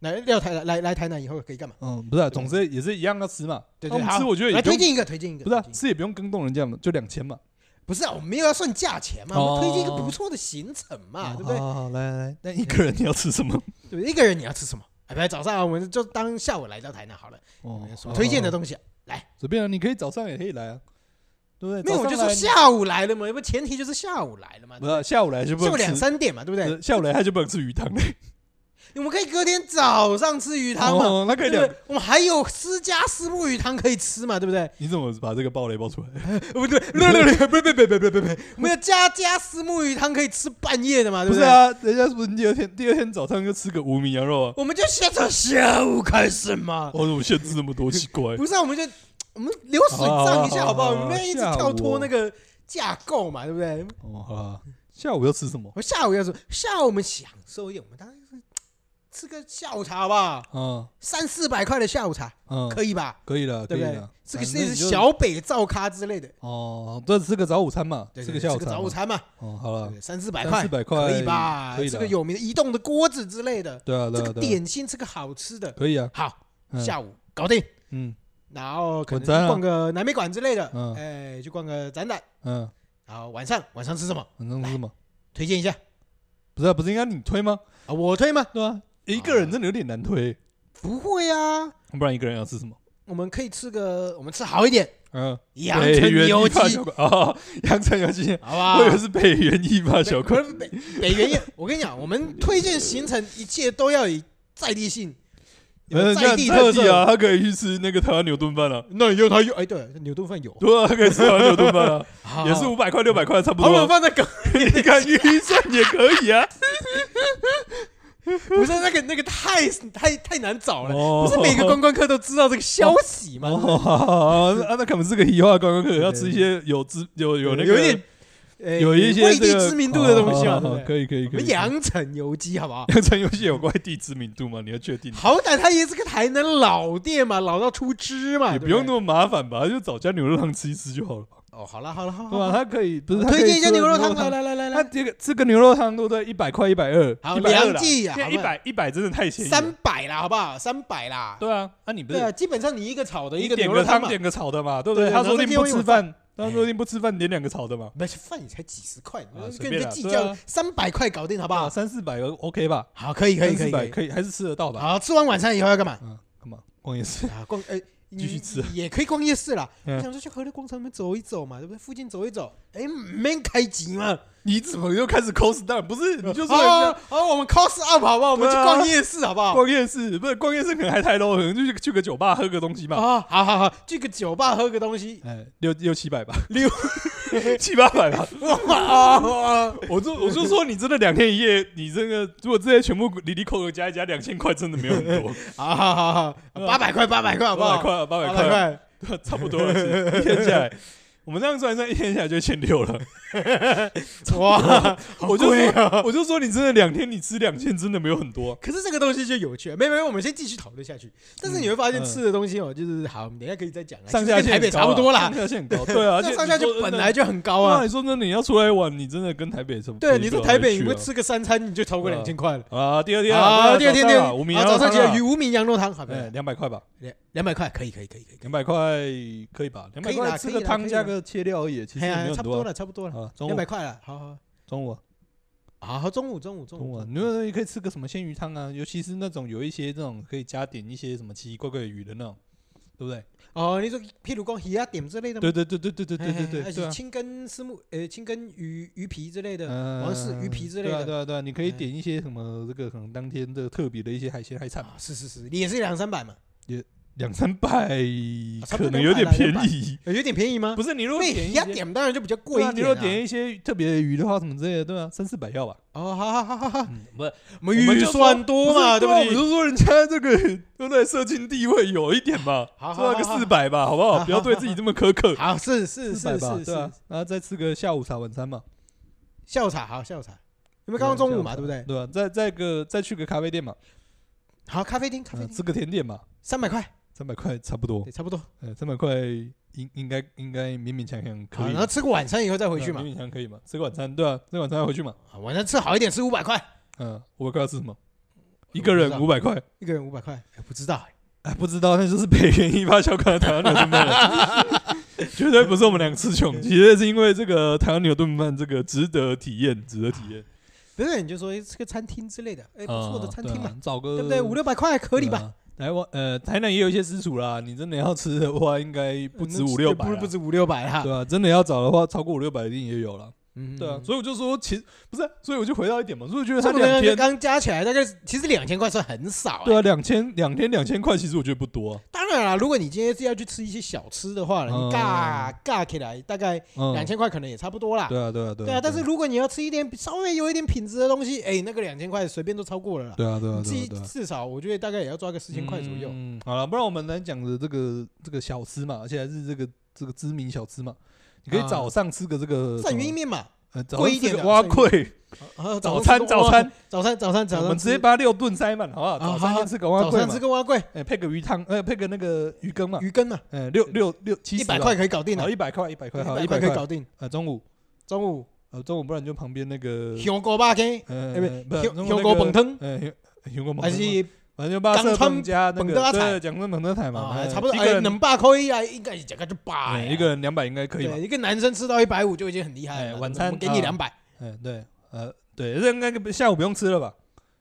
[SPEAKER 1] 来要台来来台南以后可以干嘛？
[SPEAKER 2] 嗯，不是、啊，总之也是一样要吃嘛。
[SPEAKER 1] 对对，
[SPEAKER 2] 啊我们
[SPEAKER 1] 好
[SPEAKER 2] 吃我觉得也
[SPEAKER 1] 来
[SPEAKER 2] 不用
[SPEAKER 1] 推荐一个，推荐一个，
[SPEAKER 2] 不是、啊、
[SPEAKER 1] 推荐一个
[SPEAKER 2] 吃也不用跟动人家嘛，就两千嘛，
[SPEAKER 1] 不是啊，我们没有要算价钱嘛，我们推荐一个
[SPEAKER 2] 哦
[SPEAKER 1] 不错的行程嘛，
[SPEAKER 2] 哦
[SPEAKER 1] 啊对不对？
[SPEAKER 2] 好好，好来来来，那一个人你要 吃什么？
[SPEAKER 1] 对不对？一个人你要吃什么？哎，不，早上啊我们就当下午来到台南好了。
[SPEAKER 2] 哦
[SPEAKER 1] 有什么推荐的
[SPEAKER 2] 都
[SPEAKER 1] 东西啊？
[SPEAKER 2] 随便啊，你可以早上也可以来啊，对不对？
[SPEAKER 1] 没有，我
[SPEAKER 2] 早
[SPEAKER 1] 就
[SPEAKER 2] 上
[SPEAKER 1] 说
[SPEAKER 2] 来
[SPEAKER 1] 下午来了嘛，不前提就是下午来了嘛，
[SPEAKER 2] 不是啊、下午来就不
[SPEAKER 1] 下
[SPEAKER 2] 能
[SPEAKER 1] 午
[SPEAKER 2] 吃，
[SPEAKER 1] 两三点嘛，对不
[SPEAKER 2] 不
[SPEAKER 1] 对？
[SPEAKER 2] 是下午来他就不能吃鱼汤了，
[SPEAKER 1] 我们可以隔天早上吃鱼汤嘛，
[SPEAKER 2] 哦，那可
[SPEAKER 1] 对
[SPEAKER 2] 以
[SPEAKER 1] 不
[SPEAKER 2] 两
[SPEAKER 1] 对，？我们还有私家私木鱼汤可以吃嘛，对不对？
[SPEAKER 2] 你怎么把这个爆雷爆出来？
[SPEAKER 1] 呃不对，不对，不对，不对，不对，不对，不对，我们有家家私木鱼汤可以吃半夜的嘛，对
[SPEAKER 2] 不是
[SPEAKER 1] 对？
[SPEAKER 2] 啊，人家是不是第二天第二天早上就吃个无名羊肉 啊？哦
[SPEAKER 1] 我们就先从下午开始嘛，
[SPEAKER 2] 我怎么限制那么多？奇怪，
[SPEAKER 1] 不是啊，我们就我们流水账一下好不好？我们不要一直跳脱那个架构嘛，对不对？
[SPEAKER 2] 哦，好啦，下午要吃什么？
[SPEAKER 1] 我下午要说，下午我们享受一点，我们当然是吃个下午茶好不好？
[SPEAKER 2] 嗯
[SPEAKER 1] 三四百块的下午茶
[SPEAKER 2] 嗯，
[SPEAKER 1] 可以吧？
[SPEAKER 2] 可以了，可
[SPEAKER 1] 对
[SPEAKER 2] 以
[SPEAKER 1] 不对
[SPEAKER 2] 了，？
[SPEAKER 1] 这个
[SPEAKER 2] 反正
[SPEAKER 1] 是
[SPEAKER 2] 你就
[SPEAKER 1] 小北照咖之类的，
[SPEAKER 2] 哦，这吃个早午餐嘛，
[SPEAKER 1] 对
[SPEAKER 2] 吃
[SPEAKER 1] 对
[SPEAKER 2] 个
[SPEAKER 1] 对
[SPEAKER 2] 下午
[SPEAKER 1] 吃个
[SPEAKER 2] 茶嘛，
[SPEAKER 1] 早午餐嘛，
[SPEAKER 2] 哦，好了
[SPEAKER 1] 对，三四百
[SPEAKER 2] 三
[SPEAKER 1] 块，
[SPEAKER 2] 四百块
[SPEAKER 1] 可以吧
[SPEAKER 2] 可？以
[SPEAKER 1] 吃
[SPEAKER 2] 的
[SPEAKER 1] 个有名的移动的锅子之类的，
[SPEAKER 2] 对啊，
[SPEAKER 1] 这
[SPEAKER 2] 对啊，
[SPEAKER 1] 个
[SPEAKER 2] 对啊，
[SPEAKER 1] 点心，吃个好吃的，
[SPEAKER 2] 可以啊，
[SPEAKER 1] 好，
[SPEAKER 2] 嗯
[SPEAKER 1] 下午搞定。
[SPEAKER 2] 嗯
[SPEAKER 1] 然后可能
[SPEAKER 2] 晚餐啊
[SPEAKER 1] 去逛个南美馆之类的，
[SPEAKER 2] 嗯
[SPEAKER 1] 哎，去逛个展览。
[SPEAKER 2] 嗯，
[SPEAKER 1] 然后晚上晚上吃什么？
[SPEAKER 2] 反正是什么？
[SPEAKER 1] 推荐一下
[SPEAKER 2] 不是啊，不是应该你推吗？
[SPEAKER 1] 啊，我推吗？
[SPEAKER 2] 对啊，一个人真的有点难推，
[SPEAKER 1] 不会啊，
[SPEAKER 2] 不然一个人要吃什么？
[SPEAKER 1] 我们可以吃个，我们吃好一点，
[SPEAKER 2] 嗯，
[SPEAKER 1] 阳春
[SPEAKER 2] 油
[SPEAKER 1] 油鸡，
[SPEAKER 2] 哦， 阳春油鸡，
[SPEAKER 1] 好不
[SPEAKER 2] 我以为
[SPEAKER 1] 好？
[SPEAKER 2] 是北原一发小
[SPEAKER 1] 可
[SPEAKER 2] 块，
[SPEAKER 1] 是北北原也，我跟你讲，我们推荐行程一切都要以在地性，
[SPEAKER 2] 呃
[SPEAKER 1] 有在地
[SPEAKER 2] 在
[SPEAKER 1] 特
[SPEAKER 2] 地
[SPEAKER 1] 色。
[SPEAKER 2] 啊，他可以去吃那个台湾牛炖饭啊，
[SPEAKER 1] 那你就他有哎，对，牛顿饭有，
[SPEAKER 2] 对啊，他可以吃台湾牛炖饭 啊，也是
[SPEAKER 1] 好
[SPEAKER 2] 五百块六百块差不
[SPEAKER 1] 好我
[SPEAKER 2] 多，
[SPEAKER 1] 放在梗，
[SPEAKER 2] 你看预算也可以啊，
[SPEAKER 1] 不是那个那个太太太难找了，
[SPEAKER 2] 不
[SPEAKER 1] 不是每个观光客都知道这个消息嘛？
[SPEAKER 2] 哦，好好好那那可能是个移花观光客，要吃一些有知有有那个
[SPEAKER 1] 有一点呃
[SPEAKER 2] 有一些
[SPEAKER 1] 未地
[SPEAKER 2] 这个哦
[SPEAKER 1] 知名度的东西
[SPEAKER 2] 好
[SPEAKER 1] 嘛，对
[SPEAKER 2] 好好
[SPEAKER 1] 不对？
[SPEAKER 2] 可以可以
[SPEAKER 1] 我
[SPEAKER 2] 可
[SPEAKER 1] 们
[SPEAKER 2] 以。
[SPEAKER 1] 阳城油鸡好不 好？
[SPEAKER 2] 阳城游戏有外地知名度吗？你要确定，
[SPEAKER 1] 好歹它也是个台南老店嘛，老到出汁嘛，对
[SPEAKER 2] 也不
[SPEAKER 1] 啊对
[SPEAKER 2] 用那么麻烦吧，就找家牛肉汤吃一吃就好了，
[SPEAKER 1] 哦。好了好了好了，
[SPEAKER 2] 对吧？
[SPEAKER 1] 好啦
[SPEAKER 2] 他可以不是
[SPEAKER 1] 我
[SPEAKER 2] 他可以
[SPEAKER 1] 推荐一下
[SPEAKER 2] 吃
[SPEAKER 1] 牛
[SPEAKER 2] 个
[SPEAKER 1] 肉
[SPEAKER 2] 肉
[SPEAKER 1] 汤，来来来来
[SPEAKER 2] 他
[SPEAKER 1] 来，
[SPEAKER 2] 这个这个牛肉汤对不对？一百块一百二，
[SPEAKER 1] 好
[SPEAKER 2] 一百二
[SPEAKER 1] 良计啊好
[SPEAKER 2] 一
[SPEAKER 1] 不好
[SPEAKER 2] 百一百真的太便宜了。
[SPEAKER 1] 三百啦，好不好？三百啦。
[SPEAKER 2] 对啊，那你不
[SPEAKER 1] 对啊，
[SPEAKER 2] 是
[SPEAKER 1] 基本上你一个炒的，一
[SPEAKER 2] 你
[SPEAKER 1] 个
[SPEAKER 2] 点
[SPEAKER 1] 牛
[SPEAKER 2] 个
[SPEAKER 1] 肉汤
[SPEAKER 2] 汤
[SPEAKER 1] 嘛，
[SPEAKER 2] 点个炒的嘛，对不
[SPEAKER 1] 对
[SPEAKER 2] 对？他
[SPEAKER 1] 然后
[SPEAKER 2] 说
[SPEAKER 1] 再
[SPEAKER 2] 定
[SPEAKER 1] 另
[SPEAKER 2] 不
[SPEAKER 1] 外
[SPEAKER 2] 吃
[SPEAKER 1] 用
[SPEAKER 2] 饭，他说定不吃饭，点两个炒的嘛，
[SPEAKER 1] 不是饭也才几十块，
[SPEAKER 2] 啊随
[SPEAKER 1] 跟人
[SPEAKER 2] 便
[SPEAKER 1] 家
[SPEAKER 2] 啦
[SPEAKER 1] 计
[SPEAKER 2] 对
[SPEAKER 1] 较
[SPEAKER 2] 啊
[SPEAKER 1] 三百块搞定好不
[SPEAKER 2] 啊
[SPEAKER 1] 好？
[SPEAKER 2] 三四百 OK 吧？
[SPEAKER 1] 好，可以可以可以
[SPEAKER 2] 可
[SPEAKER 1] 可
[SPEAKER 2] 以
[SPEAKER 1] 以。
[SPEAKER 2] 可以，还是吃得到吧？
[SPEAKER 1] 好，吃完晚餐以后要干嘛？
[SPEAKER 2] 嗯，干嘛？逛夜市？
[SPEAKER 1] 啊，逛哎，你
[SPEAKER 2] 继续吃
[SPEAKER 1] 也可以逛夜市啦。
[SPEAKER 2] 嗯
[SPEAKER 1] 我想说去和乐广场那边走一走嘛，对不对？附近走一走，哎，没开集嘛。
[SPEAKER 2] 你怎么又开始 cos down？不 是，你就说人
[SPEAKER 1] 好
[SPEAKER 2] 家
[SPEAKER 1] 哦好，我们 cos up 好不好？我们去
[SPEAKER 2] 对啊
[SPEAKER 1] 逛夜市好不好？
[SPEAKER 2] 逛夜市，不是逛夜市可能还太 low，可能就去去个酒吧喝个东西嘛。
[SPEAKER 1] 啊，好好好，去个酒吧喝个东西，
[SPEAKER 2] 哎，六六啊七百吧，
[SPEAKER 1] 六
[SPEAKER 2] 七八百 吧。
[SPEAKER 1] 哇！
[SPEAKER 2] 我就我就说你真的两天一夜，你这个如果这些全部里里扣扣加一加，两千块真的没有很 多，
[SPEAKER 1] 好啊好好好，八百块，八百块，好不
[SPEAKER 2] 嗯八百
[SPEAKER 1] 好？
[SPEAKER 2] 块啊，八百
[SPEAKER 1] 八
[SPEAKER 2] 块啊，
[SPEAKER 1] 块，
[SPEAKER 2] 对 差不多了，是一天下来。我们这样算一算，一天下来就一千六了。嗯
[SPEAKER 1] 哇！好
[SPEAKER 2] 我就
[SPEAKER 1] 贵啊
[SPEAKER 2] 说，我就说，你真的两天你吃两千，真的没有很多啊。
[SPEAKER 1] 可是这个东西就有趣了，没有没有，我们先继续讨论下去。但是你会发现
[SPEAKER 2] 嗯
[SPEAKER 1] 吃的东西哦，就是好，我们等一下可以再讲啊。
[SPEAKER 2] 上
[SPEAKER 1] 其实
[SPEAKER 2] 下
[SPEAKER 1] 跟
[SPEAKER 2] 限
[SPEAKER 1] 台北
[SPEAKER 2] 很高
[SPEAKER 1] 差不多
[SPEAKER 2] 上
[SPEAKER 1] 啦，
[SPEAKER 2] 下限很高，对 啊，而且
[SPEAKER 1] 这上下
[SPEAKER 2] 你说
[SPEAKER 1] 就本
[SPEAKER 2] 真的
[SPEAKER 1] 来就很高
[SPEAKER 2] 哇，
[SPEAKER 1] 啊。
[SPEAKER 2] 你说真的，你要出来玩，你真的跟台北差不多。
[SPEAKER 1] 对，你说台北你会
[SPEAKER 2] 会
[SPEAKER 1] 吃个三餐，你就超过
[SPEAKER 2] 对啊
[SPEAKER 1] 两千块了。
[SPEAKER 2] 啊？第二天
[SPEAKER 1] 啊，
[SPEAKER 2] 啊，
[SPEAKER 1] 第二天
[SPEAKER 2] 早
[SPEAKER 1] 第
[SPEAKER 2] 上
[SPEAKER 1] 二
[SPEAKER 2] 啊，无名
[SPEAKER 1] 啊
[SPEAKER 2] 啊
[SPEAKER 1] 早上起来
[SPEAKER 2] 鱼，
[SPEAKER 1] 无名羊肉汤，好不好
[SPEAKER 2] 哎，？两百块吧，
[SPEAKER 1] 两两百块可以可以可以可以，
[SPEAKER 2] 两百块可以吧？两
[SPEAKER 1] 可
[SPEAKER 2] 百
[SPEAKER 1] 以啦
[SPEAKER 2] 块吃
[SPEAKER 1] 可
[SPEAKER 2] 个
[SPEAKER 1] 以啦
[SPEAKER 2] 汤
[SPEAKER 1] 可以
[SPEAKER 2] 加
[SPEAKER 1] 啦
[SPEAKER 2] 个切料而已，其实
[SPEAKER 1] 哎
[SPEAKER 2] 也没
[SPEAKER 1] 呀，
[SPEAKER 2] 有
[SPEAKER 1] 差
[SPEAKER 2] 很
[SPEAKER 1] 不
[SPEAKER 2] 多
[SPEAKER 1] 多
[SPEAKER 2] 啊。
[SPEAKER 1] 了差不多了，
[SPEAKER 2] 啊，中
[SPEAKER 1] 两
[SPEAKER 2] 午
[SPEAKER 1] 百块了，好好
[SPEAKER 2] 中午啊
[SPEAKER 1] 好好，中午中午中
[SPEAKER 2] 中午
[SPEAKER 1] 午
[SPEAKER 2] 啊，你们也可以吃个什么鲜鱼汤啊，尤其是那种有一些这种可以加点一些什么奇奇怪怪的鱼的那种，对不对？
[SPEAKER 1] 哦，你说譬如讲鱼啊点之类的吗？
[SPEAKER 2] 对对对对对对对对对
[SPEAKER 1] 而
[SPEAKER 2] 对
[SPEAKER 1] 且
[SPEAKER 2] 啊！
[SPEAKER 1] 青根丝木呃青根鱼鱼皮之类的，
[SPEAKER 2] 嗯，
[SPEAKER 1] 好像是鱼皮之类
[SPEAKER 2] 对啊
[SPEAKER 1] 的
[SPEAKER 2] 对啊对啊，你可以
[SPEAKER 1] 哎
[SPEAKER 2] 点一些什么这个可能当天的特别的一些海鲜海产嘛
[SPEAKER 1] 啊是是是，也是两三百嘛，
[SPEAKER 2] 两三百
[SPEAKER 1] 啊差不多
[SPEAKER 2] 可能有点
[SPEAKER 1] 200
[SPEAKER 2] 便
[SPEAKER 1] 啦
[SPEAKER 2] 宜，
[SPEAKER 1] 呃有点便宜吗？
[SPEAKER 2] 不是你如果
[SPEAKER 1] 那
[SPEAKER 2] 点
[SPEAKER 1] 鱼
[SPEAKER 2] 一
[SPEAKER 1] 啊
[SPEAKER 2] 些，
[SPEAKER 1] 点当然就比较
[SPEAKER 2] 对
[SPEAKER 1] 贵
[SPEAKER 2] 啊，
[SPEAKER 1] 一
[SPEAKER 2] 你如果
[SPEAKER 1] 点
[SPEAKER 2] 点
[SPEAKER 1] 啊。
[SPEAKER 2] 一些特别的鱼的话，什么之类的，对啊，三四百要吧。
[SPEAKER 1] 哦，好好好好好，
[SPEAKER 2] 嗯，不是，
[SPEAKER 1] 我们
[SPEAKER 2] 我们
[SPEAKER 1] 预
[SPEAKER 2] 就说
[SPEAKER 1] 算多嘛，
[SPEAKER 2] 对
[SPEAKER 1] 对
[SPEAKER 2] 啊我
[SPEAKER 1] 不对？
[SPEAKER 2] 就说人家这个 对不对，社经地位有一点嘛，
[SPEAKER 1] 好
[SPEAKER 2] 做
[SPEAKER 1] 好
[SPEAKER 2] 到个
[SPEAKER 1] 好
[SPEAKER 2] 四百吧，好不好？
[SPEAKER 1] 好
[SPEAKER 2] 不要对自己这么苛刻，
[SPEAKER 1] 好是是
[SPEAKER 2] 四百
[SPEAKER 1] 是
[SPEAKER 2] 吧
[SPEAKER 1] 是，
[SPEAKER 2] 对啊
[SPEAKER 1] 是，，
[SPEAKER 2] 然后再吃个下午茶、晚餐嘛，
[SPEAKER 1] 下午茶好下午茶，因为刚刚
[SPEAKER 2] 对啊
[SPEAKER 1] 中午
[SPEAKER 2] 下
[SPEAKER 1] 嘛，对不对？
[SPEAKER 2] 对吧？再再个再去个咖啡店嘛，
[SPEAKER 1] 好，咖啡厅咖啡
[SPEAKER 2] 嗯
[SPEAKER 1] 厅
[SPEAKER 2] 吃个甜点嘛，
[SPEAKER 1] 三百块，
[SPEAKER 2] 三百块差不多
[SPEAKER 1] 对，，差不多。
[SPEAKER 2] 呃，三百块应应该应该勉勉强强可
[SPEAKER 1] 好，
[SPEAKER 2] 以
[SPEAKER 1] 然
[SPEAKER 2] 吧，
[SPEAKER 1] 后吃个晚餐以后再回去嘛
[SPEAKER 2] 呃。勉勉强可以嘛，吃个晚餐对啊，吃个晚餐要回去嘛，
[SPEAKER 1] 啊晚餐吃好一点，吃五百块，
[SPEAKER 2] 嗯，五百块要吃什么？一
[SPEAKER 1] 我
[SPEAKER 2] 个
[SPEAKER 1] 不
[SPEAKER 2] 人
[SPEAKER 1] 知道
[SPEAKER 2] 五百块，
[SPEAKER 1] 一个人五百块，哎不知道欸。
[SPEAKER 2] 哎，不知道，那就是北原一发小款的台湾牛顿饭， 绝对不是我们两个吃穷，绝对是因为这个台湾牛顿饭这个值得体验，值得体验，
[SPEAKER 1] 不是，你就说哎吃个餐厅之类的，哎，不错的
[SPEAKER 2] 啊
[SPEAKER 1] 餐厅嘛，，
[SPEAKER 2] 找个
[SPEAKER 1] 对不对？五六百块合理吧？
[SPEAKER 2] 对啊？台湾呃，台南也有一些私厨啦，你真的要吃的话，应该不止
[SPEAKER 1] 嗯
[SPEAKER 2] 五六百
[SPEAKER 1] 不
[SPEAKER 2] 啦，
[SPEAKER 1] 不止五六百哈
[SPEAKER 2] 对。啊，真的要找的话，超过五六百一定也有了。
[SPEAKER 1] 嗯
[SPEAKER 2] 对啊，
[SPEAKER 1] 以
[SPEAKER 2] 所以我就说，其实不是啊，所以我就回到一点嘛，所以我觉得他
[SPEAKER 1] 这么多
[SPEAKER 2] 两天，
[SPEAKER 1] 刚加起来大概是其实两千块算很少欸。
[SPEAKER 2] 对啊，两千两天两千块，其实我觉得不多啊。
[SPEAKER 1] 当然啦，如果你今天是要去吃一些小吃的话，你
[SPEAKER 2] 嗯
[SPEAKER 1] 尬尬起来大概
[SPEAKER 2] 嗯，
[SPEAKER 1] 两千块可能也差不多啦。
[SPEAKER 2] 对啊，对啊，对啊，
[SPEAKER 1] 对啊，但是如果你要吃一点稍微有一点品质的东西，哎，那个两千块随便都超过了啦。
[SPEAKER 2] 对啊，对啊，
[SPEAKER 1] 你自己
[SPEAKER 2] 对啊，对啊。
[SPEAKER 1] 至少我觉得大概也要抓个四千块左右。
[SPEAKER 2] 嗯，好了，不然我们来讲的这个这个小吃嘛，而且还是这个这个知名小吃嘛，你可以
[SPEAKER 1] 啊
[SPEAKER 2] 早上吃个这个
[SPEAKER 1] 鳝鱼意
[SPEAKER 2] 面，
[SPEAKER 1] 面嘛，
[SPEAKER 2] 呃，早
[SPEAKER 1] 啊贵
[SPEAKER 2] 上
[SPEAKER 1] 一
[SPEAKER 2] 吃
[SPEAKER 1] 点
[SPEAKER 2] 个
[SPEAKER 1] 的
[SPEAKER 2] 蛙
[SPEAKER 1] 鳝鱼
[SPEAKER 2] 贵，
[SPEAKER 1] 啊
[SPEAKER 2] 早餐早餐，
[SPEAKER 1] 早餐早餐早
[SPEAKER 2] 我
[SPEAKER 1] 上
[SPEAKER 2] 们直
[SPEAKER 1] 吃
[SPEAKER 2] 接把它六顿塞满，好不好？
[SPEAKER 1] 啊
[SPEAKER 2] 早餐
[SPEAKER 1] 好
[SPEAKER 2] 先吃个蛙
[SPEAKER 1] 早
[SPEAKER 2] 贵
[SPEAKER 1] 餐
[SPEAKER 2] 嘛
[SPEAKER 1] 吃，个蛙贵，
[SPEAKER 2] 哎，配个鱼汤，呃，配个那个鱼羹嘛，
[SPEAKER 1] 鱼羹嘛，
[SPEAKER 2] 呃，六六六七
[SPEAKER 1] 嗯一
[SPEAKER 2] 十
[SPEAKER 1] 百
[SPEAKER 2] 吧
[SPEAKER 1] 块，可以搞定
[SPEAKER 2] 好，
[SPEAKER 1] 了，
[SPEAKER 2] 一百块，一百块，好，
[SPEAKER 1] 一
[SPEAKER 2] 一百
[SPEAKER 1] 百块
[SPEAKER 2] 块
[SPEAKER 1] 可以，搞定。
[SPEAKER 2] 呃，中午。
[SPEAKER 1] 中午
[SPEAKER 2] 呃，中午不然就旁边那个，
[SPEAKER 1] 香锅巴羹，
[SPEAKER 2] 呃，
[SPEAKER 1] 哎
[SPEAKER 2] 呃不
[SPEAKER 1] 不
[SPEAKER 2] 是，
[SPEAKER 1] 香
[SPEAKER 2] 中午
[SPEAKER 1] 香
[SPEAKER 2] 那
[SPEAKER 1] 锅
[SPEAKER 2] 个
[SPEAKER 1] 本汤
[SPEAKER 2] 呃，香香锅本
[SPEAKER 1] 还
[SPEAKER 2] 汤
[SPEAKER 1] 是
[SPEAKER 2] 反正就巴
[SPEAKER 1] 港
[SPEAKER 2] 色
[SPEAKER 1] 川
[SPEAKER 2] 加那
[SPEAKER 1] 本
[SPEAKER 2] 个
[SPEAKER 1] 德菜
[SPEAKER 2] 对，讲成本德菜嘛，
[SPEAKER 1] 啊，
[SPEAKER 2] 哎
[SPEAKER 1] 差不多
[SPEAKER 2] 一
[SPEAKER 1] 哎
[SPEAKER 2] 个，人
[SPEAKER 1] 能八块啊，应该是这个就八
[SPEAKER 2] 哎
[SPEAKER 1] 呀，
[SPEAKER 2] 一个人两百应该可以吧
[SPEAKER 1] 啊对，？一个男生吃到一百五就已经很厉害
[SPEAKER 2] 哎
[SPEAKER 1] 了。
[SPEAKER 2] 晚餐
[SPEAKER 1] 我们给你
[SPEAKER 2] 啊
[SPEAKER 1] 两百。
[SPEAKER 2] 嗯，对，呃，对，这应该下午不用吃了吧？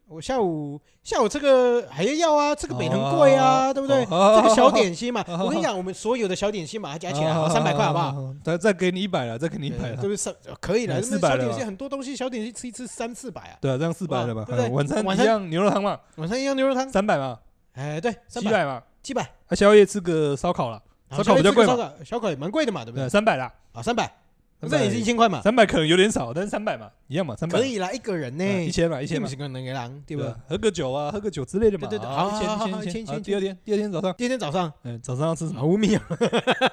[SPEAKER 1] 我下午下午这个还要啊，这个北很贵啊，
[SPEAKER 2] 哦
[SPEAKER 1] 对不对？
[SPEAKER 2] 哦
[SPEAKER 1] 这个 小点心嘛，
[SPEAKER 2] 哦
[SPEAKER 1] 我跟你讲，我们所有的小点心把它加起来
[SPEAKER 2] 啊
[SPEAKER 1] 好，三百块好不好？？
[SPEAKER 2] 再再给你一百了，再给你一百
[SPEAKER 1] 对
[SPEAKER 2] 了
[SPEAKER 1] 对，不对？三可以了，
[SPEAKER 2] 嗯
[SPEAKER 1] 那么
[SPEAKER 2] 400
[SPEAKER 1] 小
[SPEAKER 2] 了
[SPEAKER 1] 点
[SPEAKER 2] 吧
[SPEAKER 1] 心很多东西，小点心吃一次三四百啊。
[SPEAKER 2] 对啊，这样四百了吧？
[SPEAKER 1] 对不对
[SPEAKER 2] 嗯晚餐
[SPEAKER 1] 晚
[SPEAKER 2] 一
[SPEAKER 1] 餐
[SPEAKER 2] 样牛肉汤嘛，
[SPEAKER 1] 晚上一样牛肉汤，
[SPEAKER 2] 三百嘛，
[SPEAKER 1] 哎，对，三
[SPEAKER 2] 七
[SPEAKER 1] 百
[SPEAKER 2] 百嘛，
[SPEAKER 1] 七百，
[SPEAKER 2] 啊，宵夜吃个烧烤啦，
[SPEAKER 1] 然后
[SPEAKER 2] 烧烤比较
[SPEAKER 1] 这个
[SPEAKER 2] 贵嘛
[SPEAKER 1] 烧烤小烤也蛮贵的嘛，对不对
[SPEAKER 2] 对，？三百啦，
[SPEAKER 1] 啊，三百，
[SPEAKER 2] 300
[SPEAKER 1] 这也是一千块嘛，
[SPEAKER 2] 三百可能有点少，但是三百嘛，一样嘛，三百
[SPEAKER 1] 可以啦，一个人呢，
[SPEAKER 2] 一千嘛，一
[SPEAKER 1] 一
[SPEAKER 2] 千嘛
[SPEAKER 1] 不是，个能给狼，对不
[SPEAKER 2] 对
[SPEAKER 1] 对
[SPEAKER 2] 吧？？喝个酒啊，喝个酒之类的嘛。
[SPEAKER 1] 对对对
[SPEAKER 2] 啊
[SPEAKER 1] 好好好好
[SPEAKER 2] 一千
[SPEAKER 1] 一
[SPEAKER 2] 一
[SPEAKER 1] 千一
[SPEAKER 2] 千
[SPEAKER 1] 千
[SPEAKER 2] 一千。第二天，第二天早上，
[SPEAKER 1] 今天早上
[SPEAKER 2] 嗯，早上要吃什么？
[SPEAKER 1] 啊，无米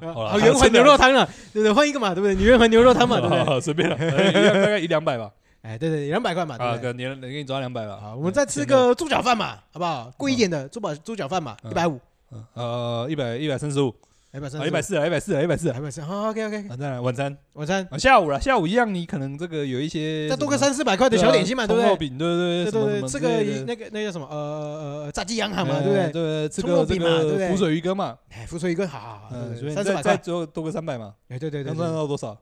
[SPEAKER 2] 好啦
[SPEAKER 1] 啊，圆环牛肉汤了，对不对？换一个嘛，对不对？你圆环牛肉汤嘛，对不对？
[SPEAKER 2] 好随便了，呃一样大 概一两百吧。
[SPEAKER 1] 哎，对对，对两百块嘛，对
[SPEAKER 2] 啊，
[SPEAKER 1] 不对？
[SPEAKER 2] 可能能给你抓两百嗯了。
[SPEAKER 1] 好，我们再吃个猪脚饭嘛，好不好？贵一点的猪宝猪脚饭嘛，
[SPEAKER 2] 嗯
[SPEAKER 1] 一百五，
[SPEAKER 2] 嗯，呃，一百一百三十五，
[SPEAKER 1] 一百三，
[SPEAKER 2] 啊，一百，四，一百四，一百四。
[SPEAKER 1] 一百三，好，OK OK OK，
[SPEAKER 2] 啊，再来晚餐
[SPEAKER 1] 晚餐
[SPEAKER 2] 啊，下午了，下午一样，你可能这个有一些
[SPEAKER 1] 再多个
[SPEAKER 2] 什么
[SPEAKER 1] 三四百块的
[SPEAKER 2] 对啊
[SPEAKER 1] 小点心嘛，对不
[SPEAKER 2] 葱肉
[SPEAKER 1] 对？
[SPEAKER 2] 饼，对
[SPEAKER 1] 对对对，
[SPEAKER 2] 对对什
[SPEAKER 1] 这
[SPEAKER 2] 么什么
[SPEAKER 1] 个
[SPEAKER 2] 之类的
[SPEAKER 1] 那个那个叫什么呃呃呃炸鸡洋ham嘛，
[SPEAKER 2] 哎
[SPEAKER 1] 对不对？
[SPEAKER 2] 对对，吃
[SPEAKER 1] 葱肉
[SPEAKER 2] 个这
[SPEAKER 1] 饼嘛对不
[SPEAKER 2] 个
[SPEAKER 1] 对
[SPEAKER 2] 浮水鱼羹嘛，
[SPEAKER 1] 哎，浮水一个好好好，
[SPEAKER 2] 嗯，所以
[SPEAKER 1] 三四
[SPEAKER 2] 再
[SPEAKER 1] 百
[SPEAKER 2] 再
[SPEAKER 1] 块，
[SPEAKER 2] 多多个三百嘛，
[SPEAKER 1] 哎，对对对
[SPEAKER 2] 能算
[SPEAKER 1] 对，
[SPEAKER 2] 到多少？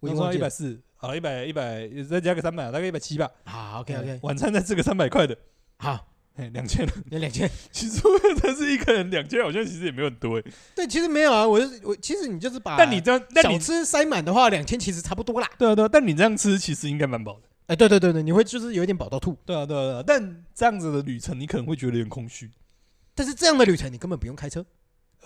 [SPEAKER 1] 我已
[SPEAKER 2] 能
[SPEAKER 1] 经
[SPEAKER 2] 算
[SPEAKER 1] 忘
[SPEAKER 2] 到
[SPEAKER 1] 记
[SPEAKER 2] 一
[SPEAKER 1] 了
[SPEAKER 2] 百，四，好了，一百一百再加个三百，大概一百七吧。
[SPEAKER 1] 好，OK OK，
[SPEAKER 2] 哎晚餐再吃个三百块的，
[SPEAKER 1] 好，
[SPEAKER 2] 哎，两千。
[SPEAKER 1] 有两千，
[SPEAKER 2] 其实我但是一个人两千，好像其实也没有很多哎。
[SPEAKER 1] 对，其实没有啊，我是我其实你就是把，
[SPEAKER 2] 但你这样，但
[SPEAKER 1] 啊小
[SPEAKER 2] 你
[SPEAKER 1] 吃塞满的话，两千其实差不多啦。
[SPEAKER 2] 对啊对啊，但你这样吃其实应该蛮饱的。
[SPEAKER 1] 哎，对对对对，你会就是有一点饱到吐，
[SPEAKER 2] 对啊对啊，对啊但这样子的旅程你可能会觉得有点空虚。
[SPEAKER 1] 但是这样的旅程你根本不用开车。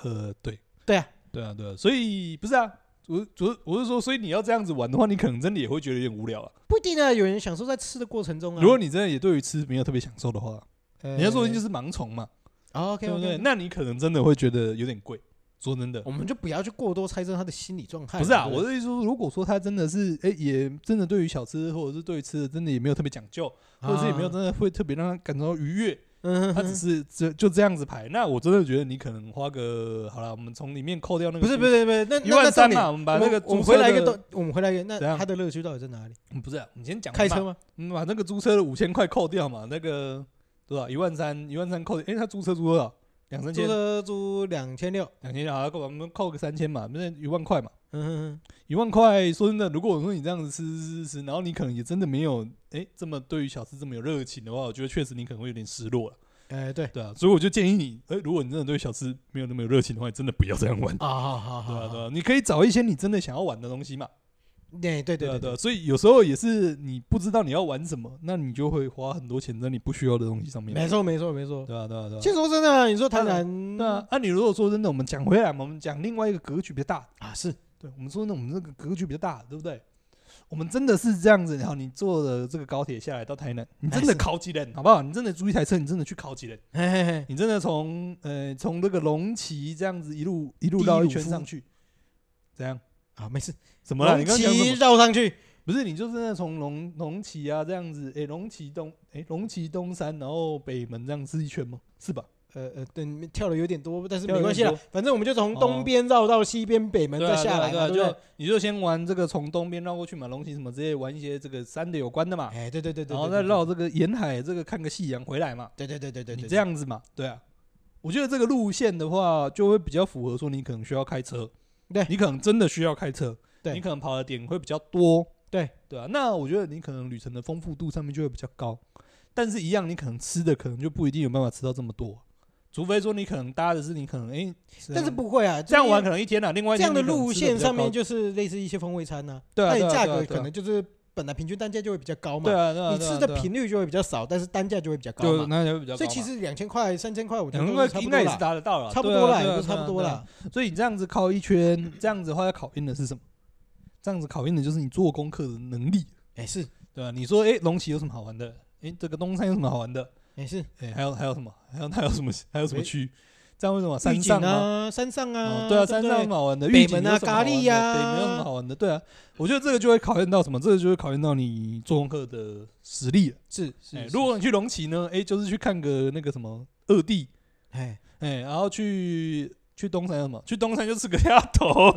[SPEAKER 2] 呃，对，
[SPEAKER 1] 对啊，
[SPEAKER 2] 对啊对啊，所以不是啊，我我我是说，所以你要这样子玩的话，你可能真的也会觉得有点无聊啊。
[SPEAKER 1] 不一定啊，有人享受在吃的过程中啊。
[SPEAKER 2] 如果你真的也对于吃没有特别享受的话，
[SPEAKER 1] 呃哦
[SPEAKER 2] 人家说的就是盲从嘛，
[SPEAKER 1] OK
[SPEAKER 2] 对不对？
[SPEAKER 1] OK，
[SPEAKER 2] 那你可能真的会觉得有点贵。说真的
[SPEAKER 1] 我，们就不要去过多猜测他的心理状态嘛。
[SPEAKER 2] 不是啊，
[SPEAKER 1] 对
[SPEAKER 2] 我的意思说，如果说他真的是，哎，也真的对于小吃或者是对于吃的真的也没有特别讲究，或者是也没有，
[SPEAKER 1] 啊
[SPEAKER 2] 真的会特别让他感到愉悦，
[SPEAKER 1] 嗯，
[SPEAKER 2] 他只
[SPEAKER 1] 是
[SPEAKER 2] 是就就这样子排。那我真的觉得你可能花个好了，我们从里面扣掉那个
[SPEAKER 1] 不是不是不是，那
[SPEAKER 2] 一
[SPEAKER 1] 那
[SPEAKER 2] 万
[SPEAKER 1] 那
[SPEAKER 2] 三
[SPEAKER 1] 重
[SPEAKER 2] 嘛，
[SPEAKER 1] 点，
[SPEAKER 2] 我们把那个
[SPEAKER 1] 我们我们
[SPEAKER 2] 租
[SPEAKER 1] 回
[SPEAKER 2] 车
[SPEAKER 1] 来一个
[SPEAKER 2] 的
[SPEAKER 1] 都，我们回来一个，
[SPEAKER 2] 怎样
[SPEAKER 1] 那他的乐趣到底在哪里？
[SPEAKER 2] 嗯不是啊，我们先讲
[SPEAKER 1] 开
[SPEAKER 2] 嘛
[SPEAKER 1] 车吗？
[SPEAKER 2] 我们把那个租车的五千块扣掉嘛，那个多少一万三一万三扣掉，哎，他租车租多少？两三
[SPEAKER 1] 租
[SPEAKER 2] 千，
[SPEAKER 1] 车租两千六，
[SPEAKER 2] 两千啊，我们扣个三千嘛，不是一万块嘛。
[SPEAKER 1] 嗯哼哼，
[SPEAKER 2] 一万块，说真的，如果我说你这样子吃吃吃吃，然后你可能也真的没有哎、这么对于小吃这么有热情的话，我觉得确实你可能会有点失落了，
[SPEAKER 1] 哎对，
[SPEAKER 2] 对啊，所以我就建议你，哎、如果你真的对小吃没有那么有热情的话，你真的不要这样 玩，
[SPEAKER 1] 啊好好
[SPEAKER 2] 对
[SPEAKER 1] 好
[SPEAKER 2] 啊对
[SPEAKER 1] 好，
[SPEAKER 2] 啊，你可以找一些你真的想要玩的东西嘛，
[SPEAKER 1] 哎对对对
[SPEAKER 2] 啊
[SPEAKER 1] 对
[SPEAKER 2] 对
[SPEAKER 1] 对
[SPEAKER 2] 啊，所以有时候也是你不知道你要玩什么，那你就会花很多钱在你不需要的东西上面，
[SPEAKER 1] 没错没错没错。
[SPEAKER 2] 对啊对啊对啊
[SPEAKER 1] 其，实说真的啊，你说台
[SPEAKER 2] 当然
[SPEAKER 1] 南
[SPEAKER 2] 对啊，那、你如果说真的，我们讲回来嘛，我们讲另外一个格局比较大的
[SPEAKER 1] 啊是
[SPEAKER 2] 对，我们说呢，我们这个格局比较大，对不对？我们真的是这样子，然后你坐了这个高铁下来到台南，你真的
[SPEAKER 1] 哎是
[SPEAKER 2] 考几人，好不好？你真的租一台车，你真的去考几人，
[SPEAKER 1] 嘿嘿嘿，
[SPEAKER 2] 你真的从呃从这个龙崎这样子一路一路
[SPEAKER 1] 低
[SPEAKER 2] 绕一
[SPEAKER 1] 鲁
[SPEAKER 2] 圈
[SPEAKER 1] 夫
[SPEAKER 2] 上去，怎样？
[SPEAKER 1] 啊没事，
[SPEAKER 2] 怎么了？你
[SPEAKER 1] 龙
[SPEAKER 2] 刚刚讲什
[SPEAKER 1] 骑
[SPEAKER 2] 么？
[SPEAKER 1] 绕上去，
[SPEAKER 2] 不是，你就真的从龙龙崎啊这样子，诶，龙崎东，诶，龙崎东山，然后北门这样是一圈吗？是吧？
[SPEAKER 1] 呃呃，等跳的有点多，但是
[SPEAKER 2] 跳得
[SPEAKER 1] 没关系
[SPEAKER 2] 有
[SPEAKER 1] 啦
[SPEAKER 2] 点，
[SPEAKER 1] 反正我们就从
[SPEAKER 2] 哦
[SPEAKER 1] 东边绕到西边北门
[SPEAKER 2] 对
[SPEAKER 1] 再
[SPEAKER 2] 啊，对
[SPEAKER 1] 下
[SPEAKER 2] 啊，
[SPEAKER 1] 来
[SPEAKER 2] 对
[SPEAKER 1] 嘛，
[SPEAKER 2] 啊，
[SPEAKER 1] 对不对
[SPEAKER 2] 就？你就先玩这个从东边绕过去嘛，龙形什么之类，玩一些这个山的有关的嘛，
[SPEAKER 1] 哎，对对对对，
[SPEAKER 2] 然后
[SPEAKER 1] 对
[SPEAKER 2] 再
[SPEAKER 1] 对
[SPEAKER 2] 绕这个沿海这个看个夕阳回来嘛，
[SPEAKER 1] 对对对对对，
[SPEAKER 2] 你
[SPEAKER 1] 对
[SPEAKER 2] 这，样子嘛，对啊。我觉得这个路线的话，就会比较符合说你可能需要开车，
[SPEAKER 1] 对
[SPEAKER 2] 你可能真的需要开车，
[SPEAKER 1] 对
[SPEAKER 2] 你可能跑的点会比较多，
[SPEAKER 1] 对
[SPEAKER 2] 对啊。那我觉得你可能旅程的丰富度上面就会比较高，但是一样你可能吃的可能就不一定有办法吃到这么多，除非说你可能搭的是你可能哎、
[SPEAKER 1] 对但是不会啊，
[SPEAKER 2] 这样
[SPEAKER 1] 就是
[SPEAKER 2] 玩可能一天啊，另外一
[SPEAKER 1] 这
[SPEAKER 2] 天
[SPEAKER 1] 样的
[SPEAKER 2] 你可能
[SPEAKER 1] 路
[SPEAKER 2] 吃得比
[SPEAKER 1] 线
[SPEAKER 2] 较
[SPEAKER 1] 上面
[SPEAKER 2] 高
[SPEAKER 1] 就是类似一些风味餐呐，
[SPEAKER 2] 对啊
[SPEAKER 1] 那
[SPEAKER 2] 对
[SPEAKER 1] 你
[SPEAKER 2] 啊
[SPEAKER 1] 价
[SPEAKER 2] 对啊
[SPEAKER 1] 格
[SPEAKER 2] 对啊
[SPEAKER 1] 可能就是本来平均单价就会比较高
[SPEAKER 2] 对
[SPEAKER 1] 嘛，
[SPEAKER 2] 啊，对啊
[SPEAKER 1] 你
[SPEAKER 2] 对啊
[SPEAKER 1] 吃
[SPEAKER 2] 对
[SPEAKER 1] 的
[SPEAKER 2] 啊
[SPEAKER 1] 频率就会比较少，但是单价就会比较高
[SPEAKER 2] 就
[SPEAKER 1] 嘛，
[SPEAKER 2] 那就比较高嘛，
[SPEAKER 1] 所以其实两千块、三千块，我觉得
[SPEAKER 2] 应
[SPEAKER 1] 都是差
[SPEAKER 2] 该
[SPEAKER 1] 不
[SPEAKER 2] 应
[SPEAKER 1] 多
[SPEAKER 2] 该也是
[SPEAKER 1] 啦，
[SPEAKER 2] 达得到了，
[SPEAKER 1] 差不
[SPEAKER 2] 对啊
[SPEAKER 1] 多啦，
[SPEAKER 2] 对啊
[SPEAKER 1] 也都差
[SPEAKER 2] 对
[SPEAKER 1] 不
[SPEAKER 2] 啊
[SPEAKER 1] 多
[SPEAKER 2] 对啊
[SPEAKER 1] 啦。
[SPEAKER 2] 所以你这样子考一圈，这样子的话要考验的是什么？这样子考验的就是你做功课的能力，
[SPEAKER 1] 哎，是，
[SPEAKER 2] 对吧、你说，哎、龙旗有什么好玩的？哎、这个东山有什么好玩的？
[SPEAKER 1] 哎是，
[SPEAKER 2] 哎、还有还有什么？还有还有什么？还有什么
[SPEAKER 1] 没
[SPEAKER 2] 区？这样为什么？
[SPEAKER 1] 预
[SPEAKER 2] 山
[SPEAKER 1] 警
[SPEAKER 2] 上吗？
[SPEAKER 1] 啊，山上
[SPEAKER 2] 哦
[SPEAKER 1] 啊，
[SPEAKER 2] 对啊，
[SPEAKER 1] 不
[SPEAKER 2] 山上有什么好玩的，
[SPEAKER 1] 北
[SPEAKER 2] 预警
[SPEAKER 1] 门
[SPEAKER 2] 有
[SPEAKER 1] 啊
[SPEAKER 2] 什么好玩的
[SPEAKER 1] 咖喱呀
[SPEAKER 2] 北门有什么好玩的？对啊，我觉得这个就会考验到什么？这个就会考验到你做功课的实力了。
[SPEAKER 1] 是是
[SPEAKER 2] 哎，
[SPEAKER 1] 是
[SPEAKER 2] 如果你去龙旗呢，哎、就是去看个那个什么二地，
[SPEAKER 1] 哎，
[SPEAKER 2] 哎、然后去去东山有什么？去东山就吃个鸭 头，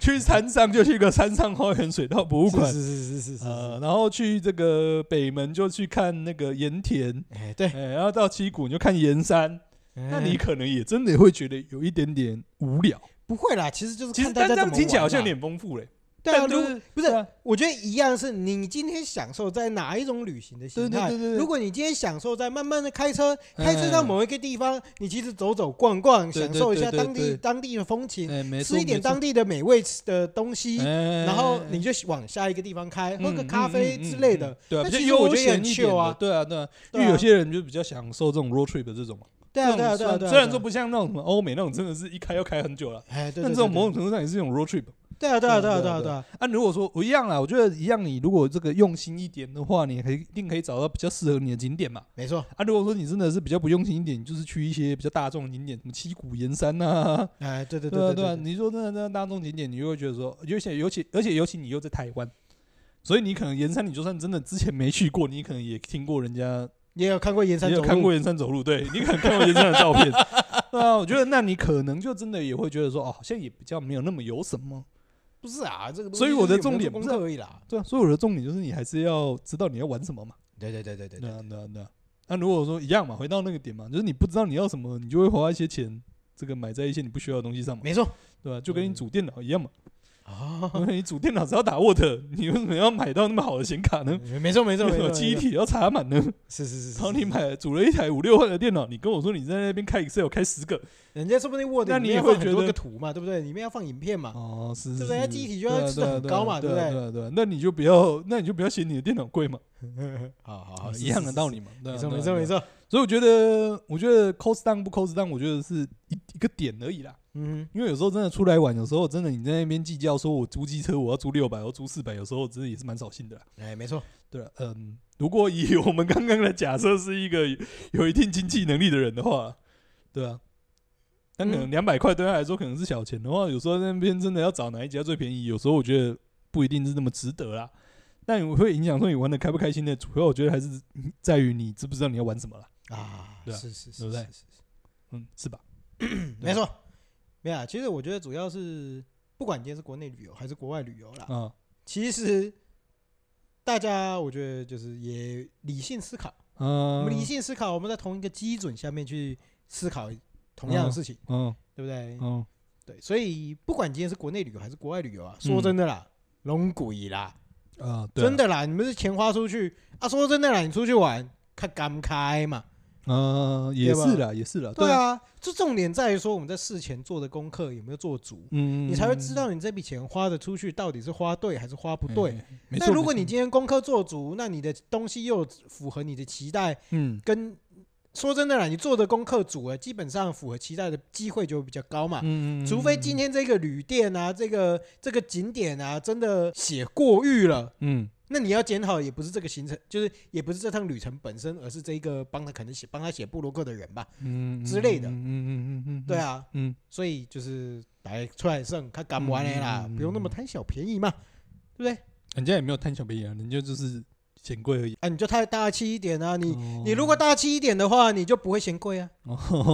[SPEAKER 2] 去山上就去个山上花园水道博物馆，
[SPEAKER 1] 是是是是是是，
[SPEAKER 2] 呃，然后去这个北门就去看那个盐田，
[SPEAKER 1] 哎对
[SPEAKER 2] 哎、，然后到七股你就看盐山，那
[SPEAKER 1] 那
[SPEAKER 2] 你可能也真的会觉得有一点点无聊。
[SPEAKER 1] 不会啦，其实就是
[SPEAKER 2] 其实
[SPEAKER 1] 看大
[SPEAKER 2] 但这
[SPEAKER 1] 家
[SPEAKER 2] 样
[SPEAKER 1] 怎么
[SPEAKER 2] 听起来好
[SPEAKER 1] 玩啊
[SPEAKER 2] 像
[SPEAKER 1] 嘛
[SPEAKER 2] 有点丰富嘞、
[SPEAKER 1] 对啊，
[SPEAKER 2] 但就
[SPEAKER 1] 如
[SPEAKER 2] 是
[SPEAKER 1] 果不
[SPEAKER 2] 对
[SPEAKER 1] 是，
[SPEAKER 2] 啊
[SPEAKER 1] 我觉得一样是你你今天享受在哪一种旅行的
[SPEAKER 2] 对
[SPEAKER 1] 心
[SPEAKER 2] 对
[SPEAKER 1] 态
[SPEAKER 2] 对对对。
[SPEAKER 1] 如果你今天享受在慢慢的开车，开车
[SPEAKER 2] 哎
[SPEAKER 1] 到某一个地方，你其实走走逛逛，
[SPEAKER 2] 对
[SPEAKER 1] 享
[SPEAKER 2] 对
[SPEAKER 1] 受一
[SPEAKER 2] 对
[SPEAKER 1] 下
[SPEAKER 2] 对
[SPEAKER 1] 当
[SPEAKER 2] 对
[SPEAKER 1] 地当地的风情，
[SPEAKER 2] 哎没错
[SPEAKER 1] 吃一点
[SPEAKER 2] 没错
[SPEAKER 1] 当地的美味的东西，
[SPEAKER 2] 哎嗯
[SPEAKER 1] 然后你就往下一个地方开，喝个咖啡之类
[SPEAKER 2] 嗯嗯嗯
[SPEAKER 1] 的
[SPEAKER 2] 嗯。对啊，
[SPEAKER 1] 那
[SPEAKER 2] 比较
[SPEAKER 1] 其实我
[SPEAKER 2] 悠
[SPEAKER 1] 觉得也
[SPEAKER 2] 闲
[SPEAKER 1] 很
[SPEAKER 2] 一点
[SPEAKER 1] chill 啊
[SPEAKER 2] 的对啊，对啊，因
[SPEAKER 1] 对
[SPEAKER 2] 为有
[SPEAKER 1] 啊
[SPEAKER 2] 些人就比较享受这种 road trip 的这种嘛。
[SPEAKER 1] 对啊，对啊，
[SPEAKER 2] 这
[SPEAKER 1] 对
[SPEAKER 2] 种
[SPEAKER 1] 啊，对啊。
[SPEAKER 2] 虽然
[SPEAKER 1] 对
[SPEAKER 2] 说
[SPEAKER 1] 啊，
[SPEAKER 2] 不像那种什么欧美那种，真的是一开要开很久了，
[SPEAKER 1] 哎，对对
[SPEAKER 2] 但这
[SPEAKER 1] 对
[SPEAKER 2] 种某
[SPEAKER 1] 对，
[SPEAKER 2] 种程度上也是一种 road trip。
[SPEAKER 1] 对啊，对啊，对啊，
[SPEAKER 2] 对
[SPEAKER 1] 对
[SPEAKER 2] 啊
[SPEAKER 1] 啊，
[SPEAKER 2] 对
[SPEAKER 1] 对啊，
[SPEAKER 2] 啊，如果说我一样啦，我觉得一样，你如果这个用心一点的话，你可以一定可以找到比较适合你的景点嘛。
[SPEAKER 1] 没错，
[SPEAKER 2] 啊，如果说你真的是比较不用心一点，你就是去一些比较大众的景点，什么七股盐山呐，
[SPEAKER 1] 哎，对对
[SPEAKER 2] 对啊
[SPEAKER 1] 对
[SPEAKER 2] 对啊，
[SPEAKER 1] 对，
[SPEAKER 2] 你说真的那大众景点，你又会觉得说，尤其尤其而且尤其你又在台湾，所以你可能盐山，你就算真的之前没去过，你可能也听过人家
[SPEAKER 1] 也有看过岩山
[SPEAKER 2] 也有
[SPEAKER 1] 走
[SPEAKER 2] 看
[SPEAKER 1] 路
[SPEAKER 2] 过，岩山走路，对你可能看过岩山 的照片。对啊，我觉得那你可能就真的也会觉得说，哦，好像也比较没有那么有什么。
[SPEAKER 1] 不是啊，这个东
[SPEAKER 2] 所以
[SPEAKER 1] 西
[SPEAKER 2] 我
[SPEAKER 1] 就是
[SPEAKER 2] 的
[SPEAKER 1] 有没有做
[SPEAKER 2] 重点
[SPEAKER 1] 功
[SPEAKER 2] 不是
[SPEAKER 1] 课而已啦。
[SPEAKER 2] 对啊，所以我的重点就是你还是要知道你要玩什么嘛。
[SPEAKER 1] 对对对对对
[SPEAKER 2] 对
[SPEAKER 1] 对，
[SPEAKER 2] 啊，对啊，对啊。那、如果说一样嘛，回到那个点嘛，就是你不知道你要什么，你就会花一些钱，这个买在一些你不需要的东西上嘛，
[SPEAKER 1] 没错
[SPEAKER 2] 对吧、就跟你
[SPEAKER 1] 嗯
[SPEAKER 2] 组电脑一样嘛，
[SPEAKER 1] 啊。
[SPEAKER 2] 因 为你组电脑只要打 Word，你为什么要买到那么好的显卡呢？
[SPEAKER 1] 没错没错
[SPEAKER 2] 为
[SPEAKER 1] 没
[SPEAKER 2] 什
[SPEAKER 1] 错，
[SPEAKER 2] 么记忆
[SPEAKER 1] 没错
[SPEAKER 2] 体也要插满呢？
[SPEAKER 1] 是是是，
[SPEAKER 2] 然后
[SPEAKER 1] 是
[SPEAKER 2] 你
[SPEAKER 1] 是
[SPEAKER 2] 买组了一台五六万的电脑，你跟我说你在那边开 Excel 开十个，
[SPEAKER 1] 人家说不定 Word
[SPEAKER 2] 那
[SPEAKER 1] 里面
[SPEAKER 2] 你也
[SPEAKER 1] 要
[SPEAKER 2] 会
[SPEAKER 1] 放
[SPEAKER 2] 觉
[SPEAKER 1] 很多
[SPEAKER 2] 得
[SPEAKER 1] 个图嘛，对不对？里面要放影片嘛，
[SPEAKER 2] 哦，是，
[SPEAKER 1] 啊对不对
[SPEAKER 2] 是
[SPEAKER 1] 它
[SPEAKER 2] 是
[SPEAKER 1] 记忆体就
[SPEAKER 2] 对啊
[SPEAKER 1] 要吃
[SPEAKER 2] 对
[SPEAKER 1] 的
[SPEAKER 2] 啊
[SPEAKER 1] 很
[SPEAKER 2] 对啊
[SPEAKER 1] 高嘛，
[SPEAKER 2] 对
[SPEAKER 1] 不
[SPEAKER 2] 啊对？啊对啊，那你就不要，那你就不要嫌你的电脑贵嘛，
[SPEAKER 1] 好好
[SPEAKER 2] 啊
[SPEAKER 1] 哦好，是
[SPEAKER 2] 一样的道，
[SPEAKER 1] 是
[SPEAKER 2] 理嘛，对
[SPEAKER 1] 是
[SPEAKER 2] 啊
[SPEAKER 1] 没错
[SPEAKER 2] 对啊
[SPEAKER 1] 没错
[SPEAKER 2] 对
[SPEAKER 1] 没
[SPEAKER 2] 啊
[SPEAKER 1] 错，
[SPEAKER 2] 所以我觉得，我觉得 cost down 不 cost down，我觉得是一一个点而已啦。
[SPEAKER 1] 嗯
[SPEAKER 2] 因为有时候真的出来玩，有时候真的你在那边计较，说我租机车我要租六百，我要租四百，有时候真的也是蛮扫兴的啦。
[SPEAKER 1] 哼，哎，没错，
[SPEAKER 2] 对了，嗯，如果以我们刚刚的假设是一个有有一定经济能力的人的话，对啊，但
[SPEAKER 1] 嗯
[SPEAKER 2] 可能两百块对他来说可能是小钱的话，有时候那边真的要找哪一家最便宜，有时候我觉得不一定是那么值得啦。但我会影响说你玩的开不开心的，主要我觉得还是在于你知不知道你要玩什么啦。
[SPEAKER 1] 啊，
[SPEAKER 2] 对啊
[SPEAKER 1] 是是是，
[SPEAKER 2] 对不对
[SPEAKER 1] 是？是是
[SPEAKER 2] 嗯，是吧？
[SPEAKER 1] 没错，没有啊。其实我觉得主要是，不管你今天是国内旅游还是国外旅游啦，
[SPEAKER 2] 啊、
[SPEAKER 1] 其实大家我觉得就是也理性思考，
[SPEAKER 2] 嗯，
[SPEAKER 1] 我们理性思考，我们在同一个基准下面去思考同样的事情，
[SPEAKER 2] 嗯，
[SPEAKER 1] 对不对？
[SPEAKER 2] 嗯
[SPEAKER 1] 对，所以不管今天是国内旅游还是国外旅游啊，
[SPEAKER 2] 嗯
[SPEAKER 1] 说真的啦，龙鬼啦，
[SPEAKER 2] 嗯啊，对啊
[SPEAKER 1] 真，的啦，你们是钱花出去啊，说真的啦，你出去玩看敢开嘛，
[SPEAKER 2] 嗯，也
[SPEAKER 1] 对吧
[SPEAKER 2] 是啦，也是啦，
[SPEAKER 1] 对
[SPEAKER 2] 啊，
[SPEAKER 1] 啊，这重点在于说我们在事前做的功课有没有做足，
[SPEAKER 2] 嗯，
[SPEAKER 1] 你才会知道你这笔钱花的出去到底是花对还是花不
[SPEAKER 2] 哎
[SPEAKER 1] 对。，
[SPEAKER 2] 没
[SPEAKER 1] 那
[SPEAKER 2] 错
[SPEAKER 1] 如果
[SPEAKER 2] 没
[SPEAKER 1] 你
[SPEAKER 2] 错
[SPEAKER 1] 今天功课做足，那你的东西又符合你的期待，
[SPEAKER 2] 嗯
[SPEAKER 1] 跟说真的啦，你做的功课足了，基本上符合期待的机会就会比较高嘛。
[SPEAKER 2] 嗯，
[SPEAKER 1] 啊除非今天这个旅店啊，这个这个景点啊，真的写过誉了，
[SPEAKER 2] 嗯
[SPEAKER 1] 那你要检讨也不是这个行程，就是也不是这趟旅程本身，而是这个帮他可能写帮他写布洛克的人吧，
[SPEAKER 2] 嗯
[SPEAKER 1] 之类的
[SPEAKER 2] 嗯嗯嗯嗯，
[SPEAKER 1] 对，啊，
[SPEAKER 2] 嗯
[SPEAKER 1] 所以就是来出来胜，看敢玩的啦
[SPEAKER 2] 嗯嗯嗯，
[SPEAKER 1] 不用那么贪小便宜嘛，对不对？
[SPEAKER 2] 人家也没有贪小便宜啊，人家就是嫌贵而已。
[SPEAKER 1] 啊，你就太大气一点啊！你、
[SPEAKER 2] 哦
[SPEAKER 1] 你如果大气一点的话，你就不会嫌贵啊。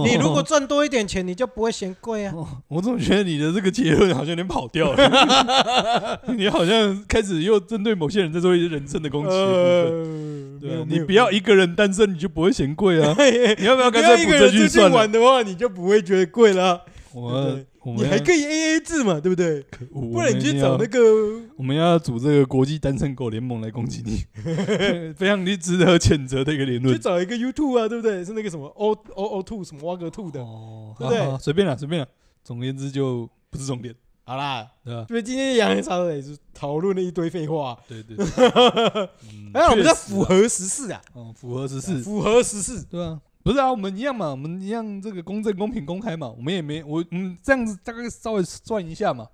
[SPEAKER 1] 你如果赚多一点钱，你就不会嫌贵啊。
[SPEAKER 2] 哦， 我总觉得你的这个结论好像有点跑掉了， 你好像开始又针对某些人在做一些人身的攻击的
[SPEAKER 1] 呃
[SPEAKER 2] 部分。对啊，你不要一个人单身，你就不会嫌 贵啊！你要不要
[SPEAKER 1] 不
[SPEAKER 2] 干
[SPEAKER 1] 要
[SPEAKER 2] 脆
[SPEAKER 1] 一
[SPEAKER 2] 补
[SPEAKER 1] 个
[SPEAKER 2] 这
[SPEAKER 1] 人出
[SPEAKER 2] 句
[SPEAKER 1] 去
[SPEAKER 2] 算了？
[SPEAKER 1] 玩的话，你就不会觉得贵啦。
[SPEAKER 2] 我
[SPEAKER 1] 对不
[SPEAKER 2] 们
[SPEAKER 1] 对
[SPEAKER 2] 我
[SPEAKER 1] 你
[SPEAKER 2] 们
[SPEAKER 1] 还
[SPEAKER 2] 要
[SPEAKER 1] 可以 A A 制嘛，对不对？不然你去找那
[SPEAKER 2] 个，
[SPEAKER 1] 个
[SPEAKER 2] 我们要组这个国际单身狗联盟来攻击 你， 非常你值得谴责的一个言
[SPEAKER 1] 去
[SPEAKER 2] 论。
[SPEAKER 1] 找一个 U two 啊，对不对？是那个什么 O O O two 什么挖个 two 的。
[SPEAKER 2] 哦，
[SPEAKER 1] 对不对
[SPEAKER 2] 好好随便了，随便了。总而言之，就不是重点，
[SPEAKER 1] 好啦，
[SPEAKER 2] 对吧？
[SPEAKER 1] 因为今天洋人茶也是讨论了一堆废话，
[SPEAKER 2] 对对，对嗯
[SPEAKER 1] 哎，我们在
[SPEAKER 2] 确实
[SPEAKER 1] 符
[SPEAKER 2] 啊
[SPEAKER 1] 合时事啊，
[SPEAKER 2] 哦，符合十四，
[SPEAKER 1] 符合时事。
[SPEAKER 2] 对啊，不是啊，我们一样嘛，我们一样这个公正、公平、公开嘛，我们也没我嗯这样子大概稍微算一下嘛，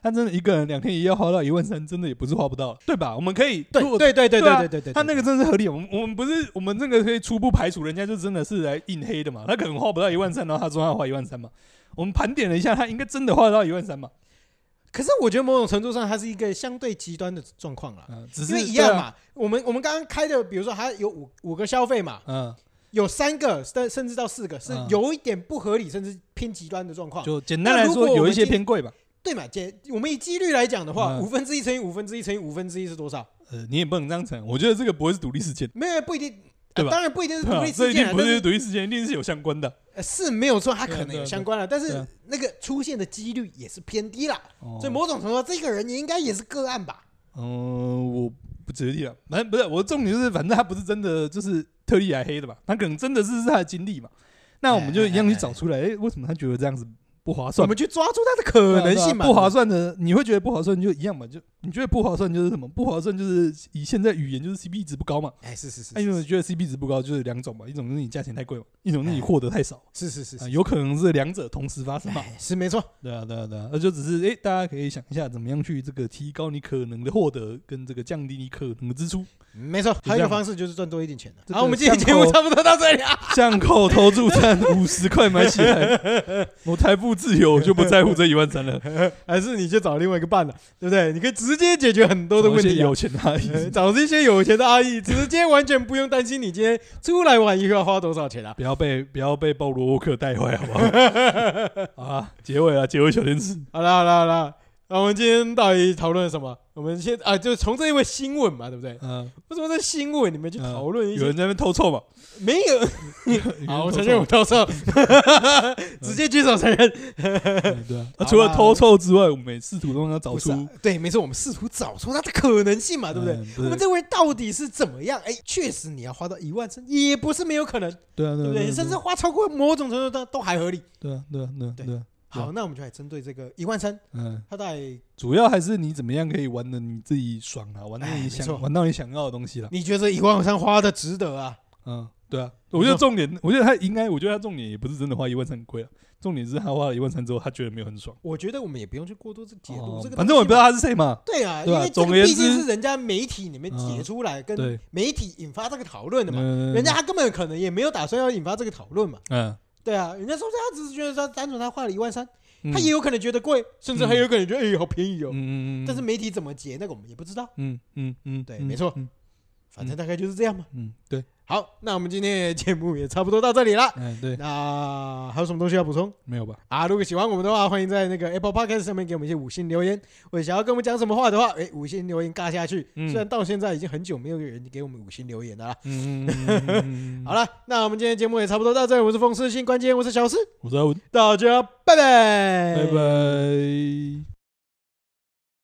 [SPEAKER 2] 他真的一个人两天一夜要花到一万三，真的也不是花不到，对吧？我们可以
[SPEAKER 1] 对
[SPEAKER 2] 如果
[SPEAKER 1] 对对对
[SPEAKER 2] 对啊
[SPEAKER 1] 对对对，
[SPEAKER 2] 他那个真的是合理，我们我们不是我们这个可以初步排除人家就真的是来硬黑的嘛，他可能花不到一万三，然后他说他花一万三嘛，我们盘点了一下，他应该真的花得到一万三嘛，
[SPEAKER 1] 可是我觉得某种程度上，它是一个相对极端的状况啦，
[SPEAKER 2] 嗯、只
[SPEAKER 1] 因
[SPEAKER 2] 是
[SPEAKER 1] 为一样，嘛。我们我们刚刚开的，比如说它有五五个消费嘛，
[SPEAKER 2] 对啊
[SPEAKER 1] 有三个甚甚至到四个是
[SPEAKER 2] 嗯
[SPEAKER 1] 有一点不合理，甚至偏极端的状
[SPEAKER 2] 嗯，
[SPEAKER 1] 况。
[SPEAKER 2] 就简单
[SPEAKER 1] 那
[SPEAKER 2] 来
[SPEAKER 1] 如果
[SPEAKER 2] 说
[SPEAKER 1] 我
[SPEAKER 2] 有一
[SPEAKER 1] 们
[SPEAKER 2] 些
[SPEAKER 1] 今
[SPEAKER 2] 偏贵吧，
[SPEAKER 1] 对嘛？姐，我们以几率来讲的话，
[SPEAKER 2] 嗯
[SPEAKER 1] 五分之一乘以五分之一乘以五分之一是多少？
[SPEAKER 2] 呃，你也不能这样讲，我觉得这个不会是独立事件。
[SPEAKER 1] 没有不一定，呃
[SPEAKER 2] 对吧
[SPEAKER 1] 当然不一定是
[SPEAKER 2] 对
[SPEAKER 1] 独
[SPEAKER 2] 啊
[SPEAKER 1] 立
[SPEAKER 2] 这
[SPEAKER 1] 事
[SPEAKER 2] 一
[SPEAKER 1] 件
[SPEAKER 2] 定
[SPEAKER 1] 啊，
[SPEAKER 2] 不
[SPEAKER 1] 但
[SPEAKER 2] 是
[SPEAKER 1] 是
[SPEAKER 2] 独立事件，一定是有相关的。
[SPEAKER 1] 呃是没有错，它
[SPEAKER 2] 对啊
[SPEAKER 1] 可能
[SPEAKER 2] 对啊
[SPEAKER 1] 有相关了，但
[SPEAKER 2] 对
[SPEAKER 1] 是
[SPEAKER 2] 啊
[SPEAKER 1] 那个出现的几率也是偏低啦。所以
[SPEAKER 2] 哦，
[SPEAKER 1] 某种程度，上，这个人也应该也是个案吧？
[SPEAKER 2] 嗯，我不举例了，反正不是我的重点就是，反正他不是真的就是特意来黑的吧？他可能真的是是他的经历嘛。那我们就一样去找出来，哎，为什么他觉得这样子不划
[SPEAKER 1] 我
[SPEAKER 2] 算？啊
[SPEAKER 1] 们去抓住它的可能性嘛？
[SPEAKER 2] 不划算的，你会觉得不划算就一样嘛？就你觉得不划算就是什么？不划算就是以现在语言就是 CP 值不高嘛？
[SPEAKER 1] 哎，是是是
[SPEAKER 2] 那，因为我觉得 CP 值不高就是两种嘛，一种就是你价钱太贵嘛，一种是你获得太少
[SPEAKER 1] 是是是
[SPEAKER 2] 啊，
[SPEAKER 1] 是，
[SPEAKER 2] 有可能是两者同时发生嘛。
[SPEAKER 1] 哎是没错。
[SPEAKER 2] 对啊，对啊，对啊，那就只是哎、诶大家可以想一下，怎么样去这个提高你可能的获得，跟这个降低你可能的支出。
[SPEAKER 1] 没错，
[SPEAKER 2] 这
[SPEAKER 1] 还有一个
[SPEAKER 2] 样
[SPEAKER 1] 方式就是赚多一点钱的。
[SPEAKER 2] 这哦
[SPEAKER 1] 好，
[SPEAKER 2] 个
[SPEAKER 1] 我们今天
[SPEAKER 2] 巷
[SPEAKER 1] 节目
[SPEAKER 2] 口
[SPEAKER 1] 差不多到这里啊。
[SPEAKER 2] 巷口投注站五十块买起来， 我财富自由，我就不在乎这一万三了。
[SPEAKER 1] 还是你去找另外一个伴了，啊对不对？你可以直接解决很多
[SPEAKER 2] 我
[SPEAKER 1] 的问
[SPEAKER 2] 些
[SPEAKER 1] 题、啊
[SPEAKER 2] 有。钱阿姨，
[SPEAKER 1] 呃 找这些有钱的阿姨，直接完全不用担心你今天出来玩又要花多少钱啊！
[SPEAKER 2] 不要被不要被鲍罗沃克带坏，好不好？好啊，结尾啊，结尾小天使，
[SPEAKER 1] 好啦好啦好啦，那我们今天到底讨论什么？我们先啊，就从这一位新闻嘛，对不对？
[SPEAKER 2] 嗯、
[SPEAKER 1] 为什么在新闻里面去讨论一
[SPEAKER 2] 有
[SPEAKER 1] 些、
[SPEAKER 2] 人在那边偷臭 嘛？
[SPEAKER 1] 没有？好，我承 认我偷臭，直接举手承认。
[SPEAKER 2] 嗯 对啊。
[SPEAKER 1] 好
[SPEAKER 2] 啊
[SPEAKER 1] 啦
[SPEAKER 2] 除了偷臭之外，我们也试图让他找
[SPEAKER 1] 不
[SPEAKER 2] 出
[SPEAKER 1] 是、，啊，对，没错，我们试图找出它的可能性嘛，对不对？
[SPEAKER 2] 嗯
[SPEAKER 1] 我们这位到底是怎么样？哎，确实你要花到一万三，也不是没有可能，
[SPEAKER 2] 对啊，
[SPEAKER 1] 对
[SPEAKER 2] 对啊
[SPEAKER 1] 不
[SPEAKER 2] 对
[SPEAKER 1] 对？
[SPEAKER 2] 啊，
[SPEAKER 1] 甚至花超过某种程度都都还合理。
[SPEAKER 2] 对啊，对啊，对啊，对啊，
[SPEAKER 1] 好，那我们就来针对这个一万三，
[SPEAKER 2] 嗯。
[SPEAKER 1] 它到底
[SPEAKER 2] 主要还是你怎么样可以玩的你自己爽啊，玩到
[SPEAKER 1] 哎
[SPEAKER 2] 你
[SPEAKER 1] 没错
[SPEAKER 2] 想玩到你想要的东西了。
[SPEAKER 1] 你觉得一万三花的值得啊？
[SPEAKER 2] 嗯，对啊，我觉得重点，我觉得他应该，我觉得他重点也不是真的花一万三很贵了，啊重点是他花了一万三之后，他觉得没有很爽。
[SPEAKER 1] 我觉得我们也不用去过多这解
[SPEAKER 2] 哦
[SPEAKER 1] 读这个，
[SPEAKER 2] 反正我也不知道。他是谁嘛。
[SPEAKER 1] 对啊，因
[SPEAKER 2] 对啊
[SPEAKER 1] 为这
[SPEAKER 2] 总
[SPEAKER 1] 个
[SPEAKER 2] 而言
[SPEAKER 1] 毕竟
[SPEAKER 2] 之嗯
[SPEAKER 1] 是人家媒体里面解出来，跟
[SPEAKER 2] 对，
[SPEAKER 1] 媒体引发这个讨论的嘛。
[SPEAKER 2] 嗯
[SPEAKER 1] 人家他根本可能也没有打算要引发这个讨论嘛。
[SPEAKER 2] 嗯，
[SPEAKER 1] 对啊，人家说他只是觉得他单纯他花了一万三，
[SPEAKER 2] 嗯
[SPEAKER 1] 他也有可能觉得贵，甚至还有可能觉得哎、好便宜哦。
[SPEAKER 2] 嗯嗯嗯，
[SPEAKER 1] 但是媒体怎么解那个我们也不知道，
[SPEAKER 2] 嗯嗯嗯，
[SPEAKER 1] 对
[SPEAKER 2] 嗯
[SPEAKER 1] 没错
[SPEAKER 2] 嗯
[SPEAKER 1] 反正大概就是这样嘛。
[SPEAKER 2] 嗯，对，
[SPEAKER 1] 好，那我们今天的节目也差不多到这里了。
[SPEAKER 2] 哎对，
[SPEAKER 1] 那还有什么东西要补充？
[SPEAKER 2] 没有吧？
[SPEAKER 1] 啊，如果喜欢我们的话，欢迎在那个 Apple Podcast 上面给我们一些五星留言。或者想要跟我们讲什么话的话，诶，五星留言尬下去。
[SPEAKER 2] 嗯
[SPEAKER 1] 虽然到现在已经很久没有人给我们五星留言了啦。
[SPEAKER 2] 嗯，嗯嗯嗯嗯
[SPEAKER 1] 好了，那我们今天节目也差不多到这里。我是风湿性关节炎，我是小诗，
[SPEAKER 2] 我是阿文，
[SPEAKER 1] 大家拜拜，
[SPEAKER 2] 拜拜。